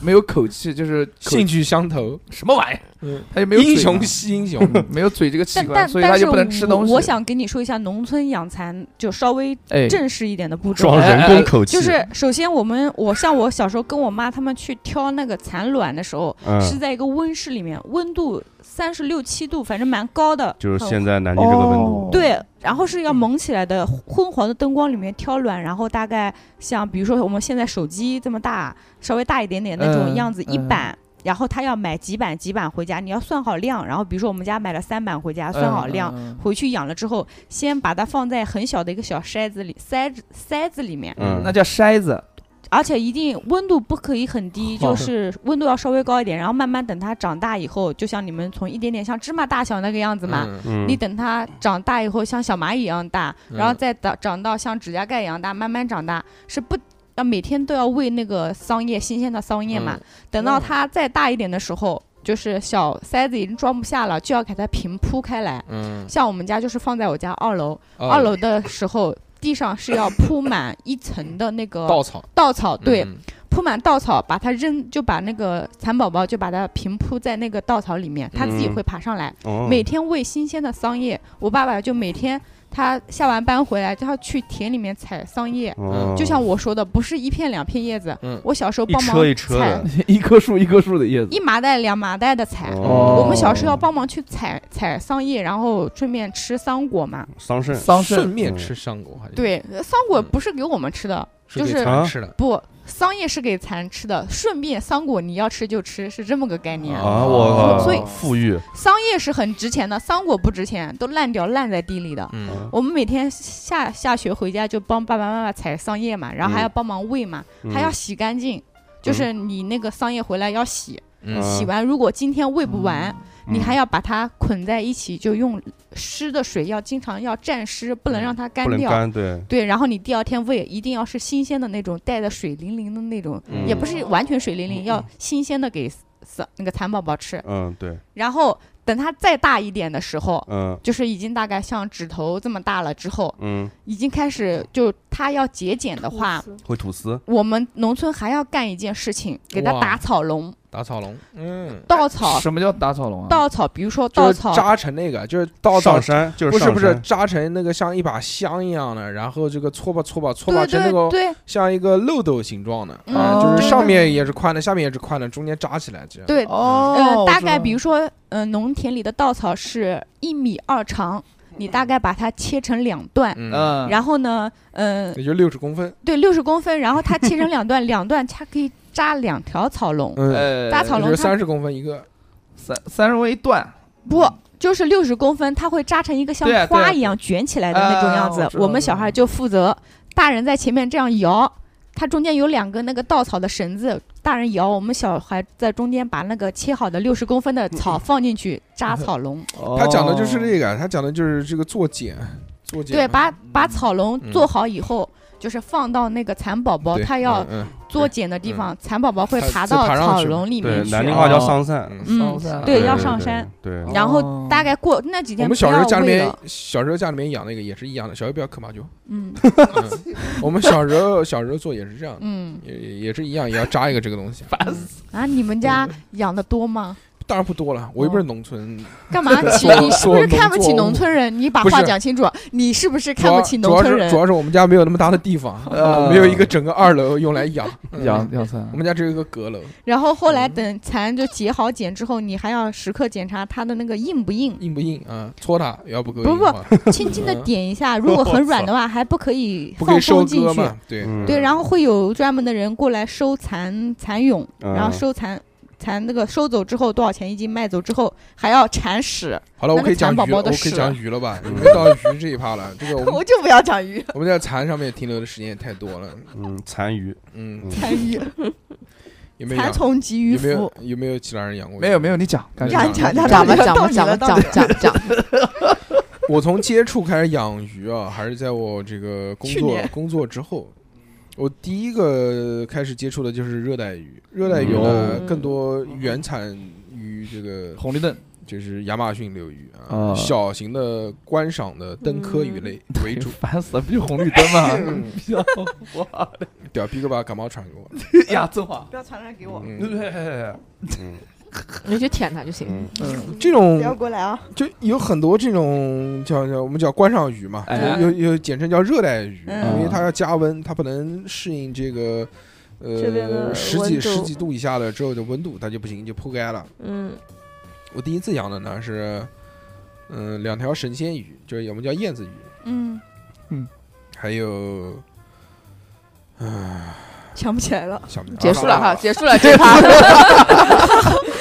S4: 没有口气，就是口
S2: 兴趣相投，
S4: 什么玩意儿
S2: 嗯，
S4: 它就没有嘴
S2: 英雄惜英雄，
S4: 嗯没有嘴这个器
S7: 但
S4: 官，
S7: 但
S4: 所以它
S7: 但是
S4: 就不能吃东西。
S7: 我我想跟你说一下，农村养蚕就稍微
S4: 哎，
S7: 正式一点的 步骤。
S5: 装人工口气，
S7: 哎就是首先，我们我像我小时候跟我妈他们去挑那个蚕卵的时候，
S5: 嗯，
S7: 是在一个温室里面，温度三十六七度，反正蛮高的。
S5: 就是现在南京这个温
S4: 哦
S5: 度，
S7: 哦
S4: 嗯
S7: 对，然后是要蒙起来的，昏黄的灯光里面挑卵，然后大概像比如说我们现在手机这么大，稍微大一点点那种
S4: 嗯
S7: 样子，一
S4: 嗯
S7: 板。然后他要买几板几板回家，你要算好量。然后比如说我们家买了三板回家，算好
S4: 嗯
S7: 量，，
S4: 嗯
S7: 回去养了之后，先把它放在很小的一个小筛子里，筛子筛子里面，
S4: 嗯
S5: 嗯，
S4: 那叫筛子，
S7: 而且一定温度不可以很低，
S2: 好
S7: 就
S2: 的
S7: 是温度要稍微高一点。然后慢慢等它长大以后，就像你们从一点点像芝麻大小那个样子嘛，
S2: 嗯
S5: 嗯
S7: 你等它长大以后像小蚂蚁一样大，然后
S2: 嗯
S7: 再长长到像指甲盖一样大，慢慢长大是不。要每天都要喂那个桑叶，新鲜的桑叶
S2: 嗯
S7: 嘛。等到它再大一点的时候，就是小塞子已经装不下了，就要给它平铺开来。
S2: 嗯，
S7: 像我们家就是放在我家二楼，
S2: 哦
S7: 二楼的时候地上是要铺满一层的那个
S2: 稻草，
S7: 稻草，对，
S2: 嗯，
S7: 铺满稻草，把它扔，就把那个蚕宝宝就把它平铺在那个稻草里面，它自己
S5: 嗯
S7: 会爬上来。
S5: 哦
S7: 每天喂新鲜的桑叶，我爸爸就每天他下完班回来，就要去田里面采桑叶。
S5: 哦
S7: 就像我说的，不是一片两片叶子，
S2: 嗯
S7: 我小时候
S5: 一
S7: 帮忙
S5: 车一车
S7: 采
S5: 的，
S4: 一棵树一棵树的叶子
S7: 一。麻袋两麻袋的采。
S5: 哦
S7: 我们小时候要帮忙去采采桑叶，然后顺便吃桑果嘛。
S5: 桑葚
S4: 桑葚
S2: 顺便吃伤果，还是，
S7: 对，桑果不是给我们吃的，
S2: 是给
S7: 就是
S2: 蚕吃的，
S7: 不，桑叶是给蚕吃的，顺便桑果你要吃就吃，是这么个概念。
S5: 啊，我靠
S7: 嗯所以
S5: 富裕，
S7: 桑叶是很值钱的，桑果不值钱，都烂掉烂在地里的。
S2: 嗯，
S7: 我们每天下下学回家就帮爸爸妈妈采桑叶嘛，然后还
S5: 嗯
S7: 要帮忙喂嘛，还要洗干净。就是你那个桑叶回来要洗，
S2: 嗯
S7: 洗完如果今天喂不完，
S4: 嗯
S7: 你还
S5: 要
S7: 要把它捆在一起，就用湿的水要经常要蘸湿，不能让它干
S5: 不能
S7: 掉。
S5: 干，对，
S7: 对，然后你第二天喂，一定要是新鲜的那种，带着水淋淋的那种，
S5: 嗯
S7: 也不是完全水淋淋，要新鲜的给桑那个蚕宝宝吃。
S5: 嗯对，
S7: 然后等它再大一点的时候，
S5: 嗯
S7: 就是已经大概像指头这么大了之后，
S5: 嗯，
S7: 已经开始就它要节俭的话，
S5: 会吐丝，
S7: 我们农村还要干一件事情，给它
S2: 哇
S7: 打草笼。
S2: 打草笼，嗯，
S7: 稻草，
S4: 什么叫打草笼啊？
S7: 稻草，比如说
S2: 就
S7: 稻
S2: 是
S7: 草，
S2: 扎成那个，就是稻草
S5: 上山就是
S2: 不是
S5: 上
S2: 不是
S5: 山
S2: 扎成那个像一把香一样的，然后这个搓吧搓吧搓吧
S7: 对
S2: 成那个
S7: 对对
S2: 像一个漏斗形状的，
S7: 嗯
S2: 啊，就
S4: 哦
S2: 是上面也是宽的，下面也是宽的，中间扎起来这样。
S7: 对，
S4: 哦，
S7: 呃，
S4: 我
S7: 大
S4: 知
S7: 概
S4: 道
S7: 比如说，嗯、农田里的稻草是一米二长，你大概把它切成两段，
S2: 嗯，
S4: 嗯，
S7: 然后呢，嗯、
S2: 也就六十公分，
S7: 对，六十公分，然后它切成两段，两段它可以扎两条草笼，
S2: 嗯，
S4: 呃，
S7: 打草
S2: 就
S7: 笼
S2: 是
S7: 它
S2: 三十公分一个，
S4: 三三十文一段，
S7: 不。就是六十公分，它会扎成一个像
S4: 对啊对啊
S7: 花一样卷起来的那种
S4: 啊
S7: 样子。
S4: 我知道
S7: 我们小孩就负责，大人在前面这样摇，它中间有两个那个稻草的绳子，大人摇，我们小孩在中间把那个切好的六十公分的草放进去扎草笼。
S2: 他讲的
S4: 哦
S2: 就是这个，他讲的就是这个做茧，做茧
S7: 对，
S2: 嘛
S7: 把把草笼
S2: 嗯
S7: 做好以后，就是放到那个蚕宝宝
S2: 对
S7: 它要
S2: 嗯
S7: 作茧的地方，蚕宝宝会
S2: 它
S7: 爬
S2: 自
S7: 到
S2: 爬上
S7: 草
S2: 去
S7: 笼里
S5: 对
S7: 面去。
S5: 南京话叫上
S2: 嗯
S5: 山，
S2: 嗯
S7: 嗯
S4: 上山
S7: 对
S5: 对
S7: 要
S5: 对
S7: 上
S5: 对
S7: 山
S5: 对，嗯
S7: 然后大概过那几
S2: 我们
S7: 天，不
S2: 小时候
S7: 要
S2: 家里
S7: 喂
S2: 面
S7: 了，，
S2: 小时候家里面养那个也是一样的，小时候不要嗑麻椒。
S7: 嗯
S2: 嗯我们小时候小时候做也是这样的，
S7: 嗯
S2: 也也也是一样，也要扎一个这个东 西。
S7: 啊，你们家养的 多吗？
S2: 当然不多了，我又不
S7: 嗯
S2: 是农村，
S7: 干嘛？你
S2: 做
S7: 你是不是
S2: 做
S7: 看不起
S2: 农作
S7: 农村人？你把
S2: 不
S7: 话
S2: 是
S7: 讲清楚，你是不是
S2: 主要
S7: 看不起
S2: 主
S7: 农
S2: 要
S7: 村
S2: 是
S7: 人
S2: 主？要是我们家没有那么大的地 方，
S4: 呃
S2: 没有一个整个二楼用来养嗯
S4: 养养蚕
S2: 我，们家只有一个阁楼，
S7: 然后后来
S2: 嗯
S7: 等蚕就结好茧之后，你还要时刻检查它的那个硬不硬，
S2: 硬不硬啊？搓它要不够
S7: 不
S2: 硬
S7: 不
S2: 的话
S7: 轻轻的
S2: 嗯
S7: 点一下，如果很软的话，还不可以
S2: 不可
S7: 放
S2: 以收
S7: 风进
S2: 割
S7: 去。
S2: 嘛？对，
S5: 嗯
S7: 对，然后会有专门的人过来收蚕蚕蛹，然后
S5: 嗯
S7: 收蚕蚕那个收走之后多少钱一斤，卖走之后还要铲屎，
S2: 好了，我
S7: 那
S2: 可以
S7: 个
S2: 讲鱼
S7: 蚕宝
S2: 了，
S7: 宝
S2: 我
S7: 的
S2: 可以
S7: 屎
S2: 讲鱼了 吧？
S5: 嗯
S2: 因为到鱼这一趴了，这个我
S7: 我
S2: 们
S7: 就不要讲鱼
S2: 我们在蚕上面停留的时间也太多了，
S5: 嗯，残余
S2: 嗯
S5: 嗯，
S7: 残余，
S2: 有没有
S7: 蚕
S2: 养？
S7: 丛及鱼
S2: 有没
S7: 凫
S2: 有。有没有其他人养过？
S4: 没有没有，，你讲，赶紧
S2: 讲
S4: 讲
S2: 讲
S6: 讲吧
S7: 了
S6: 讲
S7: 到
S6: 吧
S7: 你
S6: 讲吧
S7: 了到
S6: 讲
S7: 你
S6: 讲讲，
S2: 我从接触开始养鱼啊，还是在我这个工
S7: 去
S2: 作
S7: 年
S2: 工作之后，我第一个开始接触的就是热带鱼。热带鱼呢，
S6: 嗯
S7: 哦
S2: 更多原产于这个
S4: 红绿灯，
S2: 就是亚马逊流域啊，
S4: 啊
S2: 小型的观赏的灯科
S7: 嗯
S2: 鱼类为主。
S4: 烦死了，不就红绿灯吗？ 笑我
S2: 屌逼哥把感冒传给我了。
S4: 呀，真话，
S7: 不要传染给我，
S2: 嗯，
S5: 嗯
S6: 你去舔它就行。
S5: 嗯，
S4: 嗯，
S2: 这
S7: 不要
S2: 种
S7: 过来啊！
S2: 就有很多这种叫叫我们叫观赏鱼嘛，
S4: 哎
S2: 有有有简称叫热带鱼，
S7: 嗯
S2: 因为它要加温，它不能适应这个。
S3: 这边
S2: 呃，
S3: 的
S2: 十
S3: 温
S2: 几
S3: 度
S2: 十几度以下的之后的温度，它就不行，就扑街了。
S3: 嗯，
S2: 我第一次养的呢是，嗯、两条神仙鱼，就是我们叫燕子鱼，
S7: 嗯，
S2: 还有，唉，
S7: 想不起来了。
S2: 想不
S6: 结束了
S2: 啊
S6: 哈，结束了这趴。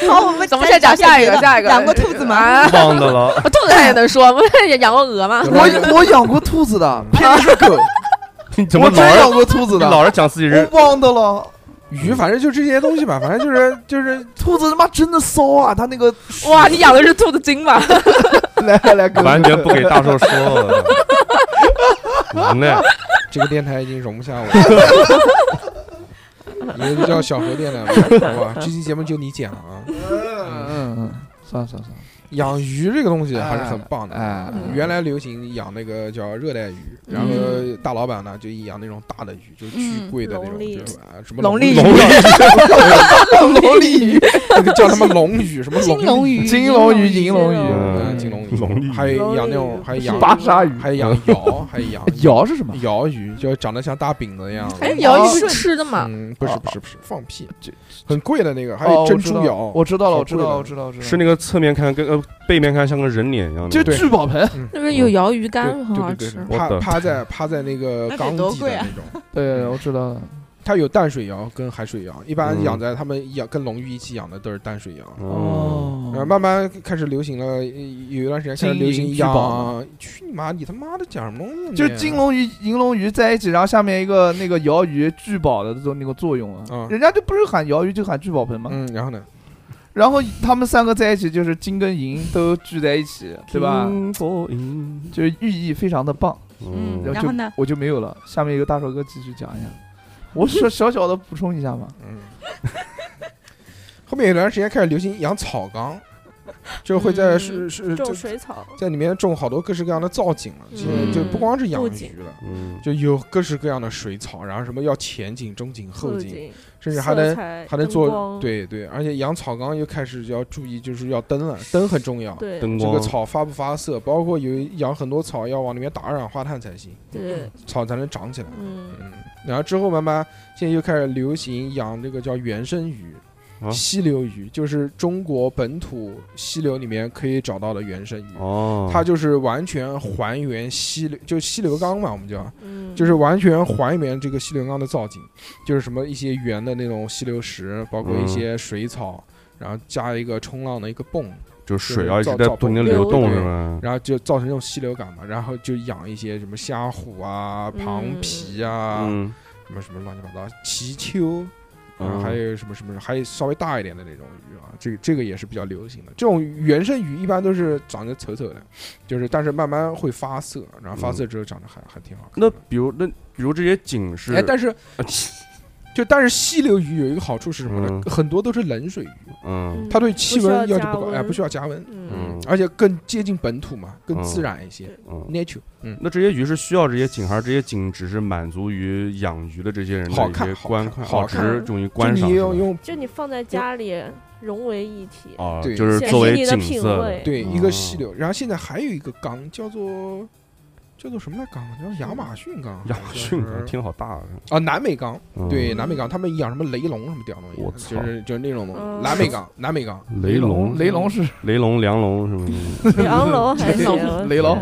S7: 好，我 们
S6: 咱们再讲下一个，下一个。
S7: 养过兔子吗？
S5: 忘得 了，
S6: 兔子也能说，不是也养过鹅吗？
S4: 我我养过兔子 的，哎
S2: 骗子是狗，
S5: 你怎么
S4: 我
S5: 老
S4: 真
S5: 是
S4: 养过兔子
S5: 你
S4: 的，
S5: 老是讲自己人
S4: 我忘的了。
S2: 鱼，反正就这些东西吧，反正就是就是
S4: 兔子他妈真的骚啊！它那 个
S6: 哇，你养的是兔子精吧？
S4: 来来 来，哥
S5: 完全不给大寿说，我操无奈，
S2: 这个电台已经容不下我了。一个叫小何电台吧，好吧，这期节目就你剪了啊。
S4: 嗯嗯嗯，算了算了算了，
S2: 养鱼这个东西还是很棒的。
S4: 哎，嗯
S2: 原来流行养那个叫热带鱼，然后大老板呢就养那种大的鱼，就巨贵的那种，
S3: 嗯
S2: 就是啊什么
S6: 龙
S2: 利
S6: 利
S2: 龙
S6: 鱼
S4: 龙利 鱼、
S2: 那个叫他们龙鱼，什么
S7: 金
S2: 龙
S7: 龙鱼、
S4: 金龙鱼、银
S3: 银
S4: 龙
S3: 龙
S4: 鱼
S3: 鱼、
S2: 嗯，
S5: 嗯，
S2: 金龙鱼，
S5: 龙利鱼
S2: 还有养那
S3: 龙
S2: 种
S3: 利鱼，
S2: 还有养
S4: 巴沙鱼、
S2: 还有 养瑶，还有养
S4: 瑶是什么？
S2: 瑶鱼，就长得像大饼子一样。
S6: 哎，瑶鱼是吃的嘛？
S2: 嗯，不是
S4: 哦
S2: 不是不是，放屁
S4: 这，
S2: 很贵的那个，还
S4: 哎
S2: 有珍珠瑶，
S4: 哦我知道了，
S2: 好
S4: 我知
S2: 贵
S4: 道
S2: 的
S4: 了，我知道了，我知道了，
S5: 是那个侧面看跟呃背面看像个人脸一样的，
S4: 就
S2: 对
S4: 聚宝盆，
S6: 那边有瑶鱼干，很好
S2: 对对对
S6: 吃。
S2: 对，
S5: 我
S2: 趴
S5: 的
S2: 趴在趴在那个
S7: 那得
S2: 缸
S7: 多
S2: 底
S7: 贵
S2: 的
S7: 啊
S2: 那种，
S4: 对，我知道了。
S2: 它有淡水瑶跟海水瑶，一般
S5: 嗯
S2: 养在他们养跟龙鱼一起养的都是淡水瑶。
S5: 哦，
S9: 嗯
S2: 然后慢慢开始流行了，呃有一段时间开始流
S4: 嗯
S2: 行
S4: 金银珠宝
S2: 养，去你妈！你他妈的讲什么东
S7: 嗯
S2: 西？
S4: 就是金龙鱼、银龙鱼在一起，然后下面一个那个瑶鱼聚宝的这种那个作用啊
S2: 嗯，
S4: 人家就不是喊瑶鱼就喊聚宝盆吗？
S2: 嗯，然后呢？
S4: 然后他们三个在一起就是金跟银都聚在一起，对
S2: 哦
S4: 吧？
S5: 金佛银？
S4: 就是寓意非常的棒。
S5: 嗯
S7: 然
S4: 然
S7: 后
S4: 后
S7: 呢
S4: 就我就没有了。下面一个大手哥继续讲 一下，我小小小的补充一下嘛。
S2: 嗯，后面有段时间开始流行养草缸，就会在
S6: 嗯
S2: 是是
S3: 种
S2: 在
S3: 水草，
S2: 在里面种好多各式各样的造景了，现在就不光是养
S3: 布
S2: 鱼
S3: 景
S2: 了。
S9: 嗯，
S2: 就有各式各样的水草，然后什么要前景、中景、后景，
S3: 景，
S2: 甚至还能
S3: 色彩
S2: 还能
S3: 哎灯
S2: 做
S3: 光
S2: 对对，而且养草纲又开始要注意，就是要灯了，灯很重要。
S3: 对
S9: 灯
S2: 这个
S9: 光，
S2: 草发不发色，包括有养很多草要往里面打二氧化碳才行，
S3: 对，
S2: 草才能长起来。
S3: 嗯，
S2: 嗯，然后之后慢慢现在又开始流行养这个叫原生鱼。
S9: 啊
S2: 溪流鱼就是中国本土溪流里面可以找到的原生鱼，
S9: 哦，
S2: 它就是完全还原溪流，就溪流缸嘛，我们叫，
S3: 嗯
S2: 就是完全还原这个溪流缸的造景，就是什么一些圆的那种溪流石，包括一
S9: 嗯
S2: 些水草，然后加一个冲浪的一个泵，
S9: 就是水要一直在
S2: 造
S9: 不停的
S2: 造
S9: 流动
S2: 对
S9: 是吧？
S2: 然后就造成这种溪流感嘛。然后就养一些什么虾虎啊、螃皮啊，
S9: 嗯，
S2: 什么什么乱七八糟鳍鳅。啊，
S9: 嗯
S2: 还有什么什么，还有稍微大一点的那种鱼啊，这个这个也是比较流行的。这种原生鱼一般都是长得丑丑的，就是但是慢慢会发色，然后发色之后长得还、还挺好看的。
S9: 嗯那比如那比如这些景是呃
S2: 哎，，但是就但是溪流鱼有一个好处是什么呢？
S9: 嗯
S2: 很多都是冷水鱼，
S9: 嗯
S2: 它对气温要
S3: 要
S2: 求
S3: 加
S2: 不高，哎，
S3: 温
S2: 不需要加温，
S3: 嗯
S9: 嗯，
S2: 而且更接近本土嘛，更
S9: 嗯
S2: 自然一些
S9: 嗯，
S2: ，nature，嗯，
S9: 那这些鱼是需要这些景，还是这些景只是满足于养鱼的这些人
S2: 好
S9: 的一
S2: 看
S9: 些
S2: 好
S9: 观
S2: 看
S9: 看，
S2: 好
S9: 哦只
S3: 看
S9: 是用于
S2: 就
S9: 观赏
S2: 你
S9: 是
S2: 要
S9: 吧？
S2: 用
S3: 就你放在家里融为一体，
S9: 哦，
S2: 对
S9: 就是
S3: 显
S9: 作
S3: 示
S9: 为
S3: 你的
S9: 景
S3: 品
S9: 色的
S3: 味
S2: 对一个溪
S9: 哦
S2: 流，然后现在还有一个缸叫做。叫做什么来缸？叫亚马逊缸。
S9: 亚马逊
S2: 还是
S9: 听好大啊！
S2: 啊，南美缸。
S9: 嗯
S2: 对，南美缸，他们养什么雷龙什么屌东西
S9: 我，
S2: 就
S9: 操
S2: 是就是那种东西。
S3: 嗯
S2: 南美缸，南美缸。
S9: 雷龙、
S4: 雷龙是
S9: 雷龙、梁龙什嗯么 的，
S3: 洋楼还
S4: 雷
S3: 行，
S4: 龙雷龙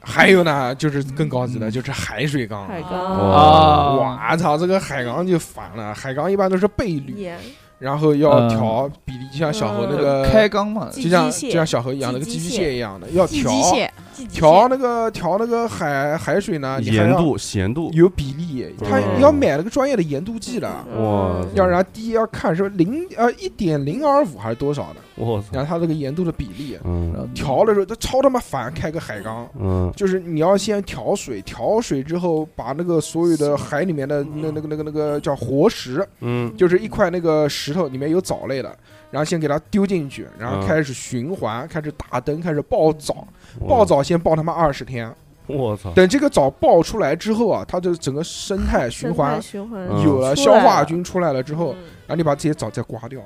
S2: 还有呢，就是更高
S9: 嗯
S2: 级的，就是海水缸。
S3: 海
S9: 哦
S3: 缸、
S4: 啊，
S2: 我操，这个海缸就烦了。海缸一般都是倍率，
S3: 盐，
S2: 然后要调比例，就像小何那
S9: 嗯
S2: 个，
S4: 开缸嘛，
S2: 就像
S3: 机械
S2: 就像小何养那个寄居蟹一样的，要
S7: 寄
S2: 调
S7: 机械，
S2: 调那个调那个海海水呢，啊你还
S9: 盐
S2: 要
S9: 度、咸度，
S2: 有比例，
S9: 嗯
S2: 他要买那个专业的盐度计的，
S9: 哇
S3: 嗯
S2: 要然后第一要看是零呃一点零二五还是多少的，
S9: 我 操，
S2: 然后它这个盐度的比例
S4: 然后
S9: 嗯
S2: 调的时候，它超他妈烦，开个海缸。
S9: 嗯，
S2: 就是你要先调水，调水之后把那个所有的海里面的那
S3: 嗯
S2: 那个那个那个叫活石，
S9: 嗯，
S2: 就是一块那个石头里面有藻类的，然后先给它丢进去，然后
S9: 嗯
S2: 开始循环，开始打灯，开始爆藻，
S9: 我
S2: 爆，藻先爆他妈二十天，
S9: 嗯我操，
S2: 等这个藻爆出来之后啊，它的整个生态循
S3: 生
S2: 环
S3: 态循环
S9: 嗯
S2: 有了
S3: 出来
S2: 消
S3: 了
S2: 化菌出来了之后，
S3: 嗯
S2: 然后你把这些藻再刮掉，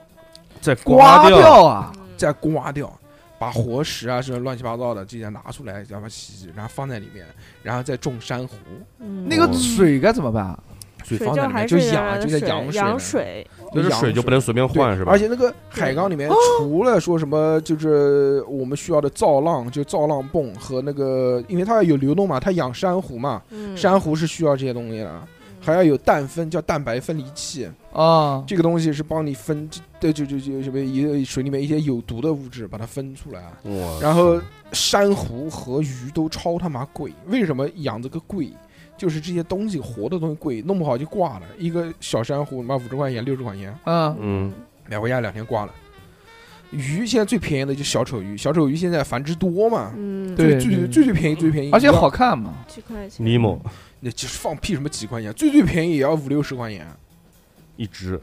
S9: 再
S4: 刮
S9: 掉，
S4: 掉啊，
S3: 嗯
S2: 再刮掉，把活石啊什么乱七八糟的这些拿出来，然后洗，然后放在里面，然后再种珊瑚。
S3: 嗯
S4: 那个水该怎么办？啊
S2: 水
S3: 水
S2: 放在
S3: 就
S2: 里面
S3: 还
S2: 就是养
S3: 原
S2: 啊，
S3: 来
S2: 就在
S3: 的水
S2: 养水
S3: 养
S2: 呢，
S3: 水，
S9: 但是
S2: 养
S9: 水就不能随便
S2: 对
S9: 换是吧？
S2: 而且那个海缸里面除了说什么，就是我们需要的造浪，就造浪泵和那个，因为它要有流动嘛，它养珊瑚嘛，
S3: 嗯
S2: 珊瑚是需要这些东西的，还要有氮分，叫蛋白分离器，
S4: 啊，
S2: 这个东西是帮你分，对，就就就什么一水里面一些有毒的物质把它分出来。
S9: 我
S2: 然后珊瑚和鱼都超他妈贵，为什么养这个贵？就是这些东西活的东西贵，弄不好就挂了。一个小珊瑚，妈五十块钱、六十块钱，
S4: 嗯，
S9: 嗯，
S2: 买回家两天挂了。鱼现在最便宜的就是小丑鱼，小丑鱼现在繁殖多嘛，
S3: 嗯，
S4: 对
S2: 最最最最便宜最便宜，
S4: 而且
S2: 一万
S4: 好，看嘛，
S3: 几块钱，
S9: 尼莫
S2: 那就是放屁什么几块钱，最最便宜也要五六十块钱
S9: 一只，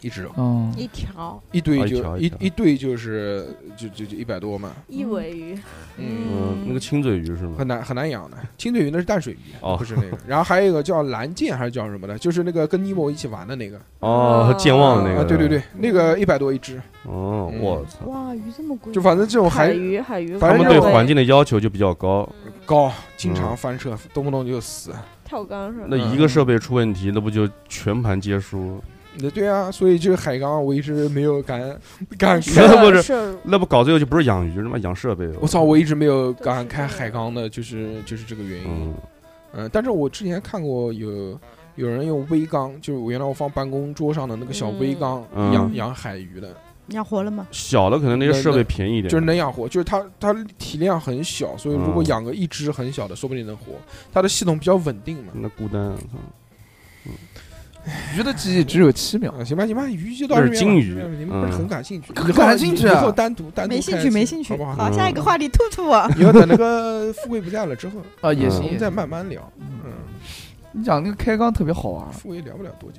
S2: 一只，
S4: 嗯，
S7: 一条
S2: 一对
S9: 哦一
S2: 就
S9: 条
S2: 一
S9: 一条
S2: 一对就是就就就一百多嘛，
S3: 一尾鱼，
S2: 嗯，
S9: 嗯，那个亲嘴鱼是吗？
S2: 很难很难养的。清嘴鱼那是淡水鱼，
S9: 哦
S2: 不是那个。然后还有一个叫蓝剑还是叫什么的，就是那个跟尼莫一起玩的那个。
S9: 哦，和健忘的那
S2: 啊
S9: 个，嗯
S2: 对对，对，那个一百多一只，
S9: 哦，
S2: 嗯
S9: 我操，
S7: 哇，鱼这么贵，
S2: 就反正这种
S3: 海
S2: 还
S3: 鱼，海鱼，
S2: 反
S9: 他
S2: 正
S9: 们
S2: 这
S9: 对
S2: 种
S9: 环境的要求就比较高，
S2: 高，经
S9: 嗯
S2: 常翻车，动不动就死。
S3: 跳缸是吧？
S9: 那
S2: 嗯
S9: 一个设备出问题，那不就全盘皆输？
S2: 那对啊，所以这个海缸我一直没 有敢敢
S9: 那
S2: 开。
S9: 不是
S3: 摄入
S9: 那不搞最后就不是养鱼，是他妈养设备。
S2: 我操！我一直没有敢开海缸的，就是就是这个原因
S9: 嗯。，
S2: 嗯，但是我之前看过有有人用微缸，就是我原来我放办公桌上的那个小微缸
S9: 嗯
S2: 养养海鱼的，
S7: 养活了吗？
S9: 小的可能那些设备便宜一点，
S2: 就是能养活，就是它它体量很小，所以如果
S9: 嗯
S2: 养个一只很小的，说不定能活。它的系统比较稳定嘛。
S9: 那孤
S5: 啊
S9: 单，操
S4: 鱼的记忆只有七秒，
S2: 啊，行吧行吧，鱼就到
S9: 那
S2: 这
S9: 是
S2: 边
S9: 金
S2: 吧
S9: 鱼
S2: 你们不是
S9: 嗯
S2: 很感兴趣？
S4: 很
S2: 以后
S4: 感兴趣
S2: 以
S4: 啊
S2: 后单独单独
S7: 没兴
S2: 开
S7: 趣，
S2: 一
S7: 没
S2: 期
S7: 兴趣。
S2: 好不嗯啊好？
S7: 好，下一个话题，兔兔。
S2: 以后等那个富贵不在了之后，
S4: 啊，也
S9: 嗯
S2: 我们
S4: 行。
S2: 再慢慢聊。嗯，
S4: 你讲那个开缸特别好玩，
S2: 富贵聊不了多久，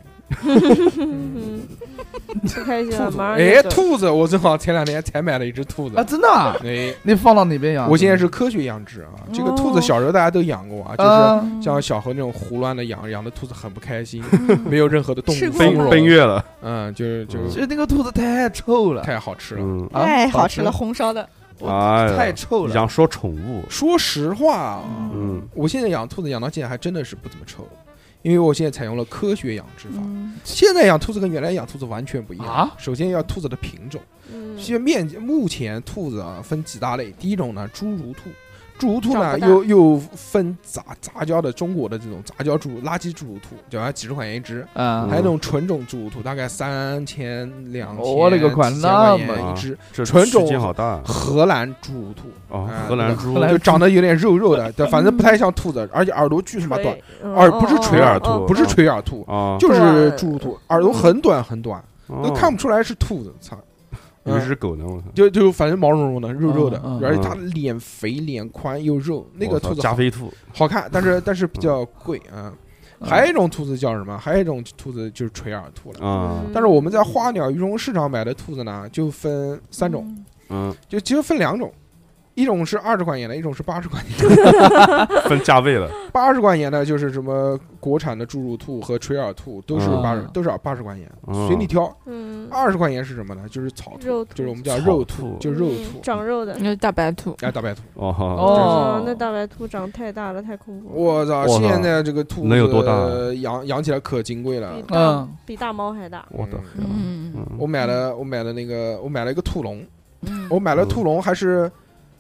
S3: 不开心了，马上
S2: 哎，
S3: 就走。
S2: 兔子，我正好前两天才买了一只兔子
S4: 啊，。真的啊，
S2: 哎，
S4: 那放到哪边养？
S2: 我现在是科学养殖啊。这个兔子小时候大家都养过啊，就是
S4: 啊，
S2: 像小何那种胡乱的养，养的兔子很不开心，没有任何的动物
S5: 奔
S2: 丰
S5: 奔
S2: 容。
S5: 月了，
S2: 嗯，就是就
S4: 就是是那个兔子太臭了，
S2: 太好吃了。
S5: 嗯，
S4: 啊
S7: 太哎好吃了，，红烧的。
S4: 我
S5: 哎呀
S4: 太臭了。
S5: 养说宠物，
S2: 说实话啊，
S5: 嗯，
S2: 我现在养兔子养到现在还真的是不怎么臭，因为我现在采用了科学养殖法。
S8: 嗯
S2: 现在养兔子跟原来养兔子完全不一样
S4: 啊
S2: 首先要兔子的品种，
S3: 嗯
S2: 现在面目前兔子啊分几大类，第一种呢侏儒兔，侏儒兔
S8: 长
S2: 呢
S8: 不大
S2: 又又分杂杂交的中国的这种杂交侏儒垃圾侏儒兔，就好像几十块钱一只，
S4: 嗯
S2: 还有那种纯种侏儒兔，大概三千两千，
S4: 我勒个乖
S2: 几千块
S4: 那
S5: 么
S2: 钱
S5: 啊
S2: 一只，
S5: 这
S2: 纯
S5: 世
S2: 种
S5: 界好大
S2: 荷兰侏儒兔。
S5: 啊
S2: 哎，
S5: 荷兰猪
S4: 荷兰
S2: 就长得有点肉肉的，对，反正不太像兔子，而且耳朵巨他妈短
S3: 对，，嗯
S2: 耳不是垂
S5: 耳
S3: 哦
S5: 兔
S3: 哦
S2: 不是垂耳兔，
S5: 啊，
S2: 就是
S3: 对
S2: 侏儒兔，耳朵很短很短，
S5: 哦
S2: 都看不出来是兔子，操！
S5: 以为
S2: 嗯
S5: 是哦狗呢，我操，
S2: 就就反正毛茸茸的、肉肉的
S4: 嗯嗯，
S2: 而且它脸肥、脸宽又肉，那个
S5: 我操
S2: 兔子
S5: 加
S2: 好
S5: 菲兔，
S2: 好看，但 是但是比较贵啊。还有一种兔子叫什么？还有一种兔子就是垂耳兔了。
S5: 啊，
S2: 但是我们在花鸟鱼虫市场买的兔子呢，就分三种，
S5: 嗯，
S2: 就其实分两种，一种是二十块钱的，一种是八十块钱的。
S5: 嗯分价位了，
S2: 八十块钱的就是什么国产的侏儒兔和垂耳兔，都是
S5: 嗯
S2: 八十，都是八十块钱，
S5: 嗯
S2: 随你挑。
S3: 嗯，
S2: 二十块钱是什么呢？就是草兔，
S3: 肉兔
S2: 哦就是我们叫
S5: 草
S2: 啊肉
S5: 兔
S2: 就
S3: 嗯
S2: 是肉兔，
S3: 长肉的
S6: 那。是大白兔，
S2: 哎，大白兔。
S5: 哦，
S3: 哦
S4: 哦，，
S3: 那大白兔长太大了，太恐怖了，
S2: 我操！
S5: 我操
S2: 现在这个兔子
S5: 能有多大啊
S2: 养养起来可金贵了
S3: 比。大、
S4: 嗯
S3: 比大猫还大。
S5: 我的，
S2: 嗯
S7: 嗯
S2: 我买了，我买了那个，我买了一个兔笼，
S7: 嗯
S2: 我买了兔笼，还是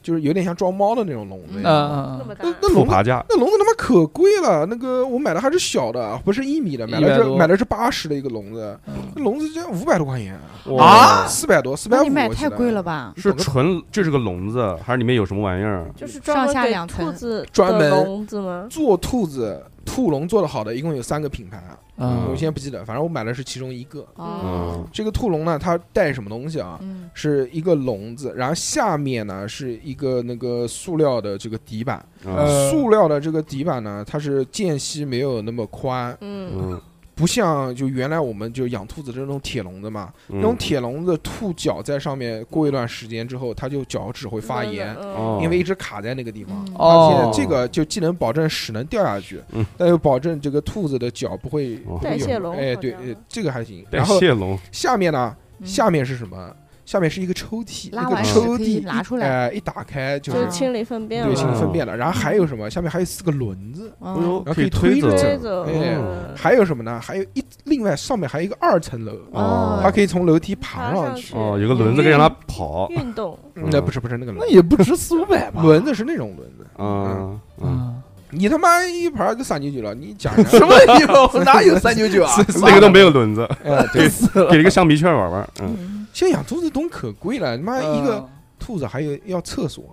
S2: 就是有点像装猫的那种笼子。
S7: 嗯
S4: 嗯
S3: 那
S4: 嗯
S3: 么大
S2: 那，那
S5: 兔
S2: 笼子
S5: 爬架，
S2: 那笼子他妈可贵了，那个我买的还是小的，啊不是一米的，买的
S4: 100
S2: 是
S4: 多
S2: 买的是八十的一个笼子，
S4: 嗯
S2: 那笼子就五百多块钱啊
S5: 哇
S2: 四百多，四百
S7: 那
S2: 五，
S7: 你买太贵了？吧？
S5: 是纯就是个笼子，还是里面有什么玩意
S2: 啊
S5: 儿？
S3: 就是专门
S7: 上下
S3: 给
S7: 两层
S3: 兔子的
S2: 专门
S3: 笼子吗？
S2: 做兔子兔笼做的好的，一共有三个品牌，啊
S4: 嗯
S2: 我现在不记得，反正我买的是其中一个。
S7: 哦，
S5: 嗯，
S2: 这个兔笼呢，它带什么东西啊？
S7: 嗯
S2: 是一个笼子，然后下面呢是一个那个塑料的这个底板，
S5: 嗯
S4: 呃
S2: 塑料的这个底板呢，它是间隙没有那么宽，
S3: 嗯，
S5: 嗯，
S2: 不像就原来我们就养兔子这种铁笼子嘛，
S5: 嗯
S2: 那种铁笼子兔脚在上面过一段时间之后，它就脚趾会发炎，
S3: 嗯
S5: 哦
S2: 因为一直卡在那个地方。
S7: 嗯
S2: 而且
S4: 哦，
S2: 这个就既能保证屎能掉下去，
S5: 嗯
S2: 但又保证这个兔子的脚不会不
S5: 哦
S2: 会
S3: 代
S2: 有
S3: 谢笼
S2: 哎，
S3: 好
S2: 对，
S3: 像
S2: 呃这个还行。
S5: 带
S2: 然后
S5: 蟹笼，
S2: 下面呢，
S7: 嗯
S2: 下面是什么？下面是一个抽屉，
S7: 拉
S2: 一个
S7: 完
S2: 抽
S7: 屎可以
S2: 屉
S7: 拿
S2: 一
S7: 出来
S2: 哎，一打开就
S3: 就是是清理粪便
S2: 对，清理
S3: 了，
S2: 粪便了。然后还有什么？下面还有四个轮子，
S5: 哎呦，
S7: 嗯，
S2: 然后
S5: 可以
S2: 可以推
S5: 走，
S3: 推走。
S2: 哎
S3: 嗯
S2: 还有什么呢？还有一另外上面还有一个二层楼，
S5: 哦
S2: 它可以从楼梯爬
S3: 爬
S2: 上去。
S3: 去
S5: 哦，有个轮子可以让它跑，
S3: 运动，
S2: 嗯那不是不是那个轮
S4: 那
S2: 子，
S4: 也不值四五百吧？啊
S2: 轮子是那种轮子。
S5: 嗯嗯，
S4: 嗯，
S2: 你他妈一盘就三九九了，你讲一 下
S4: 什么 有？哪有三九九啊？
S5: 那个都没有轮子，
S2: 嗯 哎，对，
S5: 给了一个橡皮圈玩玩，嗯，
S2: 现在养兔子懂可贵了，他妈一
S3: 嗯
S4: 嗯
S2: 个兔子还有要厕所，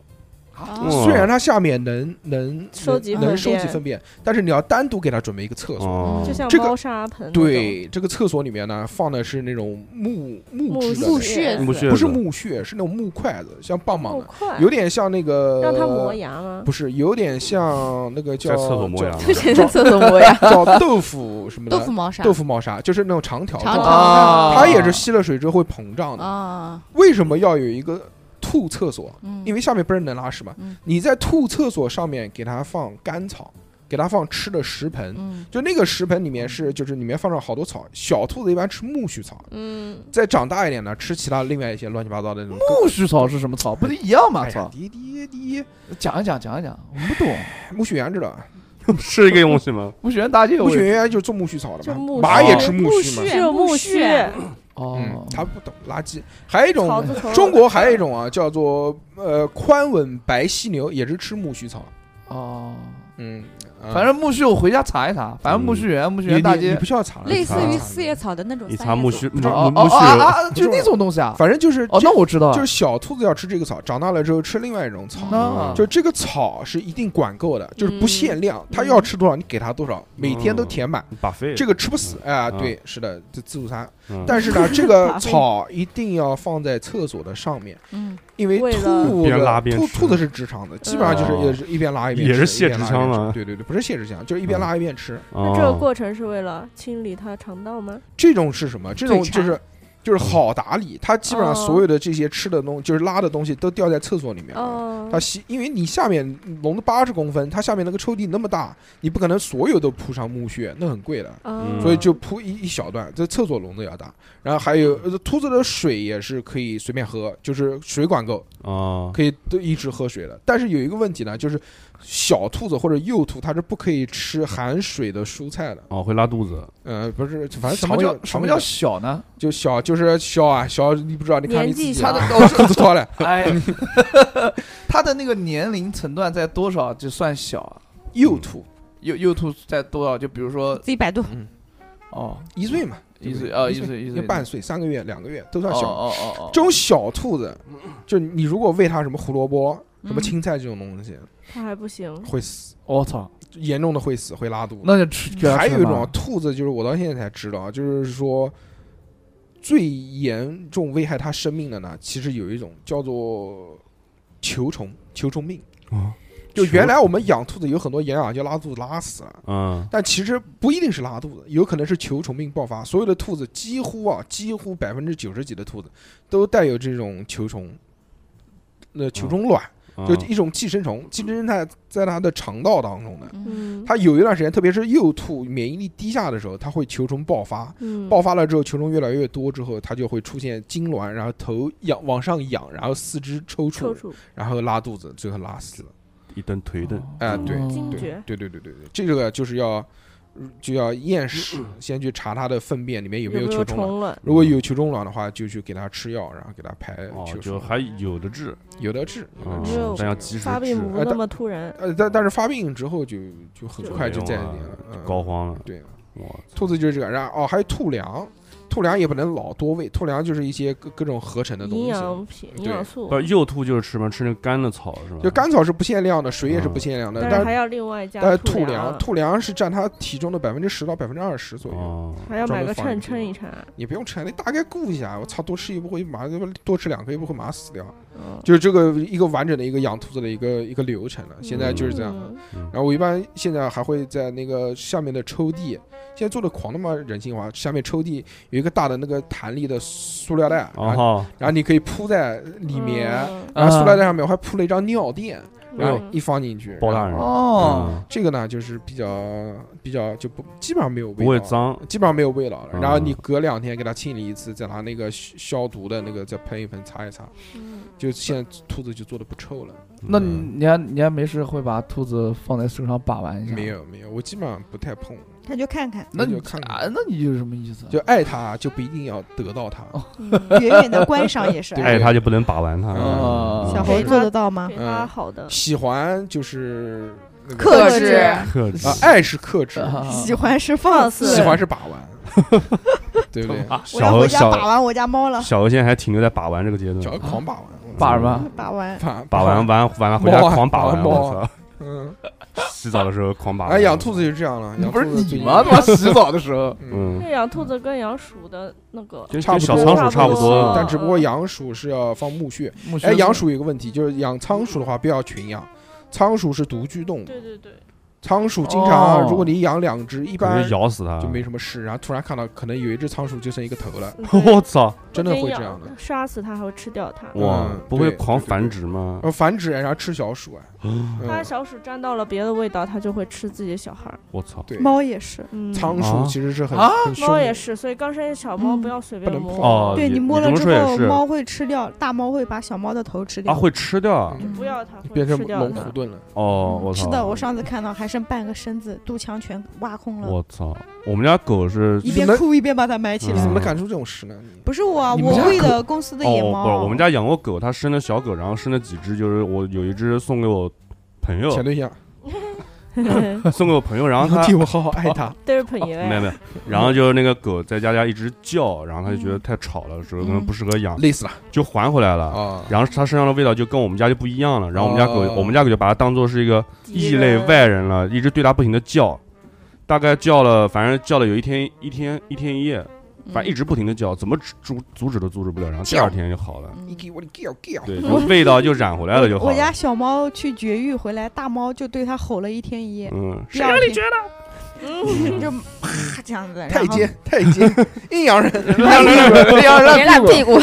S5: 哇
S2: 虽然它下面能能
S3: 收集
S2: 能能
S3: 粪
S2: 收集
S3: 便
S2: 粪便，但是你要单独给它准备一个厕所。
S5: 哦
S3: 就，
S2: 嗯
S3: 像
S2: 这个
S3: 猫砂盆那种，
S2: 对，这个厕所里面呢放的是那种木木
S3: 木
S2: 质的那
S3: 木
S2: 种，
S3: 屑
S5: 木屑
S2: 不是木屑，是那种木筷子，像棒棒
S3: 木
S2: 的，
S3: 块，
S2: 有点呃像那个
S3: 让它磨，牙吗？
S2: 不是，有点像那个叫
S5: 在厕所磨牙
S2: 叫
S5: 吗？
S6: 这厕怎么呀？
S2: 叫豆腐什么
S7: 豆腐
S2: 的，
S7: 毛啥？
S2: 豆腐猫砂，就是那种长条
S7: 长
S2: 状
S7: 条
S2: 的，
S7: 的
S4: 啊
S2: 它也是吸了水之后会膨胀的。
S7: 啊，
S2: 为什么要有一个兔厕所？
S7: 嗯，
S2: 因为下面不是能拉屎嘛
S7: 嗯，
S2: 你在兔厕所上面给它放干草，给它放吃的食盆，
S7: 嗯
S2: 就那个食盆里面是就是里面放上好多草，小兔子一般吃苜蓿草，
S3: 嗯，
S2: 再长大一点呢吃其他另外一些乱七八糟的那种。
S4: 苜蓿草是什么草？不是一样吗？
S2: 哎呀哎
S4: 草，，
S2: 滴滴滴，
S4: 讲一讲，讲一讲，我们不懂。
S2: 苜蓿园知道，
S5: 是一个东西吗？
S4: 吴雪原大街有
S2: 苜蓿园就是种苜蓿草
S3: 就
S2: 的嘛，
S3: 木
S2: 马也
S3: 屑
S2: 吃苜蓿嘛。
S3: 只有木屑，
S4: 哦
S2: 嗯，，他不懂垃圾。还有一
S3: 草
S2: 种
S3: 字
S7: 哦
S3: 头，
S2: 中国还有一种啊，叫做呃宽吻白犀牛，也是吃苜蓿草。
S4: 哦，
S2: 嗯，啊
S4: 反正苜蓿我回家查一查，反正苜蓿园、苜蓿
S2: 你
S4: 园大
S2: 你你
S4: 街
S2: 不，需要查了，
S7: 类
S2: 你
S7: 似
S2: 查了
S7: 于
S2: 查了
S7: 四叶草的那种
S5: 一
S7: 三
S5: 查
S7: 叶
S5: 木
S7: 草
S5: 须木
S2: 知道
S4: 哦
S5: 木
S4: 哦
S5: 木
S4: 啊啊
S5: 须，
S4: 啊，就那种东西啊。
S2: 反正就是就
S4: 哦，那我知道
S2: 就是
S4: 了。
S2: 小兔子要吃这个草，长大了之后吃另外一种草。
S4: 那
S2: 就这个草是一定管够的，
S7: 嗯
S2: 就是不限量，它要吃多少你给它多少，每天
S4: 嗯
S2: 都填满，
S5: 把肺
S2: 这个吃不死啊。
S5: 嗯
S2: 对，是的，这自助餐。
S5: 嗯
S2: 但是呢，这个草一定要放在厕所的上面，
S7: 嗯，
S2: 因为
S3: 为了嗯
S2: 兔
S5: 边
S2: 子
S5: 拉边
S2: 兔
S5: 吃
S2: 兔子是直肠的，基本上就是
S5: 哦
S2: 也是一边拉一边
S5: 也
S2: 吃
S5: 是蟹
S2: 一边
S5: 直
S2: 拉一
S5: 肠
S2: 边吃
S5: 吗
S2: 对对对，不是蟹直肠，就是一边
S5: 嗯
S2: 拉一边吃。
S3: 那这个
S5: 哦，
S3: 过程是为了清理它肠道吗？
S2: 这种是什么？这种
S7: 嘴
S2: 就
S7: 馋
S2: 是就是好打理，它基本上
S3: 哦
S2: 所有的这些吃的东，就是拉的东西都掉在厕所里面了。
S3: 哦
S2: 它，吸，因为你下面笼子八十公分，它下面那个抽屉那么大，你不可能所有都铺上木屑，那很贵的。
S5: 嗯
S3: 哦
S2: 所以就铺一一小段，这厕所笼子也要大，然后还有
S3: 嗯
S2: 呃兔子的水也是可以随便喝，就是水管够，
S5: 哦，
S2: 可以都一直喝水的。但是有一个问题呢，就是小兔子或者幼兔它是不可以吃含水的蔬菜的。
S5: 哦，会拉肚子，
S2: 呃，不是，反正
S4: 什
S2: 肠
S4: 么
S2: 胃
S4: 叫
S2: 肠
S4: 什么
S2: 胃
S4: 叫小呢？
S2: 就小就是小啊小，你不知道，你看你
S3: 年
S2: 自己
S3: 纪 小
S2: 啊，裤子脱了。
S4: 哎， 他的那个年龄层段在多少就算小啊？
S2: 幼兔
S4: 幼幼兔在多少？就比如说
S7: 自己百度。
S4: 哦，
S2: 一岁嘛，
S4: 一
S2: 对不
S4: 岁
S2: 对
S4: 啊，
S2: 一
S4: 一岁一
S2: 一
S4: 岁
S2: 半岁、三个月、两个月都
S4: 哦
S2: 算小。
S4: 哦哦哦，
S2: 这种小兔子，就你如果喂它什么胡萝卜、什么
S7: 嗯
S2: 青菜这种东西，
S3: 它还不行。
S2: 会死，
S4: 我操，
S2: 严重的会死，会拉肚子。
S4: 那就吃给它
S2: 还有
S4: 吃
S2: 一
S4: 嘛
S2: 种兔子，就是我到现在才知道，啊就是说最严重危害它生命的呢，其实有一种叫做球虫球虫病。
S5: 哦
S2: 就
S5: 球
S2: 原来我们养兔子有很多养养就拉肚子拉死了，
S5: 嗯，
S2: 但其实不一定是拉肚子，有可能是球虫病爆发。所有的兔子几乎啊，几乎百分之九十几的兔子都带有这种球虫，那球虫卵、
S5: 嗯
S2: 就一种寄生虫，寄生在在它的肠道当中的。
S3: 嗯，
S2: 它有一段时间，特别是幼兔免疫力低下的时候，它会球虫爆发，
S3: 嗯
S2: 爆发了之后，球虫越来越多之后，它就会出现痉挛，然后头仰往上仰，然后四肢抽搐，
S3: 抽搐、
S2: 然后拉肚子，最后拉死。
S5: 一蹬腿一蹬，
S2: 哎、对，
S3: 嗯惊
S2: 对
S3: 厥，
S2: 对对对对对，这个就是要就要 验尸，先去查它的粪便里面有没
S3: 没
S2: 有球
S3: 有
S2: 虫卵。
S3: 虫卵？
S2: 如果有球虫卵的话，就去给它吃药，然后给它排
S5: 哦
S2: 球，虫
S5: 就。还有的治，
S2: 有的治，有的
S5: 嗯
S2: 治
S3: 没有，
S5: 但要及时
S3: 发病不
S5: 治，
S3: 那么突然。
S2: 呃，但但是发病之后就就很快就再
S5: 这
S2: 也
S5: 样
S2: 没
S5: 啊
S2: 了。嗯
S5: 膏肓了，
S2: 对，
S5: 我
S2: 兔子就是这个，然后哦还有兔粮，兔粮也不能老多喂，兔粮就是一些各各种合成的东
S3: 营
S2: 西。
S3: 养品、营
S2: 对
S3: 养素
S5: 不，是幼兔就是吃什么吃那个干的草是吧？
S2: 就甘草是不限量的，水也是不限量的，
S3: 但
S2: 呃但
S3: 是还要另外加
S2: 但是
S3: 兔
S2: 粮，
S3: 粮，
S2: 兔粮是占它体重的百分之十到百分之二十左右。
S5: 哦，
S3: 还要
S2: 专
S3: 买
S2: 门
S3: 个
S2: 放一
S3: 秤
S2: 只
S3: 称一称。
S2: 你不用称，你大概估一下。我操，多吃一步会马上多吃两颗，一步会马上死掉。
S3: 嗯
S2: 就是这个一个完整的一个养兔子的一个一个流程了。现在就是这样。
S3: 嗯
S2: 然后我一般现在还会在那个下面的抽屉，现在做的狂他妈人性化，下面抽屉有一个大的那个弹力的塑料袋，然
S3: 哦
S5: 然
S2: 后
S5: 后
S2: 然后你可以铺在里面，
S3: 嗯
S2: 然后塑料袋上面我还铺了一张尿垫，然后
S3: 嗯
S2: 一放进去，
S5: 包
S2: 然
S5: 大
S2: 后
S5: 人
S4: 哦，
S5: 嗯
S2: 这个呢就是比较比较就不基本上没有味道，
S5: 不会脏，
S2: 基本上没有味道了。
S5: 嗯
S2: 然后你隔两天给它清理一次，再拿那个消消毒的那个再喷一喷，擦一擦，
S3: 嗯
S2: 就现在兔子就做的不臭了。
S4: 那你
S5: 嗯
S4: 你还你还没事会把兔子放在手上把玩一下？
S2: 没，有没有，我基本上不太碰，
S7: 那就看看，
S4: 嗯那
S2: 那
S4: 你
S2: 就看看
S4: 啊，那你有什么意思啊？
S2: 就爱它就不一定要得到它。
S4: 哦
S3: 嗯
S7: 远远的观赏也是
S2: 对
S5: 爱哎它就不能把玩它。
S4: 哦
S7: 小
S5: 嗯
S7: 猴
S3: 猴
S7: 做
S3: 做
S7: 得
S3: 得
S7: 到吗？
S3: 给它好的，
S2: 喜欢就是那个
S7: 克
S6: 制
S5: 克制
S2: 啊，爱是克制，
S4: 啊
S7: 喜欢是放肆，
S2: 喜欢是把 玩，对不对？
S7: 我要
S5: 小
S7: 回
S5: 猴
S7: 家
S5: 小
S7: 把玩我家猫了，
S5: 小猴现在还停留在把玩这个阶
S2: 主要
S5: 段，
S2: 狂把玩，
S4: 把玩，
S7: 把玩。
S2: 把
S5: 嗯把玩，玩完了回家
S2: 猫啊
S5: 狂把
S2: 把玩
S5: 玩，
S2: 猫啊
S5: 我操！
S2: 嗯，
S5: 洗澡的时候狂把玩。
S2: 哎，养兔子就这样了，养
S4: 不是
S2: 兔子最
S4: 你
S2: 近，
S4: 吗？他妈洗澡的时候
S2: 嗯。
S5: 嗯
S3: 那，养兔子跟养鼠的那个
S5: 跟
S2: 差
S5: 跟
S2: 不
S5: 小
S2: 多嗯
S5: 仓鼠差不
S3: 差不多
S5: 多。啊
S2: 但只不过养鼠是要放木屑。
S4: 木须
S2: 哎，养鼠有个问题，就是养仓鼠的话不要群养，仓鼠是独居动物，
S3: 对对 对，
S2: 仓鼠经常
S4: 哦
S2: 如果你养两只，一
S5: 可能
S2: 般
S5: 是咬啊死它
S2: 就没什么事，然后突然看到可能有一只仓鼠就剩一个头了，
S5: 我操！
S2: 真的
S3: 真
S2: 会
S3: 咬
S2: 这样的。
S3: 杀死它还会吃掉它。
S5: 哇
S2: 嗯，
S5: 不会
S2: 对
S5: 狂
S2: 对对
S5: 繁
S2: 对
S5: 殖吗？
S2: 呃，繁殖然后吃小鼠啊，
S3: 它
S2: 嗯，
S3: 小鼠沾到了别的味道，它就会吃自己的小孩儿。
S5: 我操！
S2: 对，
S7: 猫也是，
S3: 嗯，
S2: 仓鼠
S5: 啊
S2: 其实是很
S4: 啊
S2: 很凶
S3: 猫也
S2: 的，
S3: 是，所以刚生小猫
S7: 嗯
S3: 不要随
S2: 不
S3: 便
S2: 能
S3: 摸。
S2: 碰哦
S7: 对
S5: 也
S7: 你摸
S5: 这
S7: 了
S5: 么
S7: 之
S5: 说也
S7: 后，
S5: 是
S7: 猫会吃掉，大猫会把小猫的头吃掉。
S5: 啊，会吃掉啊
S2: 嗯
S3: 不要它会
S2: 变成
S3: 吃掉
S2: 龙
S3: 它
S2: 虎盾了。
S5: 哦！我操！
S7: 是的，我上次看到还剩半个身子，肚腔全挖空了，
S5: 我操！我们家狗是
S7: 一边哭一边把它埋起
S2: 你怎
S7: 来
S5: 嗯。
S2: 么能干出这种事呢？你
S7: 不是我啊，
S2: 你们家
S7: 我喂的公司的野
S5: 哦，
S7: 猫。
S5: 不是，我们家养过狗，它生了小狗，然后生了几只，就是我有一只送给我朋友
S2: 前，对象，
S5: 送给我朋友，然后
S2: 你要
S5: 它
S2: 替我好好爱它。
S3: 都是朋友
S5: 哦没有没
S3: 哎。
S5: 有，然后就是那个狗在家家一直叫，然后它就觉得太吵了，说可能
S7: 嗯
S5: 不适合养，
S2: 累死了
S5: 就还回来了。
S2: 啊！
S5: 然后它身上的味道就跟我们家就不一样了，然后我们家狗，
S2: 哦
S5: 我们家狗就把它当做是一个
S3: 敌
S5: 异类
S3: 人
S5: 外人了，一直对它不停的叫，大概叫了，反正叫了有一天一天一天一夜，反正一直不停的叫，怎么止阻阻止都阻止不了，然后第
S2: 叫
S5: 二天就好
S7: 嗯
S5: 了，
S2: 你给我叫叫，
S5: 对，就味道就染回来了就好
S8: 我家
S5: 了。
S8: 小猫去绝育回来，大猫就对它吼了一天一夜，
S5: 嗯，
S8: 第二天
S7: 就啪这样子，然
S2: 太
S7: 后
S2: 监太监，阴阳人，
S4: 哎呀，让
S6: 别烂屁股，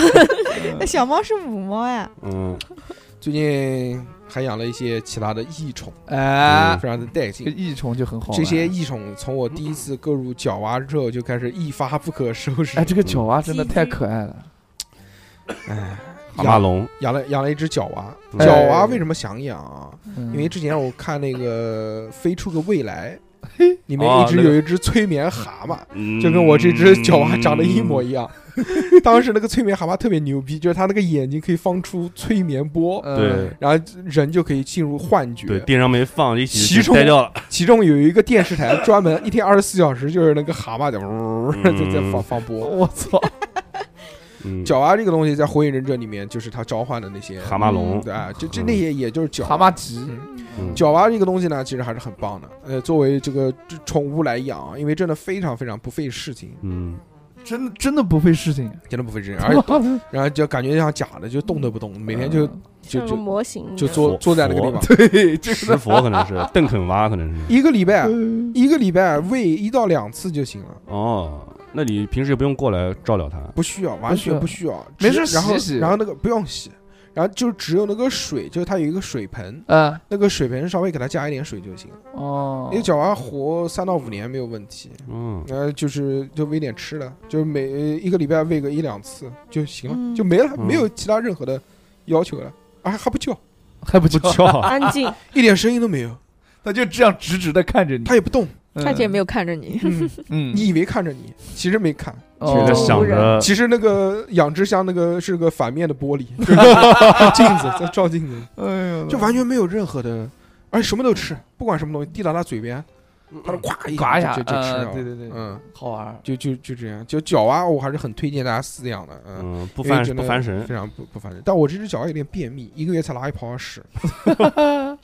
S8: 那小猫是母猫呀，
S5: 嗯，
S2: 最近还养了一些其他的异宠，
S4: 哎，
S2: 非常的带
S4: 这
S2: 劲。
S4: 异啊虫就很好玩。
S2: 嗯这些异宠从我第一次购入角蛙之后就开始一发不可收拾
S4: 哎，，这个角蛙真的太可爱了。
S5: 蛤蟆龙，
S2: 养了养了一只角蛙。
S5: 嗯
S2: 角蛙为什么想养啊？
S4: 嗯
S2: 因为之前我看那个《飞出个未来》， 里面
S5: 哦
S2: 一直
S5: 那个
S2: 有一只催眠蛤
S4: 哦
S2: 蟆，
S5: 嗯
S2: 就跟我这只角蛙长得一模一样。
S4: 嗯
S2: 当时那个催眠蛤蟆特别牛逼，就是它那个眼睛可以放出催眠波，
S4: 嗯
S5: 对
S2: 然后人就可以进入幻
S5: 对，
S2: 觉。
S5: 电商没放，一起
S2: 其
S5: 就
S2: 中
S5: 呆掉了。
S2: 其中有一个电视台专门一天二十四小时就是那个蛤蟆在呜在 在放放波。
S4: 我操，
S5: 嗯，
S2: 角蛙这个东西在《火影忍者》里面就是它召唤的那些
S5: 蛤蟆龙，
S2: 对啊，就就那些也就是角
S4: 蛤蟆急，
S5: 嗯
S2: 角蛙这个东西呢，其实还是很棒的。呃，作为这个宠物来养，因为真的非常非常不费事情，
S5: 嗯，
S4: 真的真的不费事情，
S2: 真的不费事情，而且然后就感觉像假的，就动都不
S5: 嗯
S2: 动，每天就就
S3: 像个
S2: 就
S3: 模型一
S2: 就
S3: 样
S2: 坐坐在那个地方，
S4: 对，这
S5: 石佛可能是，邓肯蛙可能 是。
S2: 一个礼 拜啊一个礼拜啊喂一到两次就行了，
S5: 哦，那你平时也不用过来照料它。
S2: 不需要，完全不需要，
S4: 没
S2: 只
S4: 事
S2: 然后
S4: 洗洗
S2: 然后那个不用洗，然后就只有那个水，就是它有一个水盆，
S4: 嗯
S2: 那个水盆稍微给它加一点水就行了。
S4: 哦
S2: 因为角蛙活三到五年没有问题，
S5: 嗯，
S2: 呃，就是就喂点吃的，就是每一个礼拜喂个一两次就行了，
S8: 嗯
S2: 就没了，
S5: 嗯
S2: 没有其他任何的要求了，啊，还不叫，
S4: 还不
S5: 不
S4: 叫，
S5: 叫，
S3: 安静，
S2: 一点声音都没有，
S4: 他就这样直直的看着你，
S2: 它也不动，
S4: 嗯
S6: 他这也没
S4: 有，
S6: 有看着你。
S2: 嗯，
S4: 嗯，哦
S2: 你以为看着你，其实没看，
S5: 现在想着
S2: 其实那个养殖箱那个是个反面的玻璃， 就是镜子在照镜子，
S4: 哎呀，
S2: 就完全没有任何的，而且什么都吃，不管什么东西递到它嘴边，它就咵一
S4: 刮一
S2: 下
S4: 下，
S2: 就就就吃
S4: 嗯
S2: 掉了，
S4: 对对对
S2: 嗯。
S4: 好玩，
S2: 就就就这样，就角蛙，我还是很推荐大家饲养的，嗯，
S5: 嗯，不
S2: 不
S5: 翻不翻神，
S2: 非常不不烦人。但我这只脚有点便秘，一个月才拉一泡泡 屎，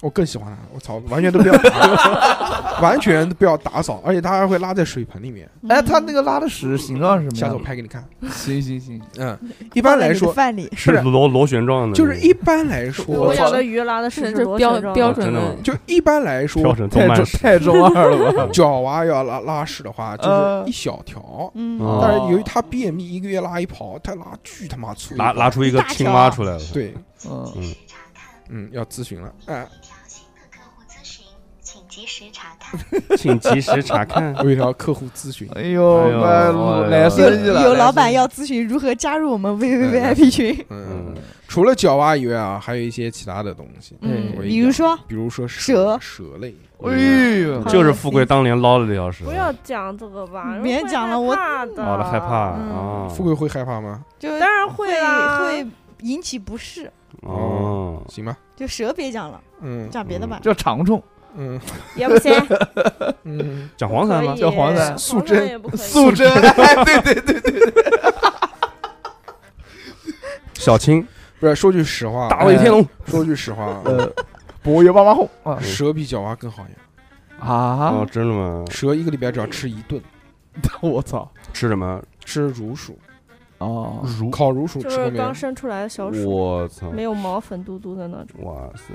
S2: 我更喜欢它。我操，完全都不要打，完全都不要打扫，而且它还会拉在水盆里面。
S4: 哎，他那个拉的屎形状是什
S2: 下次我
S4: 么
S2: 拍给你看。
S4: 样？行行行，
S2: 嗯，一般来说
S8: 饭里
S5: 是螺螺旋状的，啊
S2: 就是一般来说，
S3: 我养的鱼拉的是
S6: 是
S3: 只螺
S6: 标
S3: 旋状
S6: 标
S3: 的，
S6: 准
S5: 真的
S6: 的
S5: 吗，
S2: 就一般来
S5: 调
S2: 说，
S5: 整动
S4: 太
S5: 漫
S4: 中
S5: 史，
S4: 太中二了吧？
S2: 角蛙要拉拉屎的话，就
S4: 呃
S2: 是一小条。
S8: 嗯
S5: 哦
S2: 但是由于它便秘，一个月拉一泡，它拉巨他妈粗。
S5: 拉拉出一个青蛙出来了，
S2: 对，
S4: 嗯，
S2: 嗯，要咨询了，哎，
S5: 请及时 查看。
S2: 我有一条客户咨询，
S4: 哎呦，妈
S2: 哎
S4: 来生意了，
S8: 有老板要咨询如何加入我们 VVVIP 群，
S2: 嗯
S5: 嗯，，
S2: 除了角蛙以外啊，还有一些其他的东西，
S4: 嗯
S2: 我一
S8: 比如
S2: 讲
S8: 说
S2: 比如说
S8: 蛇
S2: 蛇类，
S4: 哎
S2: 嗯
S4: 呦，
S5: 就是富贵当年捞了这条
S3: 嗯
S5: 蛇，
S3: 不要讲这个吧，
S8: 别讲了我
S5: 捞
S3: 好
S5: 了害怕
S8: 嗯
S5: 啊，
S2: 富贵会害怕吗？
S8: 就
S3: 当然
S8: 会
S3: 会啊啦，
S8: 会引起不适。
S5: 哦，
S2: 行吧，
S8: 就蛇别讲了，
S2: 嗯
S8: 讲别的吧。
S4: 叫长虫，
S2: 嗯
S3: 也不行，
S2: 嗯，
S5: 讲黄鳝
S3: 可
S5: 吗
S3: 以？
S4: 叫黄鳝
S2: 素
S3: 黄
S2: 贞
S3: 也不可以，
S4: 素贞，哎对对对对，
S5: 小青，
S2: 不是，说句实话，哎
S5: 大卫天龙，
S2: 说句实 话，嗯
S4: 呃，博越帮帮后
S5: 嗯
S4: 啊
S2: 蛇比角蛙更好养，
S5: 哦，
S4: 啊，
S5: 真的吗？
S2: 蛇一个礼拜只要吃一顿，
S4: 我操，
S5: 吃什么？
S2: 吃乳鼠，
S4: 哦，
S5: 如
S2: 烤乳鼠
S3: 就
S2: 吃过
S3: 是
S2: 没？
S3: 刚生出来的小鼠，
S5: 我操，
S3: 没有毛，粉嘟嘟的那种。
S5: 哇塞，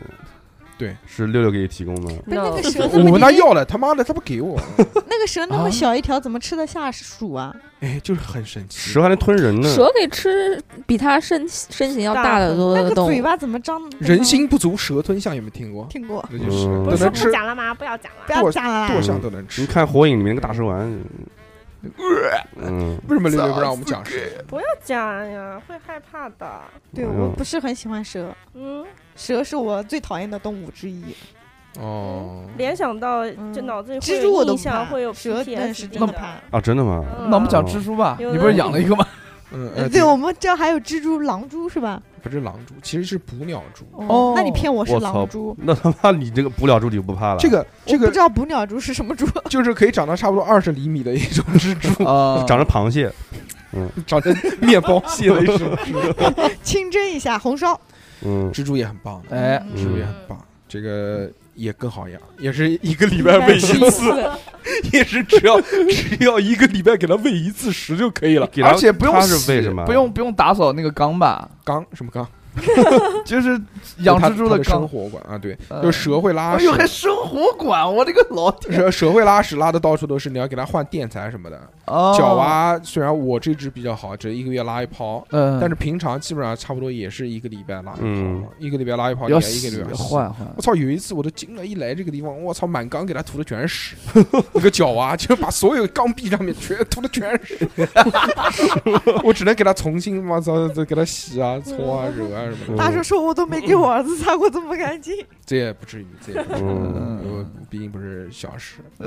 S2: 对，
S5: 是六六给你提供的，
S8: 不是那个
S3: 嗯 No
S8: 蛇那
S2: 我
S8: 么
S2: 问他
S8: 低
S2: 要了，他妈的他不给我，
S8: 那个蛇那
S4: 啊
S8: 么小一条，怎么吃得下鼠啊？
S2: 哎，就是很神奇
S5: 蛇。还能吞人
S2: 嗯
S5: 呢，
S6: 蛇可以吃比它身身形要大的多
S8: 那
S6: 的
S8: 个
S6: 动
S8: 嘴
S6: 物。
S8: 巴怎么张？怎么
S2: 人心不足蛇吞象，有没有听过？
S8: 听过，
S2: 那就是
S5: 嗯
S2: 等
S5: 不嗯
S2: 它
S3: 说
S2: 吃
S3: 不讲了吗？不要讲了
S8: 不。要讲了
S2: 剁
S8: 啦。
S2: 象都能吃
S5: 你。看《火影》里面那个大蛇丸，
S2: 呃
S5: 嗯，
S2: 为什么六六不让我们讲蛇？
S3: 讲呀，会害怕的。
S8: 对，我不是很喜欢蛇，
S3: 嗯，
S8: 蛇是我最讨厌的动物之一。
S2: 哦，
S3: 联想到就
S8: 嗯
S3: 脑子里会
S8: 蜘蛛我
S3: 有
S8: 都
S3: 印
S8: 不怕
S3: 象，会有
S8: 蛇真是
S3: PTSD
S8: 真的怕。
S5: 啊，真的吗？
S3: 嗯
S4: 那我们讲蜘蛛吧，你不是养了一个吗？
S2: 嗯，
S8: 呃
S2: 呃
S8: 对，我们这还有蜘蛛、狼蛛是吧？
S2: 不是狼蛛，其实是捕鸟蛛。
S4: 哦
S8: 那你骗我是
S5: 我操
S8: 狼蛛，
S5: 那他妈你这个捕鸟蛛你就不怕了？
S2: 这个这
S8: 不
S2: 个
S8: 知道捕鸟蛛是什么蛛。
S2: 就是可以长到差不多二十厘米的一种蜘蛛，
S4: 啊，
S5: 长成螃蟹，
S2: 长成面包蟹的一种蜘蛛。
S8: 清蒸一下红烧，
S5: 嗯，
S2: 蜘蛛也很棒的，
S4: 哎，
S2: 蜘蛛也很棒。这个也更好养，也是一个礼拜喂一次， 也是只要只要一个礼拜给它喂一次食就可以了。
S5: 给它
S4: 而且不用
S5: 它
S4: 洗，
S5: 是为什么？
S4: 不用不用打扫那个缸吧，
S2: 缸什么缸？
S4: 就是养
S2: 它
S4: 蜘蛛
S2: 它的
S4: 缸
S2: 生。活馆啊，对，
S4: 呃
S2: 就是蛇会拉
S4: 哎
S2: 屎
S4: 呦，，还生活馆，我这个老天！
S2: 蛇蛇会拉屎拉的到处都是，你要给它换电材什么的。
S4: 哦
S2: 角，蛙虽然我这只比较好，只一个月拉一泡，
S4: 嗯，
S2: 但是平常基本上差不多也是一个礼拜拉一
S5: 嗯
S2: 泡，一个礼拜拉一泡，
S4: 要
S2: 也一个
S4: 洗
S2: 礼拜洗。
S4: 换换。
S2: 我操！有一次我都惊了，一来这个地方，我操，满缸给它涂的全是屎， 那个脚啊，就把所有缸壁上面全涂的全是 屎，我只能给它重新，我操，再给它洗啊、搓啊、揉啊什么的。
S5: 大
S8: 叔说我都没给我儿子擦过这么干净。
S2: 这也不至于，这也不至于，
S5: 嗯
S2: 我毕竟不是小事。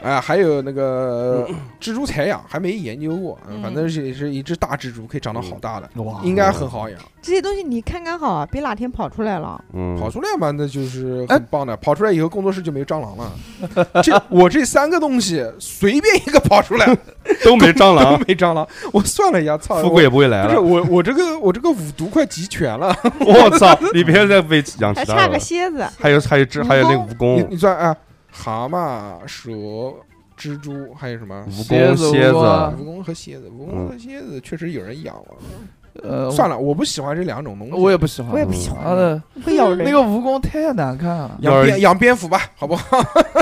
S2: 哎，还有那个 蜘蛛采养还没研究过，嗯反正是也是一只大蜘蛛，可以长得
S5: 嗯
S2: 好大的，
S5: 哦
S4: 哇
S2: 应该很好养。
S8: 这些东西你看看好啊，别哪天跑出来了。
S5: 嗯，哎
S2: 跑出来嘛，那就是很棒的。跑出来以后，工作室就没有蟑螂了。这我这三个东西随便一个跑出来
S5: 都没蟑
S2: 都
S5: 螂，
S2: 没蟑螂，我算了一下，操，
S5: 富贵也
S2: 我
S5: 不会来
S2: 不是
S5: 了。
S2: 我我这个我这个五毒快集全了。
S5: 我操，你别再喂养其
S8: 还
S5: 他
S8: 差
S5: 的
S8: 个
S5: 了。
S8: 蝎子，
S5: 还有还有只还有那个蜈
S2: 你
S5: 蚣，
S2: 你算啊，蛤蟆、蛇、蜘蛛还有什么？
S5: 蜈
S4: 蝎
S5: 蚣、
S4: 子
S5: 蝎
S4: 蜈
S5: 子，
S2: 蜈蚣和蝎子，蜈蚣和蝎子确实有人养了。
S4: 呃，
S2: 算了，我不喜欢这两种东西。
S4: 我也不喜欢，
S8: 我也不
S5: 喜，
S4: 欢的。
S8: 会咬
S4: 那
S8: 人。
S4: 个蜈蚣太难看了
S2: 养
S5: 要是
S2: 蝙养蝙蝠吧，好不好？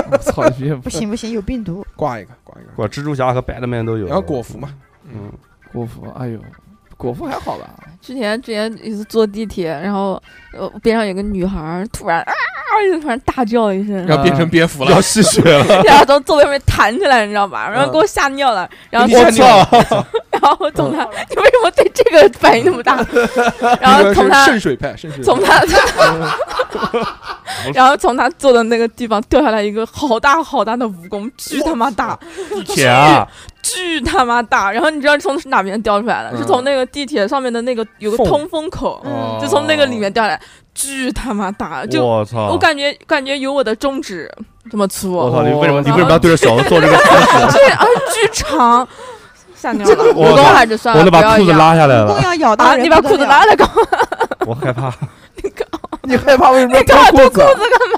S4: 我操！也不
S8: 不行不行，有病 毒。
S2: 挂一个，挂一个。
S5: 哇，蜘蛛侠和白的 man 都有。
S2: 然后果蝠嘛，
S5: 嗯，
S4: 果蝠，哎呦，果蝠还好 吧？
S6: 之前之前有一次坐地铁，然后呃边上有个女孩儿突然啊，就突然大叫一声，
S2: 然嗯后变成蝙蝠了
S5: 要。吸血 了，
S6: 然后从座位上面弹起来，你知道吧？然后给我吓尿了，然后
S2: 你
S6: 从
S2: 吓尿了，嗯
S6: 然后我
S3: 嗯
S6: 从他，你为什么对这个反应那 么大？然
S2: 那
S6: 后
S2: 个是
S6: 从他
S2: 圣水派，圣水
S6: 从
S2: 派。
S6: 他，
S2: 嗯
S6: 然后从他坐的那个地方掉下来一个好大好大的蜈蚣，巨他妈大，
S5: 铁啊，
S6: 巨他妈大。然后你知道从哪边掉出来的？
S2: 嗯
S6: 是从那个地铁上面的那个有个
S2: 缝
S6: 通风口，
S2: 哦
S6: 就从那个里面掉下来，巨他妈大，
S4: 啊
S6: 就
S5: 我操！
S6: 我感觉感觉有我的中指这么粗，
S5: 我操！你
S4: 我
S5: 为什么你
S6: 然后
S5: 为什么要对着小的做这个？
S6: 对，而巨长，吓尿了。
S5: 我
S6: 蜈蚣还是算
S5: 我
S6: 了，
S5: 能
S6: 不
S5: 把
S6: 要
S5: 裤子
S6: 养。
S5: 拉下来
S8: 蜈蚣
S5: 了，
S8: 要咬
S6: 啊！
S8: 到人
S6: 你
S8: 不得了，
S6: 把裤子拉了，搞
S5: 我害怕。
S4: 你害怕为什么要
S6: 干嘛
S4: 脱裤子？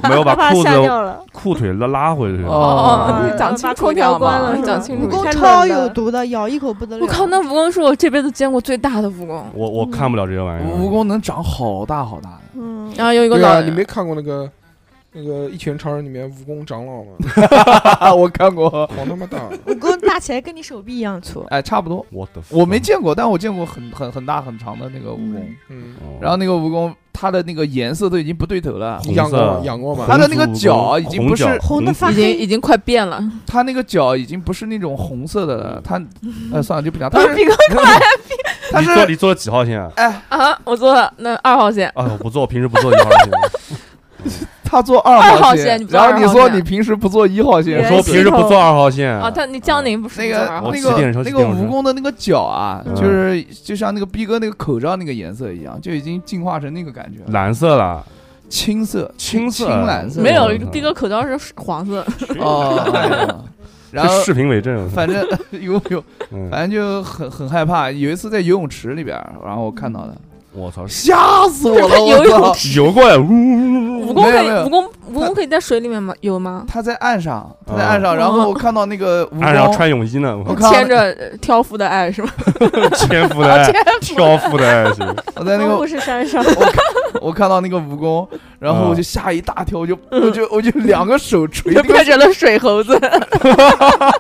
S5: 没有把
S3: 怕
S5: 裤子
S3: 吓尿了。
S5: 裤腿拉拉回去。
S4: 哦
S6: 哦，
S3: 嗯
S6: 你讲清
S3: 把
S6: 楚
S3: 空
S6: 点
S3: 调
S6: 好
S3: 关
S6: 吗？
S3: 了
S6: 你
S3: 是
S6: 讲
S3: 吧
S6: 清
S8: 蜈
S6: 楚
S3: 嗯
S6: 点。
S8: 蚣
S3: 太
S8: 超
S3: 冷了
S8: 有毒的，咬一口不得了。
S6: 我靠，那蜈蚣是我这辈子见过最大的蜈蚣。
S5: 我我看不了这个玩意儿。
S4: 蜈蚣能长好大好大的，
S8: 嗯，
S6: 然后有一个
S2: 对
S6: 老
S2: 啊，你
S6: 人，
S2: 没看过那个那个《一拳超人》里面蜈蚣长老 吗？
S4: 啊，我看过，
S2: 好他妈大！啊
S8: 蜈蚣大起来跟你手臂一样 粗。
S4: 哎，差不多。
S5: 我的
S4: 我没见过，但我见过很很很大很长的那个蜈蚣，
S2: 嗯，
S5: 哦
S4: 然后那个蜈蚣它的那个颜色都已经不对头 了，
S5: 红
S2: 养过
S5: 色
S2: 吗养过吗？
S4: 它的那个脚已经不是
S8: 红的发
S6: 已经已经快变 了，
S4: 它那个脚已经不是那种红色的
S6: 嗯
S4: 了，它 呃算了就不讲，它是
S6: 比个
S4: 它
S5: 你坐
S4: 是
S5: 你坐了几号线啊？
S6: 啊！我坐了那二号线，
S5: 啊，我不坐，我平时不坐一号 线。
S4: 它坐二
S6: 二号线
S4: 线
S6: 你，坐
S4: 然后
S6: 二
S4: 你
S6: 号
S4: 说
S6: 线啊
S4: 你平时不坐一号线
S5: 我
S3: 原，
S5: 说我平时不坐二号线
S8: 哦
S6: 啊，他你江宁不是
S4: 那
S6: 坐二
S4: 个
S6: 号
S4: 那
S6: 线
S5: 我骑电
S4: 个
S5: 车
S4: 那
S5: 骑
S4: 个
S5: 电车
S4: 蜈蚣的那个脚啊，
S5: 嗯
S4: 就是就像那个逼哥那个口罩那个颜色一样，就已经进化成那个感觉了，
S5: 蓝色了，
S4: 青色
S5: 青色
S4: 青蓝色
S6: 没有
S5: 嗯
S6: 逼哥口罩是黄色，
S4: 哦，哎呀然
S5: 这
S4: 后
S5: 视频为证。
S4: 反正 有有
S5: 嗯，
S4: 反正就很很害怕。有一次在游泳池里边儿，然后我看到的，
S5: 我操，
S4: 吓死我了！
S6: 游
S4: 我
S6: 泳
S4: 操！
S5: 游过来，呜，
S6: 蜈蚣
S4: 没
S6: 可
S4: 有
S6: 以
S4: 没有
S6: 蜃蚣蜈蚣可以在水里面吗？有吗？
S4: 他在岸上，他在岸上，然后我看到那个
S5: 哦
S4: 蜈
S5: 岸上
S4: 蚣，
S5: 哎穿泳衣呢，
S4: 我
S5: 我
S4: 看
S6: 牵
S4: 到
S6: 着呃挑夫的爱是吗？
S5: 天赋 的爱，挑夫的爱情，
S4: 我在那
S3: 东
S4: 个
S3: 湖是山上，
S4: 我看 到那个蜈蚣，然后
S5: 嗯
S4: 我就吓一大跳，我就我就我就两个手捶那
S6: 变
S4: 个，
S6: 成了水猴子，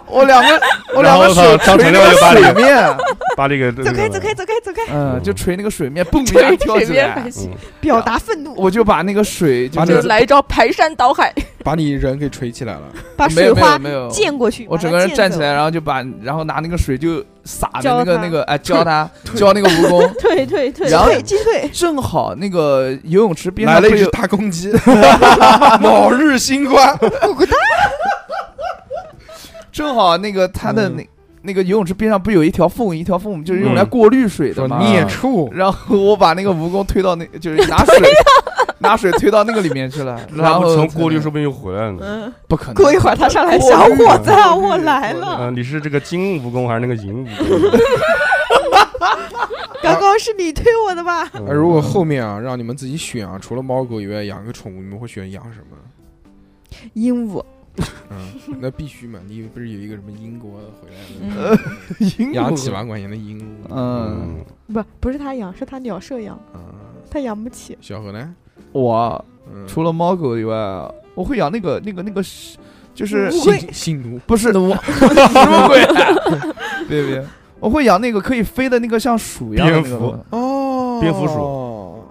S4: 我两 个我
S5: 然
S4: 两
S5: 后
S4: 个手
S5: 他张
S4: 捶
S5: 成
S4: 那
S5: 亮
S4: 个
S5: 就把
S4: 水
S5: 脸
S4: 面，
S5: 把 这个
S8: 走开走开走开走开，
S4: 嗯，就捶那个水面，嘣一下
S6: 对，
S4: 跳
S6: 水
S4: 起
S6: 面
S4: 来
S6: 反，击，
S8: 表达愤怒，
S4: 我就把那个水就
S2: 把
S4: 是
S6: 就来一招排山倒海，
S2: 把你人给锤起来了。
S8: 把
S4: 没
S8: 水
S4: 有没有
S8: 花
S4: 没有。
S8: 溅过去。
S4: 我
S8: 把它
S4: 整个人
S8: 溅
S4: 站起
S8: 走
S4: 来，然后就把，然后拿那个水就洒的
S3: 浇
S4: 那个
S3: 他
S4: 那个，哎，浇他，浇那个蜈蚣，
S3: 退退退，
S4: 然后
S8: 对，击 退。
S4: 正好那个游泳池边
S2: 来
S4: 上
S2: 了
S4: 不
S2: 一只
S4: 是有
S2: 大公 鸡，卯日新官。
S4: 正好那个它的那、那个游泳池边上不是有一条缝，一条缝就是用来
S5: 嗯
S4: 过滤水的
S2: 说
S4: 嘛。
S2: 孽畜，
S4: 然后我把那个蜈蚣推到那，就是拿水拿水推到那个里面去了，然
S5: 然
S4: 后
S5: 后从
S4: 才
S5: 过滤
S4: 能
S5: 说不定又回来了呢。
S8: 嗯，
S4: 不可能。
S8: 过一会儿他上来小伙子，啊我来了，
S5: 嗯嗯，你是这个金蜈蚣还是那个银蜈蚣？
S6: 刚刚是你推我的吧？
S4: 嗯
S5: 嗯
S2: 呃如果后面啊让你们自己选啊，除了猫狗以外养个宠物，你们会选养什么？
S6: 鹦鹉，
S2: 嗯，那必须嘛！你不是有一个什么英国回来
S6: 嗯
S2: 的，
S4: 鹦
S2: 养
S4: 鹉
S2: 几万块钱的鹦鹉？
S4: 嗯，
S9: 嗯，
S8: 不不是他养，是他鸟舍养，
S2: 嗯，
S8: 他养不起。
S2: 小何呢？
S4: 我
S2: 嗯，
S4: 除了猫狗以外，我会养那个那个那个是，就是
S2: 信信徒，
S4: 不是什 么 鬼啊？别别，我会养那个可以飞的那个像鼠一样的那个
S5: 蝙
S4: 东
S5: 蝠
S4: 西
S2: 哦，
S5: 蝙蝠
S2: 鼠，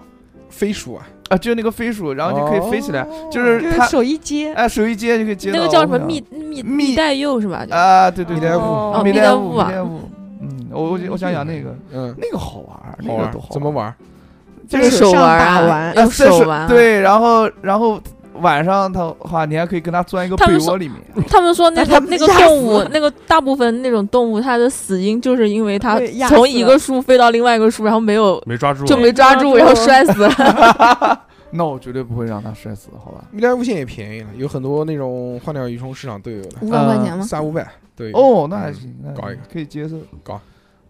S2: 飞鼠啊，
S4: 啊，就那个飞鼠，然后就可以飞起来，
S2: 哦
S4: 就是
S8: 就是
S4: 它
S8: 手一接，
S4: 哎手一接就可以接到。
S6: 那 个叫什么
S4: 我想
S6: 蜜蜜
S4: 蜜
S6: 蜜袋鼬是吧？叫
S4: 啊？对对
S2: 蜜
S4: 对
S2: 袋鼯
S6: 哦
S4: 鼯，
S6: 蜜
S4: 袋
S6: 袋
S4: 鼯，
S6: 鼯啊
S4: 蜜袋鼯。嗯，我我我想养那个，
S2: 嗯，
S4: 那个好玩儿，
S2: 好
S4: 那个
S2: 玩
S4: 多
S2: 儿
S4: 好玩，
S2: 怎么？玩儿？
S4: 就是
S6: 手玩
S8: 上把
S6: 啊，
S8: 玩
S6: 用
S4: 啊在
S6: 手
S4: 手
S6: 玩。，
S4: 对，然后然后晚上的话，你还可以跟它钻一个
S6: 他
S4: 被
S6: 们
S4: 窝
S6: 说
S4: 里面。
S6: 他们说那
S8: 把
S6: 个
S8: 它们
S6: 那个
S8: 压死
S6: 动物，那个大部分那种动物，它的死因就是因为它
S8: 被压死
S6: 从一个树飞到另外一个树，然后没有
S5: 没抓住啊，
S6: 就没抓住，
S3: 抓住
S6: 然后摔死了。
S4: 那我绝对不会让它摔死，好吧？
S2: 蜜袋鼯现在也便宜了，有很多那种花鸟鱼虫市场都有的，
S6: 五
S4: 万块钱？
S2: 三五百都有。
S4: 嗯哦，那还行，那
S2: 嗯搞一个
S4: 可以接受，
S2: 搞。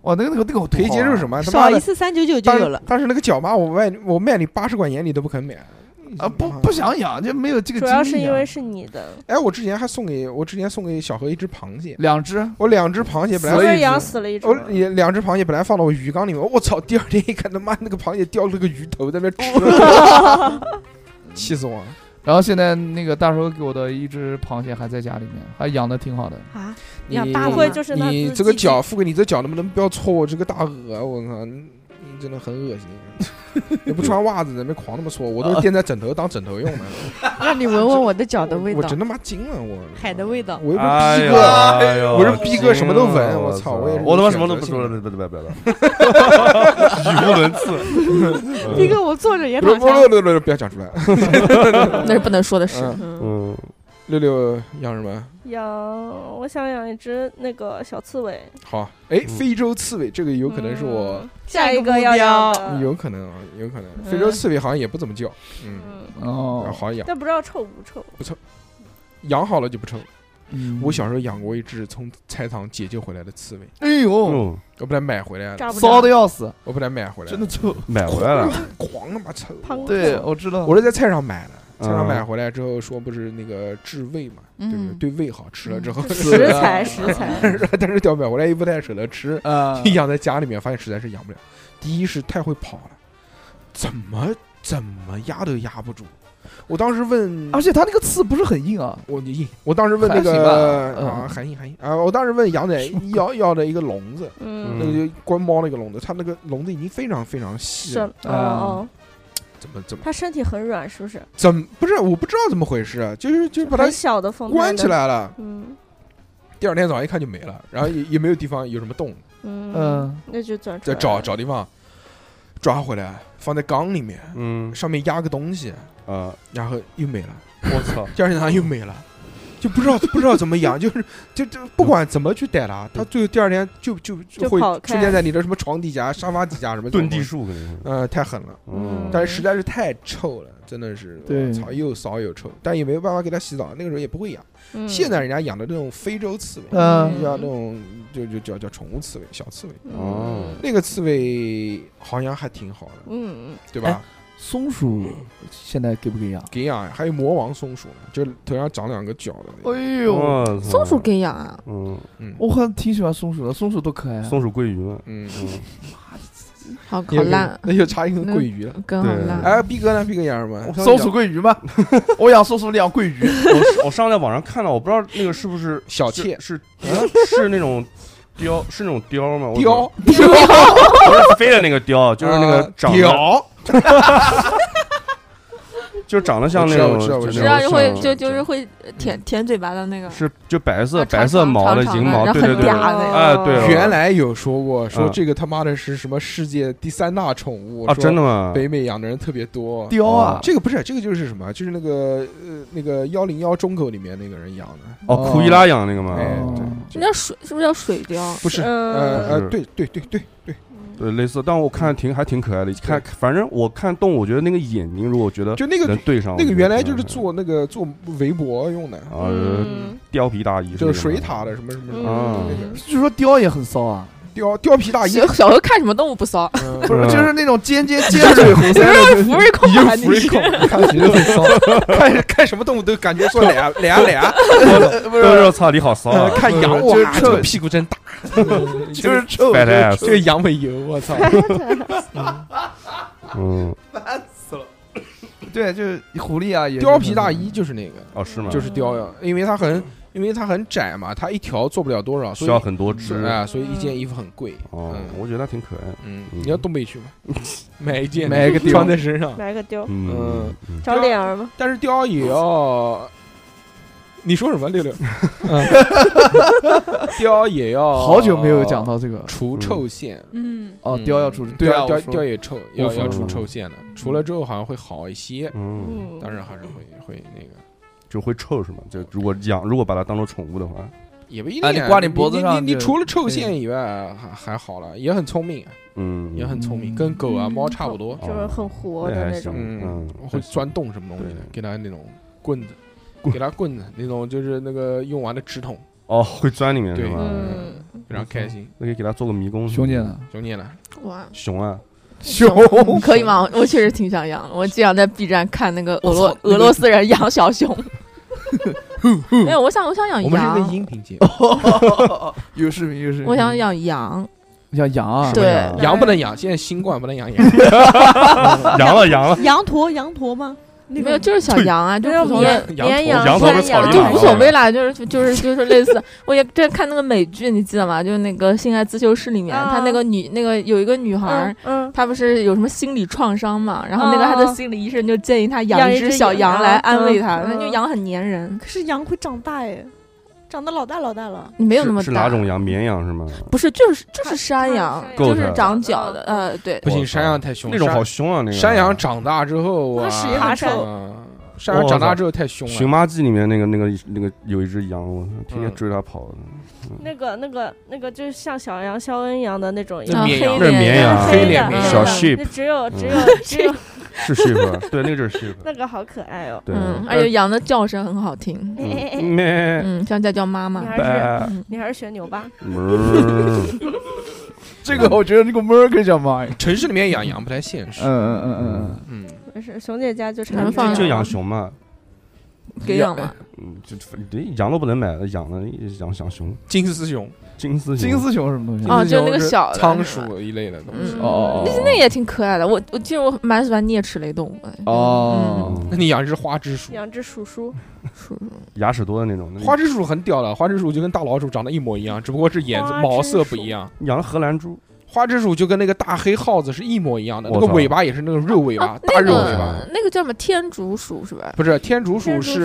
S4: 哇，那个那个那啊个我
S2: 可以接受什
S4: 么
S2: 么？他妈
S8: 少一
S2: 的，
S8: 次三九九就
S2: 但
S8: 有
S2: 是
S8: 了。
S2: 但是那个角妈，我卖我卖你八十块钱，你都不肯买
S4: 啊？不
S2: 嗯
S4: 不。想养，就没有这个啊
S3: 主
S4: 精力
S3: 要是
S4: 养。
S3: 因为是你的，
S2: 哎，我之前还送给我之前送给小何一只螃蟹，
S4: 两只，
S2: 我两只螃蟹本来
S3: 不
S4: 所以
S3: 是
S4: 是
S3: 养死了一种
S2: 我。也两只螃蟹本来放到我鱼缸里面，我操！第二天一看，他妈那个螃蟹掉了个鱼头在那吃了，气死我了！
S4: 然后现在那个大叔给我的一只螃蟹还在家里面，还养的挺好的。
S8: 啊，
S2: 你
S8: 养大了
S3: 不会就是那
S2: 你
S3: 自
S2: 这个
S3: 己
S2: 脚，富贵，你这脚能不能不要戳我这个大鹅？我操，你你真的很恶心！你不穿袜子在那边狂那么搓，我都是垫在枕头当枕头用的，
S8: 让你闻闻我的脚的味
S2: 我
S8: 道
S2: 真，他妈惊了我！
S8: 海的味道。
S2: 我又不
S5: 哎
S2: 是逼
S5: 呦
S2: 哥，
S5: 哎呦
S2: 我是逼哥什么都闻
S5: 行啊
S2: 我
S5: 我
S2: 操我也是
S5: 我他
S2: 有
S5: 妈什么
S2: 选
S5: 都
S2: 择
S5: 不
S2: 性
S5: 说了，
S2: 的
S5: 别别别别了， 语无伦次。
S8: 一个我坐着也
S2: 不是
S8: 躺
S2: 不
S8: 下
S2: 是，不是不是不要讲出来。
S6: 那是不能说的事。
S2: 嗯
S5: 嗯，
S2: 六六养什么？
S3: 养，我想养一只那个小刺猬，嗯
S2: 好，哎，
S5: 嗯
S2: 非洲刺猬这个有可能是我，
S3: 下
S8: 一
S3: 一
S8: 个
S3: 个要养
S8: 目
S3: 的。
S2: 有可能啊，有可
S8: 嗯
S2: 能。非洲刺猬好像也不怎么叫，嗯，
S3: 嗯，
S4: 哦，
S2: 好养，
S3: 但不知道臭不臭。
S2: 养好了就不臭。
S4: 嗯
S2: 我小时候养过一只从菜场解救回来的刺猬，
S4: 哎呦，
S5: 嗯，
S2: 我把它买回来了，
S3: 扎不
S4: 骚
S3: 扎
S4: 的？要死，
S2: 我把它买回来了，
S4: 真的臭。
S5: 买回来了，
S2: 狂他妈臭。
S3: 胖
S4: 对，我知道。
S2: 我是在菜场买的，菜场
S5: 嗯
S2: 买回来之后说不是那个治胃嘛，对不对？
S8: 嗯
S2: 对胃好，吃了之后，
S4: 死
S3: 食
S4: 了
S3: 材食材，
S2: 但是掉买回来又不太舍得吃，
S4: 啊，
S2: 养在家里面，发现实在是养不了。第一是太会跑了，怎么怎么压都压不住。我当时问，
S4: 而且它那个刺不是很硬啊，
S2: 我你我当时问那
S4: 还
S2: 个
S4: 行吧嗯
S2: 啊，韩信韩信啊，我当时问杨仔要要的一个笼子，
S3: 嗯，
S2: 那个就关猫那个笼子，它那个笼子已经非常非常细
S3: 是
S2: 了，
S3: 哦哦，
S2: 怎么怎么
S3: 它身体很软，是不是？
S2: 怎么不是我不知道怎么回事，啊就是就是把它
S3: 很小的缝，
S2: 关起。来了，
S3: 嗯
S2: 第二天早上一看就没了，然后也也没有地方有什么洞，
S3: 嗯，
S4: 嗯，
S3: 那就转出
S2: 再
S3: 来
S2: 找
S3: 了
S2: 找地方抓回来，放在缸里面，
S5: 嗯
S2: 上面压个东西，
S5: 啊，
S2: 然后又没了。
S5: 我 操，
S2: 第二天它又没了，就不知道不知道怎么养，就是就就不管怎么去逮它，它最后第二天就就
S3: 就
S2: 会
S3: 跑
S2: 出
S3: 开
S2: 现在你的什么床底下、沙发底下什么
S5: 遁地
S2: 什
S5: 术肯定是，
S2: 么东西，呃，太狠了，
S5: 嗯，
S2: 但是实在是太臭了，真的是，
S4: 对
S2: 我操，又骚又臭，但也没有办法给它洗澡，那个时候也不会养。
S3: 嗯
S2: 现在人家养的那种非洲刺猬，
S4: 嗯
S2: 像那种就就叫叫宠物刺猬、小刺猬，
S3: 嗯
S5: 哦
S2: 那个刺猬好像还挺好的，
S3: 嗯，
S2: 对吧？
S4: 松鼠现在给不给养？
S2: 给养呀，还有魔王松鼠呢，就是头上长两个角的那
S3: 哦
S2: 个。
S4: 哎
S2: 哦
S4: 呦，
S5: 我操
S6: 松鼠，给养啊？
S5: 嗯，
S2: 嗯
S4: 我还挺喜欢松鼠的，松鼠多可爱啊。
S5: 松鼠桂鱼嘛，
S2: 嗯，
S5: 嗯，
S6: 好好烂，嗯
S2: 那就差一根桂鱼了。
S6: 根好
S5: 对
S6: 烂。
S2: 哎，逼哥呢？逼哥养什么？
S4: 松鼠桂鱼吗？ 我养松鼠，你养桂鱼。
S5: 我我上在网上看到，我不知道那个是不是
S2: 小
S5: 是
S2: 妾
S5: 是嗯是那种雕，是那种雕吗？我
S2: 雕，
S5: 不是飞的那个雕，就是那个
S2: 啊
S5: 长得
S2: 雕，
S5: 就长得像那
S2: 我
S5: 种，
S2: 知道我
S5: 就
S2: 知
S6: 知
S5: 那
S6: 道
S5: 种
S6: 就会
S5: 像
S6: 就就是会舔舔嘴巴的那个，
S5: 是就白色
S6: 啊
S5: 白色毛
S6: 长长
S5: 银
S6: 长
S5: 毛，
S6: 长
S5: 对
S6: 然
S5: 对
S6: 后
S5: 对，
S3: 嗯
S5: 对
S6: 很嗲的那个。
S5: 哎对了，
S2: 原来有说过，说
S5: 嗯
S2: 这个他妈的是什么世界第三大宠物
S5: 啊，真的
S2: 的，
S5: 吗？
S2: 北美养的人特别多。
S4: 雕啊，
S2: 这个不是，这个就是什么？就是那个呃，那个幺零幺中口里面那个人养的，
S5: 哦，库伊拉养那个吗？
S2: 哎，对，
S6: 那叫水是不是叫水貂？
S2: 不是，
S3: 嗯
S2: 呃呃，
S5: 是
S2: 对对对对对，
S5: 对，类似，但我看挺还挺可爱的。看，反正我看动物，我觉得那个眼睛，如果觉得
S2: 就那个
S5: 能对上，
S2: 那个
S5: 我觉得
S2: 原来
S5: 挺
S2: 就是
S5: 好
S2: 做那个做围脖用的，
S5: 看呃啊，貂皮大衣那个吗，
S2: 就是水獭的什么什么什么
S5: 嗯
S2: 那个
S4: 据说雕也很骚啊。
S2: 貂貂皮大衣
S6: 小，小时候看什么动物不骚，
S2: 嗯
S4: 不是
S5: 嗯
S4: 就是那种尖尖尖 嘴猴腮的，就是
S6: 福瑞控吧你是？
S2: 看谁都会骚，看看什么动物都感觉说俩俩俩，
S4: 不
S5: 都
S4: 是
S5: 说操你好骚啊
S2: 呃！看羊
S4: 就是
S2: 哇，
S4: 臭
S2: 这个屁股真大，
S4: 就
S2: 就是
S4: 臭，
S5: 白菜
S2: 这个羊尾油，我操！
S5: 嗯，
S4: 对，就是狐狸啊，也是
S2: 貂皮大衣就是那个，
S5: 哦是吗？
S2: 就是貂呀，因为它很因为它很窄嘛，它一条做不了多少，
S5: 需
S2: 所
S5: 要
S2: 以
S5: 很多只
S2: 是啊，所以一件衣服很贵。
S5: 哦
S2: 嗯，
S5: 我觉得它挺可爱的。
S2: 嗯，
S5: 嗯
S2: 你要东北去吗？买一件，
S4: 买一个貂
S2: 穿在身上。
S3: 买个貂，
S5: 嗯，嗯
S3: 找脸儿吗？
S2: 但是貂也要，你说什么六六？嗯貂也要，
S4: 好久没有讲到这个
S2: 除臭线。
S8: 嗯，
S4: 哦，
S2: 嗯
S4: 貂要出，哦对啊，
S2: 貂貂
S4: 我说
S2: 貂也臭，要
S4: 我说
S2: 要除臭线的，除了之后好像会好一些，
S5: 嗯，
S3: 嗯，
S2: 当然还是会会那个，
S5: 就会臭是吗？就如果养，如果把它当做宠物的话，
S2: 也不一
S4: 啊
S2: 定。
S4: 你挂你脖子
S2: 你
S4: 上
S2: 你
S4: 就
S2: 除了臭线以外还还好了，也很聪明，啊
S5: 嗯，哦
S2: 也很聪明，跟狗啊猫差不多，
S3: 就是很活
S5: 那
S3: 的
S5: 还
S3: 那
S5: 行，
S3: 种。
S2: 嗯
S5: 嗯，，
S2: 会钻洞什么东西的
S5: 对，
S2: 给它那种棍子，给它棍子那种就是那个用完的纸筒，
S5: 哦，会钻里面是
S2: 对
S5: 吧？
S3: 嗯，
S2: 非常开心。
S5: 那可以给它做个迷宫。
S4: 兄弟？呢？
S2: 兄弟呢？
S6: 哇，
S5: 熊啊，
S4: 熊
S6: 可以吗？我确实挺想养，我经常在 B 站看那个俄
S4: 我
S6: 罗
S4: 操那个
S6: 俄罗斯人养小熊。没有，我想我想养
S2: 我们是一个
S6: 啊羊，
S2: 音频节目，
S4: 有视频有视频，
S6: 我想养羊，
S4: 养羊啊，
S6: 对，
S5: 羊
S6: 然后
S2: 羊不能养，现在新冠不能养羊。
S5: 羊了羊了，
S8: 羊驼羊驼吗？那
S6: 没有
S8: 个
S6: 就是小羊啊，就
S3: 就是是
S6: 普通的。
S3: 绵
S2: 羊
S3: 绵羊、
S5: 头羊头
S3: 山
S5: 不是草
S3: 羊
S5: 地
S6: 就
S5: 马
S6: 无
S5: 吗
S6: 所谓啦，就是就是就是类似，我也这看那个美剧，你记得吗？就是那个《性爱自修室》里面，
S3: 啊
S6: 她那个女那个有一个女孩儿
S3: 嗯，嗯，
S6: 她不是有什么心理创伤嘛，然后那个
S3: 啊
S6: 她的
S8: 哦
S6: 心理医生就建议她
S3: 养
S6: 养
S3: 一
S6: 只
S3: 只
S6: 小
S3: 羊
S6: 羊来安慰
S3: 嗯
S6: 她，那
S3: 嗯
S6: 就羊很粘人，
S8: 可是羊会长大哎，长得老大老大了。
S6: 你没有那么
S5: 是是
S6: 大
S5: 哪种羊？绵羊是吗？
S6: 不是，就是就是
S3: 它
S6: 山
S3: 它
S6: 羊，
S3: 山
S6: 就
S5: 羊
S6: 是
S5: 够
S6: 长
S3: 的
S6: 角
S8: 嗯
S6: 的，呃，对，
S2: 不行，
S5: 我
S2: 山羊太凶了，
S5: 那种
S2: 山
S5: 好凶啊！那个
S2: 山羊长大之后
S8: 它
S2: 啊，
S8: 屎也很
S3: 爬山
S8: 臭
S2: 嗯山羊长大之后太凶
S5: 《
S2: 了，
S5: 寻妈记》里面那个那个那个有一只羊，我天
S2: 嗯
S5: 天追它跑的。
S3: 那个那个那个就是像小羊、肖恩羊的那种
S2: 那
S3: 羊，
S2: 绵羊
S6: 黑
S5: 那是绵羊
S3: 黑
S2: 黑脸
S3: 的
S2: 绵
S3: 嗯
S2: 羊
S5: 小 sheep
S3: 那只有只有只有
S5: 是 sheep，对，那个就是 sheep，
S3: 那个好可爱哦。
S5: 对，
S6: 嗯，而且羊的叫声很好听，
S5: 嗯咩
S6: 嗯，像在叫妈
S3: 你
S6: 妈，
S3: 还是
S5: 呗
S3: 你还是学牛吧，
S5: 哞
S4: 这个我觉得那个猫儿更像妈呀，
S2: 城市里面养羊不太现实
S4: 嗯。嗯嗯嗯嗯。
S2: 嗯，
S3: 没事，熊姐家就
S6: 能
S3: 常
S6: 放
S5: 就
S6: 羊
S5: 养熊嘛，
S6: 给养嘛，
S5: 嗯，就对羊都不能买，养了养养熊，
S2: 金丝熊、
S5: 金丝
S4: 金
S5: 熊
S4: 丝熊是什么
S5: 嗯
S4: 东西？
S2: 金
S6: 哦，
S2: 丝
S6: 就
S2: 熊
S6: 那个
S2: 是
S6: 小的
S2: 仓
S6: 是吧
S2: 鼠一类的东西。
S4: 哦
S6: 嗯，
S4: 哦哦
S6: 那那也挺可爱的。我我其实我蛮喜欢啮齿类动物的，哎嗯
S4: 哦，
S2: 那你养一只花枝鼠，
S3: 嗯养只鼠鼠，
S6: 鼠
S5: 嗯牙齿多的那种。那
S2: 花枝鼠很屌的，花枝鼠就跟大老鼠长得一模一样，只不过是颜色
S3: 花枝
S2: 毛色不
S3: 鼠
S2: 一样。
S5: 养了荷 兰猪，
S2: 花枝鼠就跟那个大黑耗子是一模一样的，那
S5: 我
S2: 个
S5: 操嗯
S2: 尾巴也是那种肉尾巴
S6: 啊，，
S2: 大
S6: 那
S2: 肉尾巴。
S6: 个那个叫什么天竺鼠是吧？
S2: 不是天竺鼠
S3: 天竺鼠
S2: 是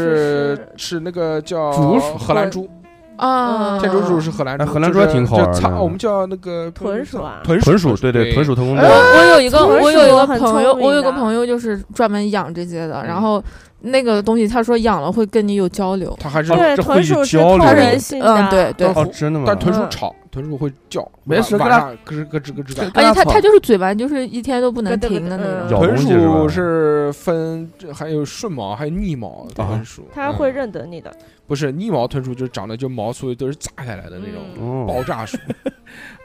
S3: 是
S2: 是那个叫
S4: 竹鼠
S2: 荷兰猪，
S8: 嗯
S6: 啊，
S2: 天竺鼠是荷兰猪，
S5: 哎荷兰
S2: 就
S5: 猪还
S2: 是
S5: 挺好
S2: 就
S5: 玩
S2: 苍
S5: 的
S2: 我们叫那个
S3: 豚鼠啊
S2: 豚
S5: 豚鼠，对哎
S2: 对
S5: 豚鼠特工队
S6: 我。我有一个
S3: 豚鼠
S6: 我有一个
S3: 很
S6: 朋友，
S3: 聪明
S6: 我有一个
S3: 的嗯
S6: 朋友就是专门养这些的，然后那个东西他说养了会跟你有交流，
S2: 它还是
S3: 对，
S5: 这
S3: 豚
S5: 会
S3: 鼠是
S5: 交
S3: 靠
S5: 流
S3: 人性的，
S6: 嗯，对对。
S5: 哦，真的吗？
S2: 但豚鼠
S3: 嗯
S2: 吵，豚鼠会叫，
S4: 没事
S2: 晚
S4: 跟它
S2: 晚上咯吱咯吱咯吱的。
S6: 而且它
S4: 草
S6: 它就是嘴巴就是一天都不能
S3: 咯噔咯
S6: 停的
S3: 噔
S6: 那
S3: 嗯
S6: 种，
S5: 咬
S2: 豚
S5: 东西是吧
S2: 鼠是分，这还有顺毛，还有逆毛的
S5: 啊
S2: 豚鼠，
S3: 它会
S2: 嗯
S3: 认得你的。
S2: 不是逆毛豚鼠，就是长得就毛所有都是炸开来的那种
S3: 嗯
S5: 哦，
S2: 爆炸鼠。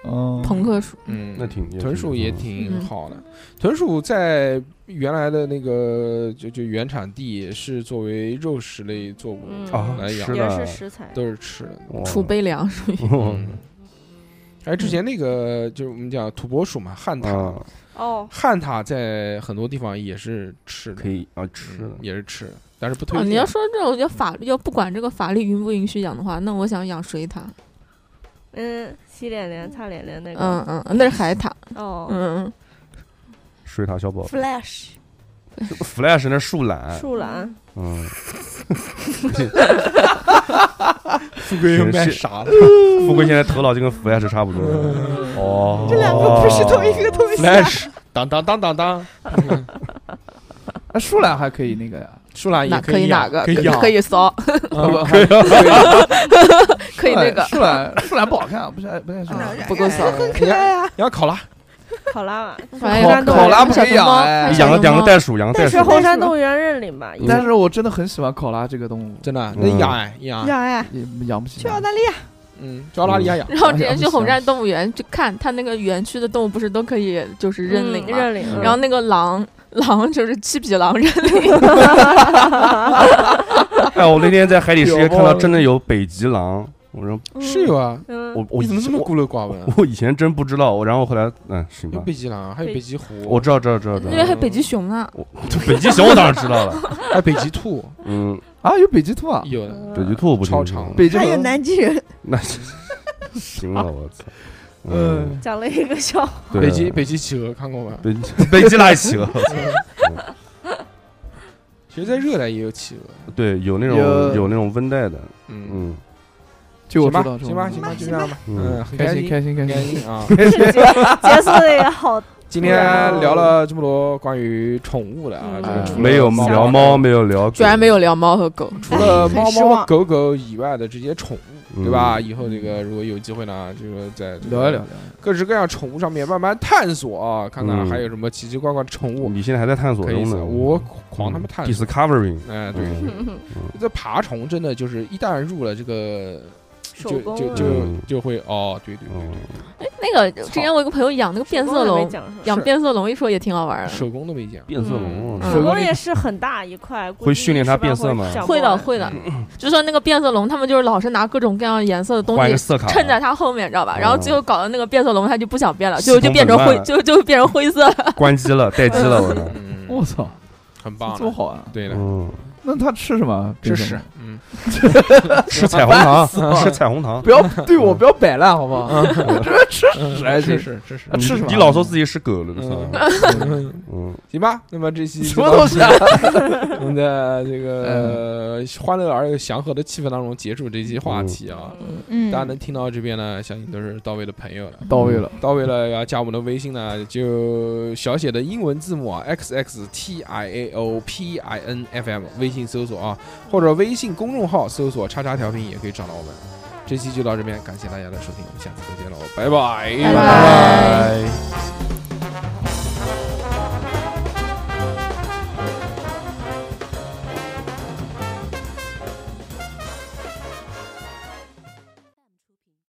S4: 嗯，
S6: 朋克鼠。
S2: 嗯，
S5: 那挺
S2: 豚鼠也挺
S6: 嗯
S2: 好的。豚鼠在原来的那个就就原产地是作为肉食类作物
S3: 嗯
S5: 啊
S2: 来养
S5: 是，哦
S3: 也是
S5: 的
S3: 食材，
S2: 都是吃的。
S5: 哦
S6: 储备粮属于
S2: 嗯，哎，之前那个就是我们讲土拨鼠嘛，旱獭，
S5: 啊，
S3: 哦，
S2: 旱獭在很多地方也是吃的
S5: 可，以啊，
S2: 嗯
S5: 吃的
S2: 也是吃的，但是不推
S6: 哦，
S2: 荐。
S6: 你要说这种要法律要不管这个法律允不允许养的话，那我想养水獭，
S3: 嗯，洗脸脸、擦脸脸那个，
S6: 嗯嗯，那是海獭，
S3: 哦
S6: 嗯
S5: 水獭小宝贝
S8: ，Flash，
S5: ，Flash 那树懒，
S3: 树懒，
S5: 嗯，
S2: 富贵
S5: 又卖
S2: 傻了，
S5: 富贵现在头脑就跟 Flash 差不多。哦，
S8: 这两个不是同一个东西。
S2: 嗯 Flash，当当当当当，
S4: 啊树懒还可以那个呀，
S2: 树懒
S6: 嗯，
S2: 也
S6: 那
S2: 以
S6: 以哪
S2: 养，
S6: 个
S2: 可以养，
S6: 可以骚，
S2: 嗯
S4: 可以
S6: 可以那个
S4: 哎树懒 树懒不好看，不是不太
S6: 啊
S4: 是。
S6: 不
S8: 哎
S7: 哎
S6: 够骚。
S2: 可爱啊！你要考拉，
S3: 考拉嘛，
S6: 反
S4: 考
S6: 正
S4: 考拉不
S6: 小
S4: 可以
S6: 熊
S4: 养
S6: 猫
S4: 哎
S5: 养了两个，
S6: 小熊猫
S5: 袋鼠，养个
S3: 但
S5: 袋鼠
S3: 是，后山动物园认领吧，
S4: 但是我真的很喜欢考拉这个动物，
S2: 真的，
S5: 嗯
S2: 那养哎养，
S8: 呀哎，
S4: 也养不起
S8: 去
S4: 来
S8: 澳。大利亚，
S2: 嗯，招拉利亚养。
S6: 然后之前去红山动物园去看，它那个园区的动物不是都可以就是认领
S3: 嗯
S6: 吗？
S3: 认领，
S6: 然后那个狼 狼就是七匹狼 认领，
S5: 哎，我那天在海底世界看
S2: 哦
S5: 到真的有北极狼，我说
S2: 是有啊，
S3: 嗯，
S5: 我我
S2: 你怎么
S5: 以
S2: 这么
S5: 我
S2: 孤陋寡闻啊？
S5: 我以前真不知道，我然后后来嗯行
S2: 有
S5: 吧，
S2: 北极狼，还有
S3: 北
S2: 北极狐，
S5: 我知道知道知道知
S6: 那
S5: 道
S6: 边，还有北极熊呢。
S5: 北极熊我当然知 道了，
S2: 还有北极兔，
S5: 嗯，
S4: 啊，有北极兔啊，
S2: 有的。
S6: 嗯
S5: 北极兔我不
S2: 超
S5: 清楚
S2: 长，
S4: 北极
S1: 还有
S4: 狼
S1: 南极人，
S5: 那 行了，我操，
S2: 嗯
S5: 嗯，
S3: 讲了一个笑话，
S5: 对
S2: 北极北极企鹅看过吗？
S5: 北极北极哪企鹅？
S2: 其实，在热带也有企鹅。
S5: 对，有那种
S4: 有
S5: 有那种温带的，
S2: 嗯，
S5: 嗯，
S4: 就我
S2: 行吧
S4: 知道，，
S2: 行吧，行吧，就这样吧。
S5: 嗯
S2: 嗯，很
S4: 开
S2: 开
S4: 心
S2: 心，
S4: 开心开
S2: 很开
S4: 心，
S2: 心啊！
S3: 结结束的也好，
S2: 今天聊了这么多关于宠物的啊，
S3: 嗯
S2: 这个除了
S5: 没有
S2: 猫
S5: 聊猫，，没有聊狗，
S6: 居然没有聊猫和狗，
S2: 除了猫
S1: 很失
S2: 猫
S1: 望
S2: 狗狗以外的这些宠物，
S5: 嗯，
S2: 对吧？以后这个如果有机会呢，就是在这个
S4: 聊一聊，
S2: 各式各样宠物上面慢慢探索啊，看看
S5: 嗯
S2: 还有什么奇奇怪怪的宠物
S5: 你现在还在探索
S2: 可以
S5: 中
S2: 死。
S5: 呢，
S2: 我狂他妈探索，
S5: discovering，
S2: 哎，对，
S5: 嗯
S2: 这爬虫真的就是一旦入了这个，
S3: 手
S2: 就
S3: 工
S2: 就
S3: 啊
S2: 就
S5: 嗯
S2: 就会哦，对对
S5: 嗯
S2: 对，
S6: 那个之前我一个朋友养那个变
S3: 手
S6: 色
S3: 工也没
S6: 龙，
S3: 讲是吧
S6: 养变色龙一说也挺好玩
S2: 对，
S6: 的，
S2: 手工都没见过。
S5: 变色龙，
S6: 嗯
S3: 手
S4: 手
S3: 工
S4: 工
S3: 也是很大一块，估
S5: 会
S3: 计
S5: 训练
S3: 是
S5: 它
S3: 吧
S5: 变色吗
S3: 讲不
S6: 会的
S3: 完
S6: 会的，
S2: 嗯
S6: 就说那个变色龙，他们就是老是拿各种各样颜色啊哦的东
S5: 换一
S6: 西
S5: 个色卡，
S6: 衬在它后面，知道吧？
S5: 嗯
S6: 然后最后搞得那个变色龙它就不想变了，
S5: 系
S6: 最后就
S5: 统
S6: 变成
S5: 紊
S6: 灰，
S5: 乱
S6: 就就变成灰色了。
S5: 关机了，待机了，我操，
S2: 嗯，
S4: 我操，
S2: 很棒
S4: 这么
S2: 的，
S4: 好啊！
S2: 对的，
S5: 嗯，
S4: 那他吃什么？
S2: 这
S4: 北极
S2: 是
S4: 狼，
S2: 嗯，
S5: 嗯吃彩虹糖，吃彩虹糖，
S4: 不要对我不要摆烂好不好？这吃屎还
S2: 是
S4: 真
S2: 是是是
S4: 啊，吃什么？
S5: 嗯你老说自己是狗了，
S2: 嗯
S5: 操，
S2: 嗯
S5: 嗯，
S2: 行吧，那么这期
S4: 什么东西啊？
S2: 就
S4: 嗯
S2: 到我们在这个呃欢乐而又祥和的气氛当中结束这期话题啊。
S8: 嗯
S2: 大家能听到这边呢，相信都是到位的朋友了。
S4: 到位了，
S2: 到位了要加我们的微信呢，就小写的英文字母啊，x x t i a o p i n f m，微信搜索啊，或者微信公众号搜索“叉叉调频”也可以找到我们。这期就到这边，感谢大家的收听，我们下次再见喽，拜
S8: 拜
S2: 拜
S8: 拜。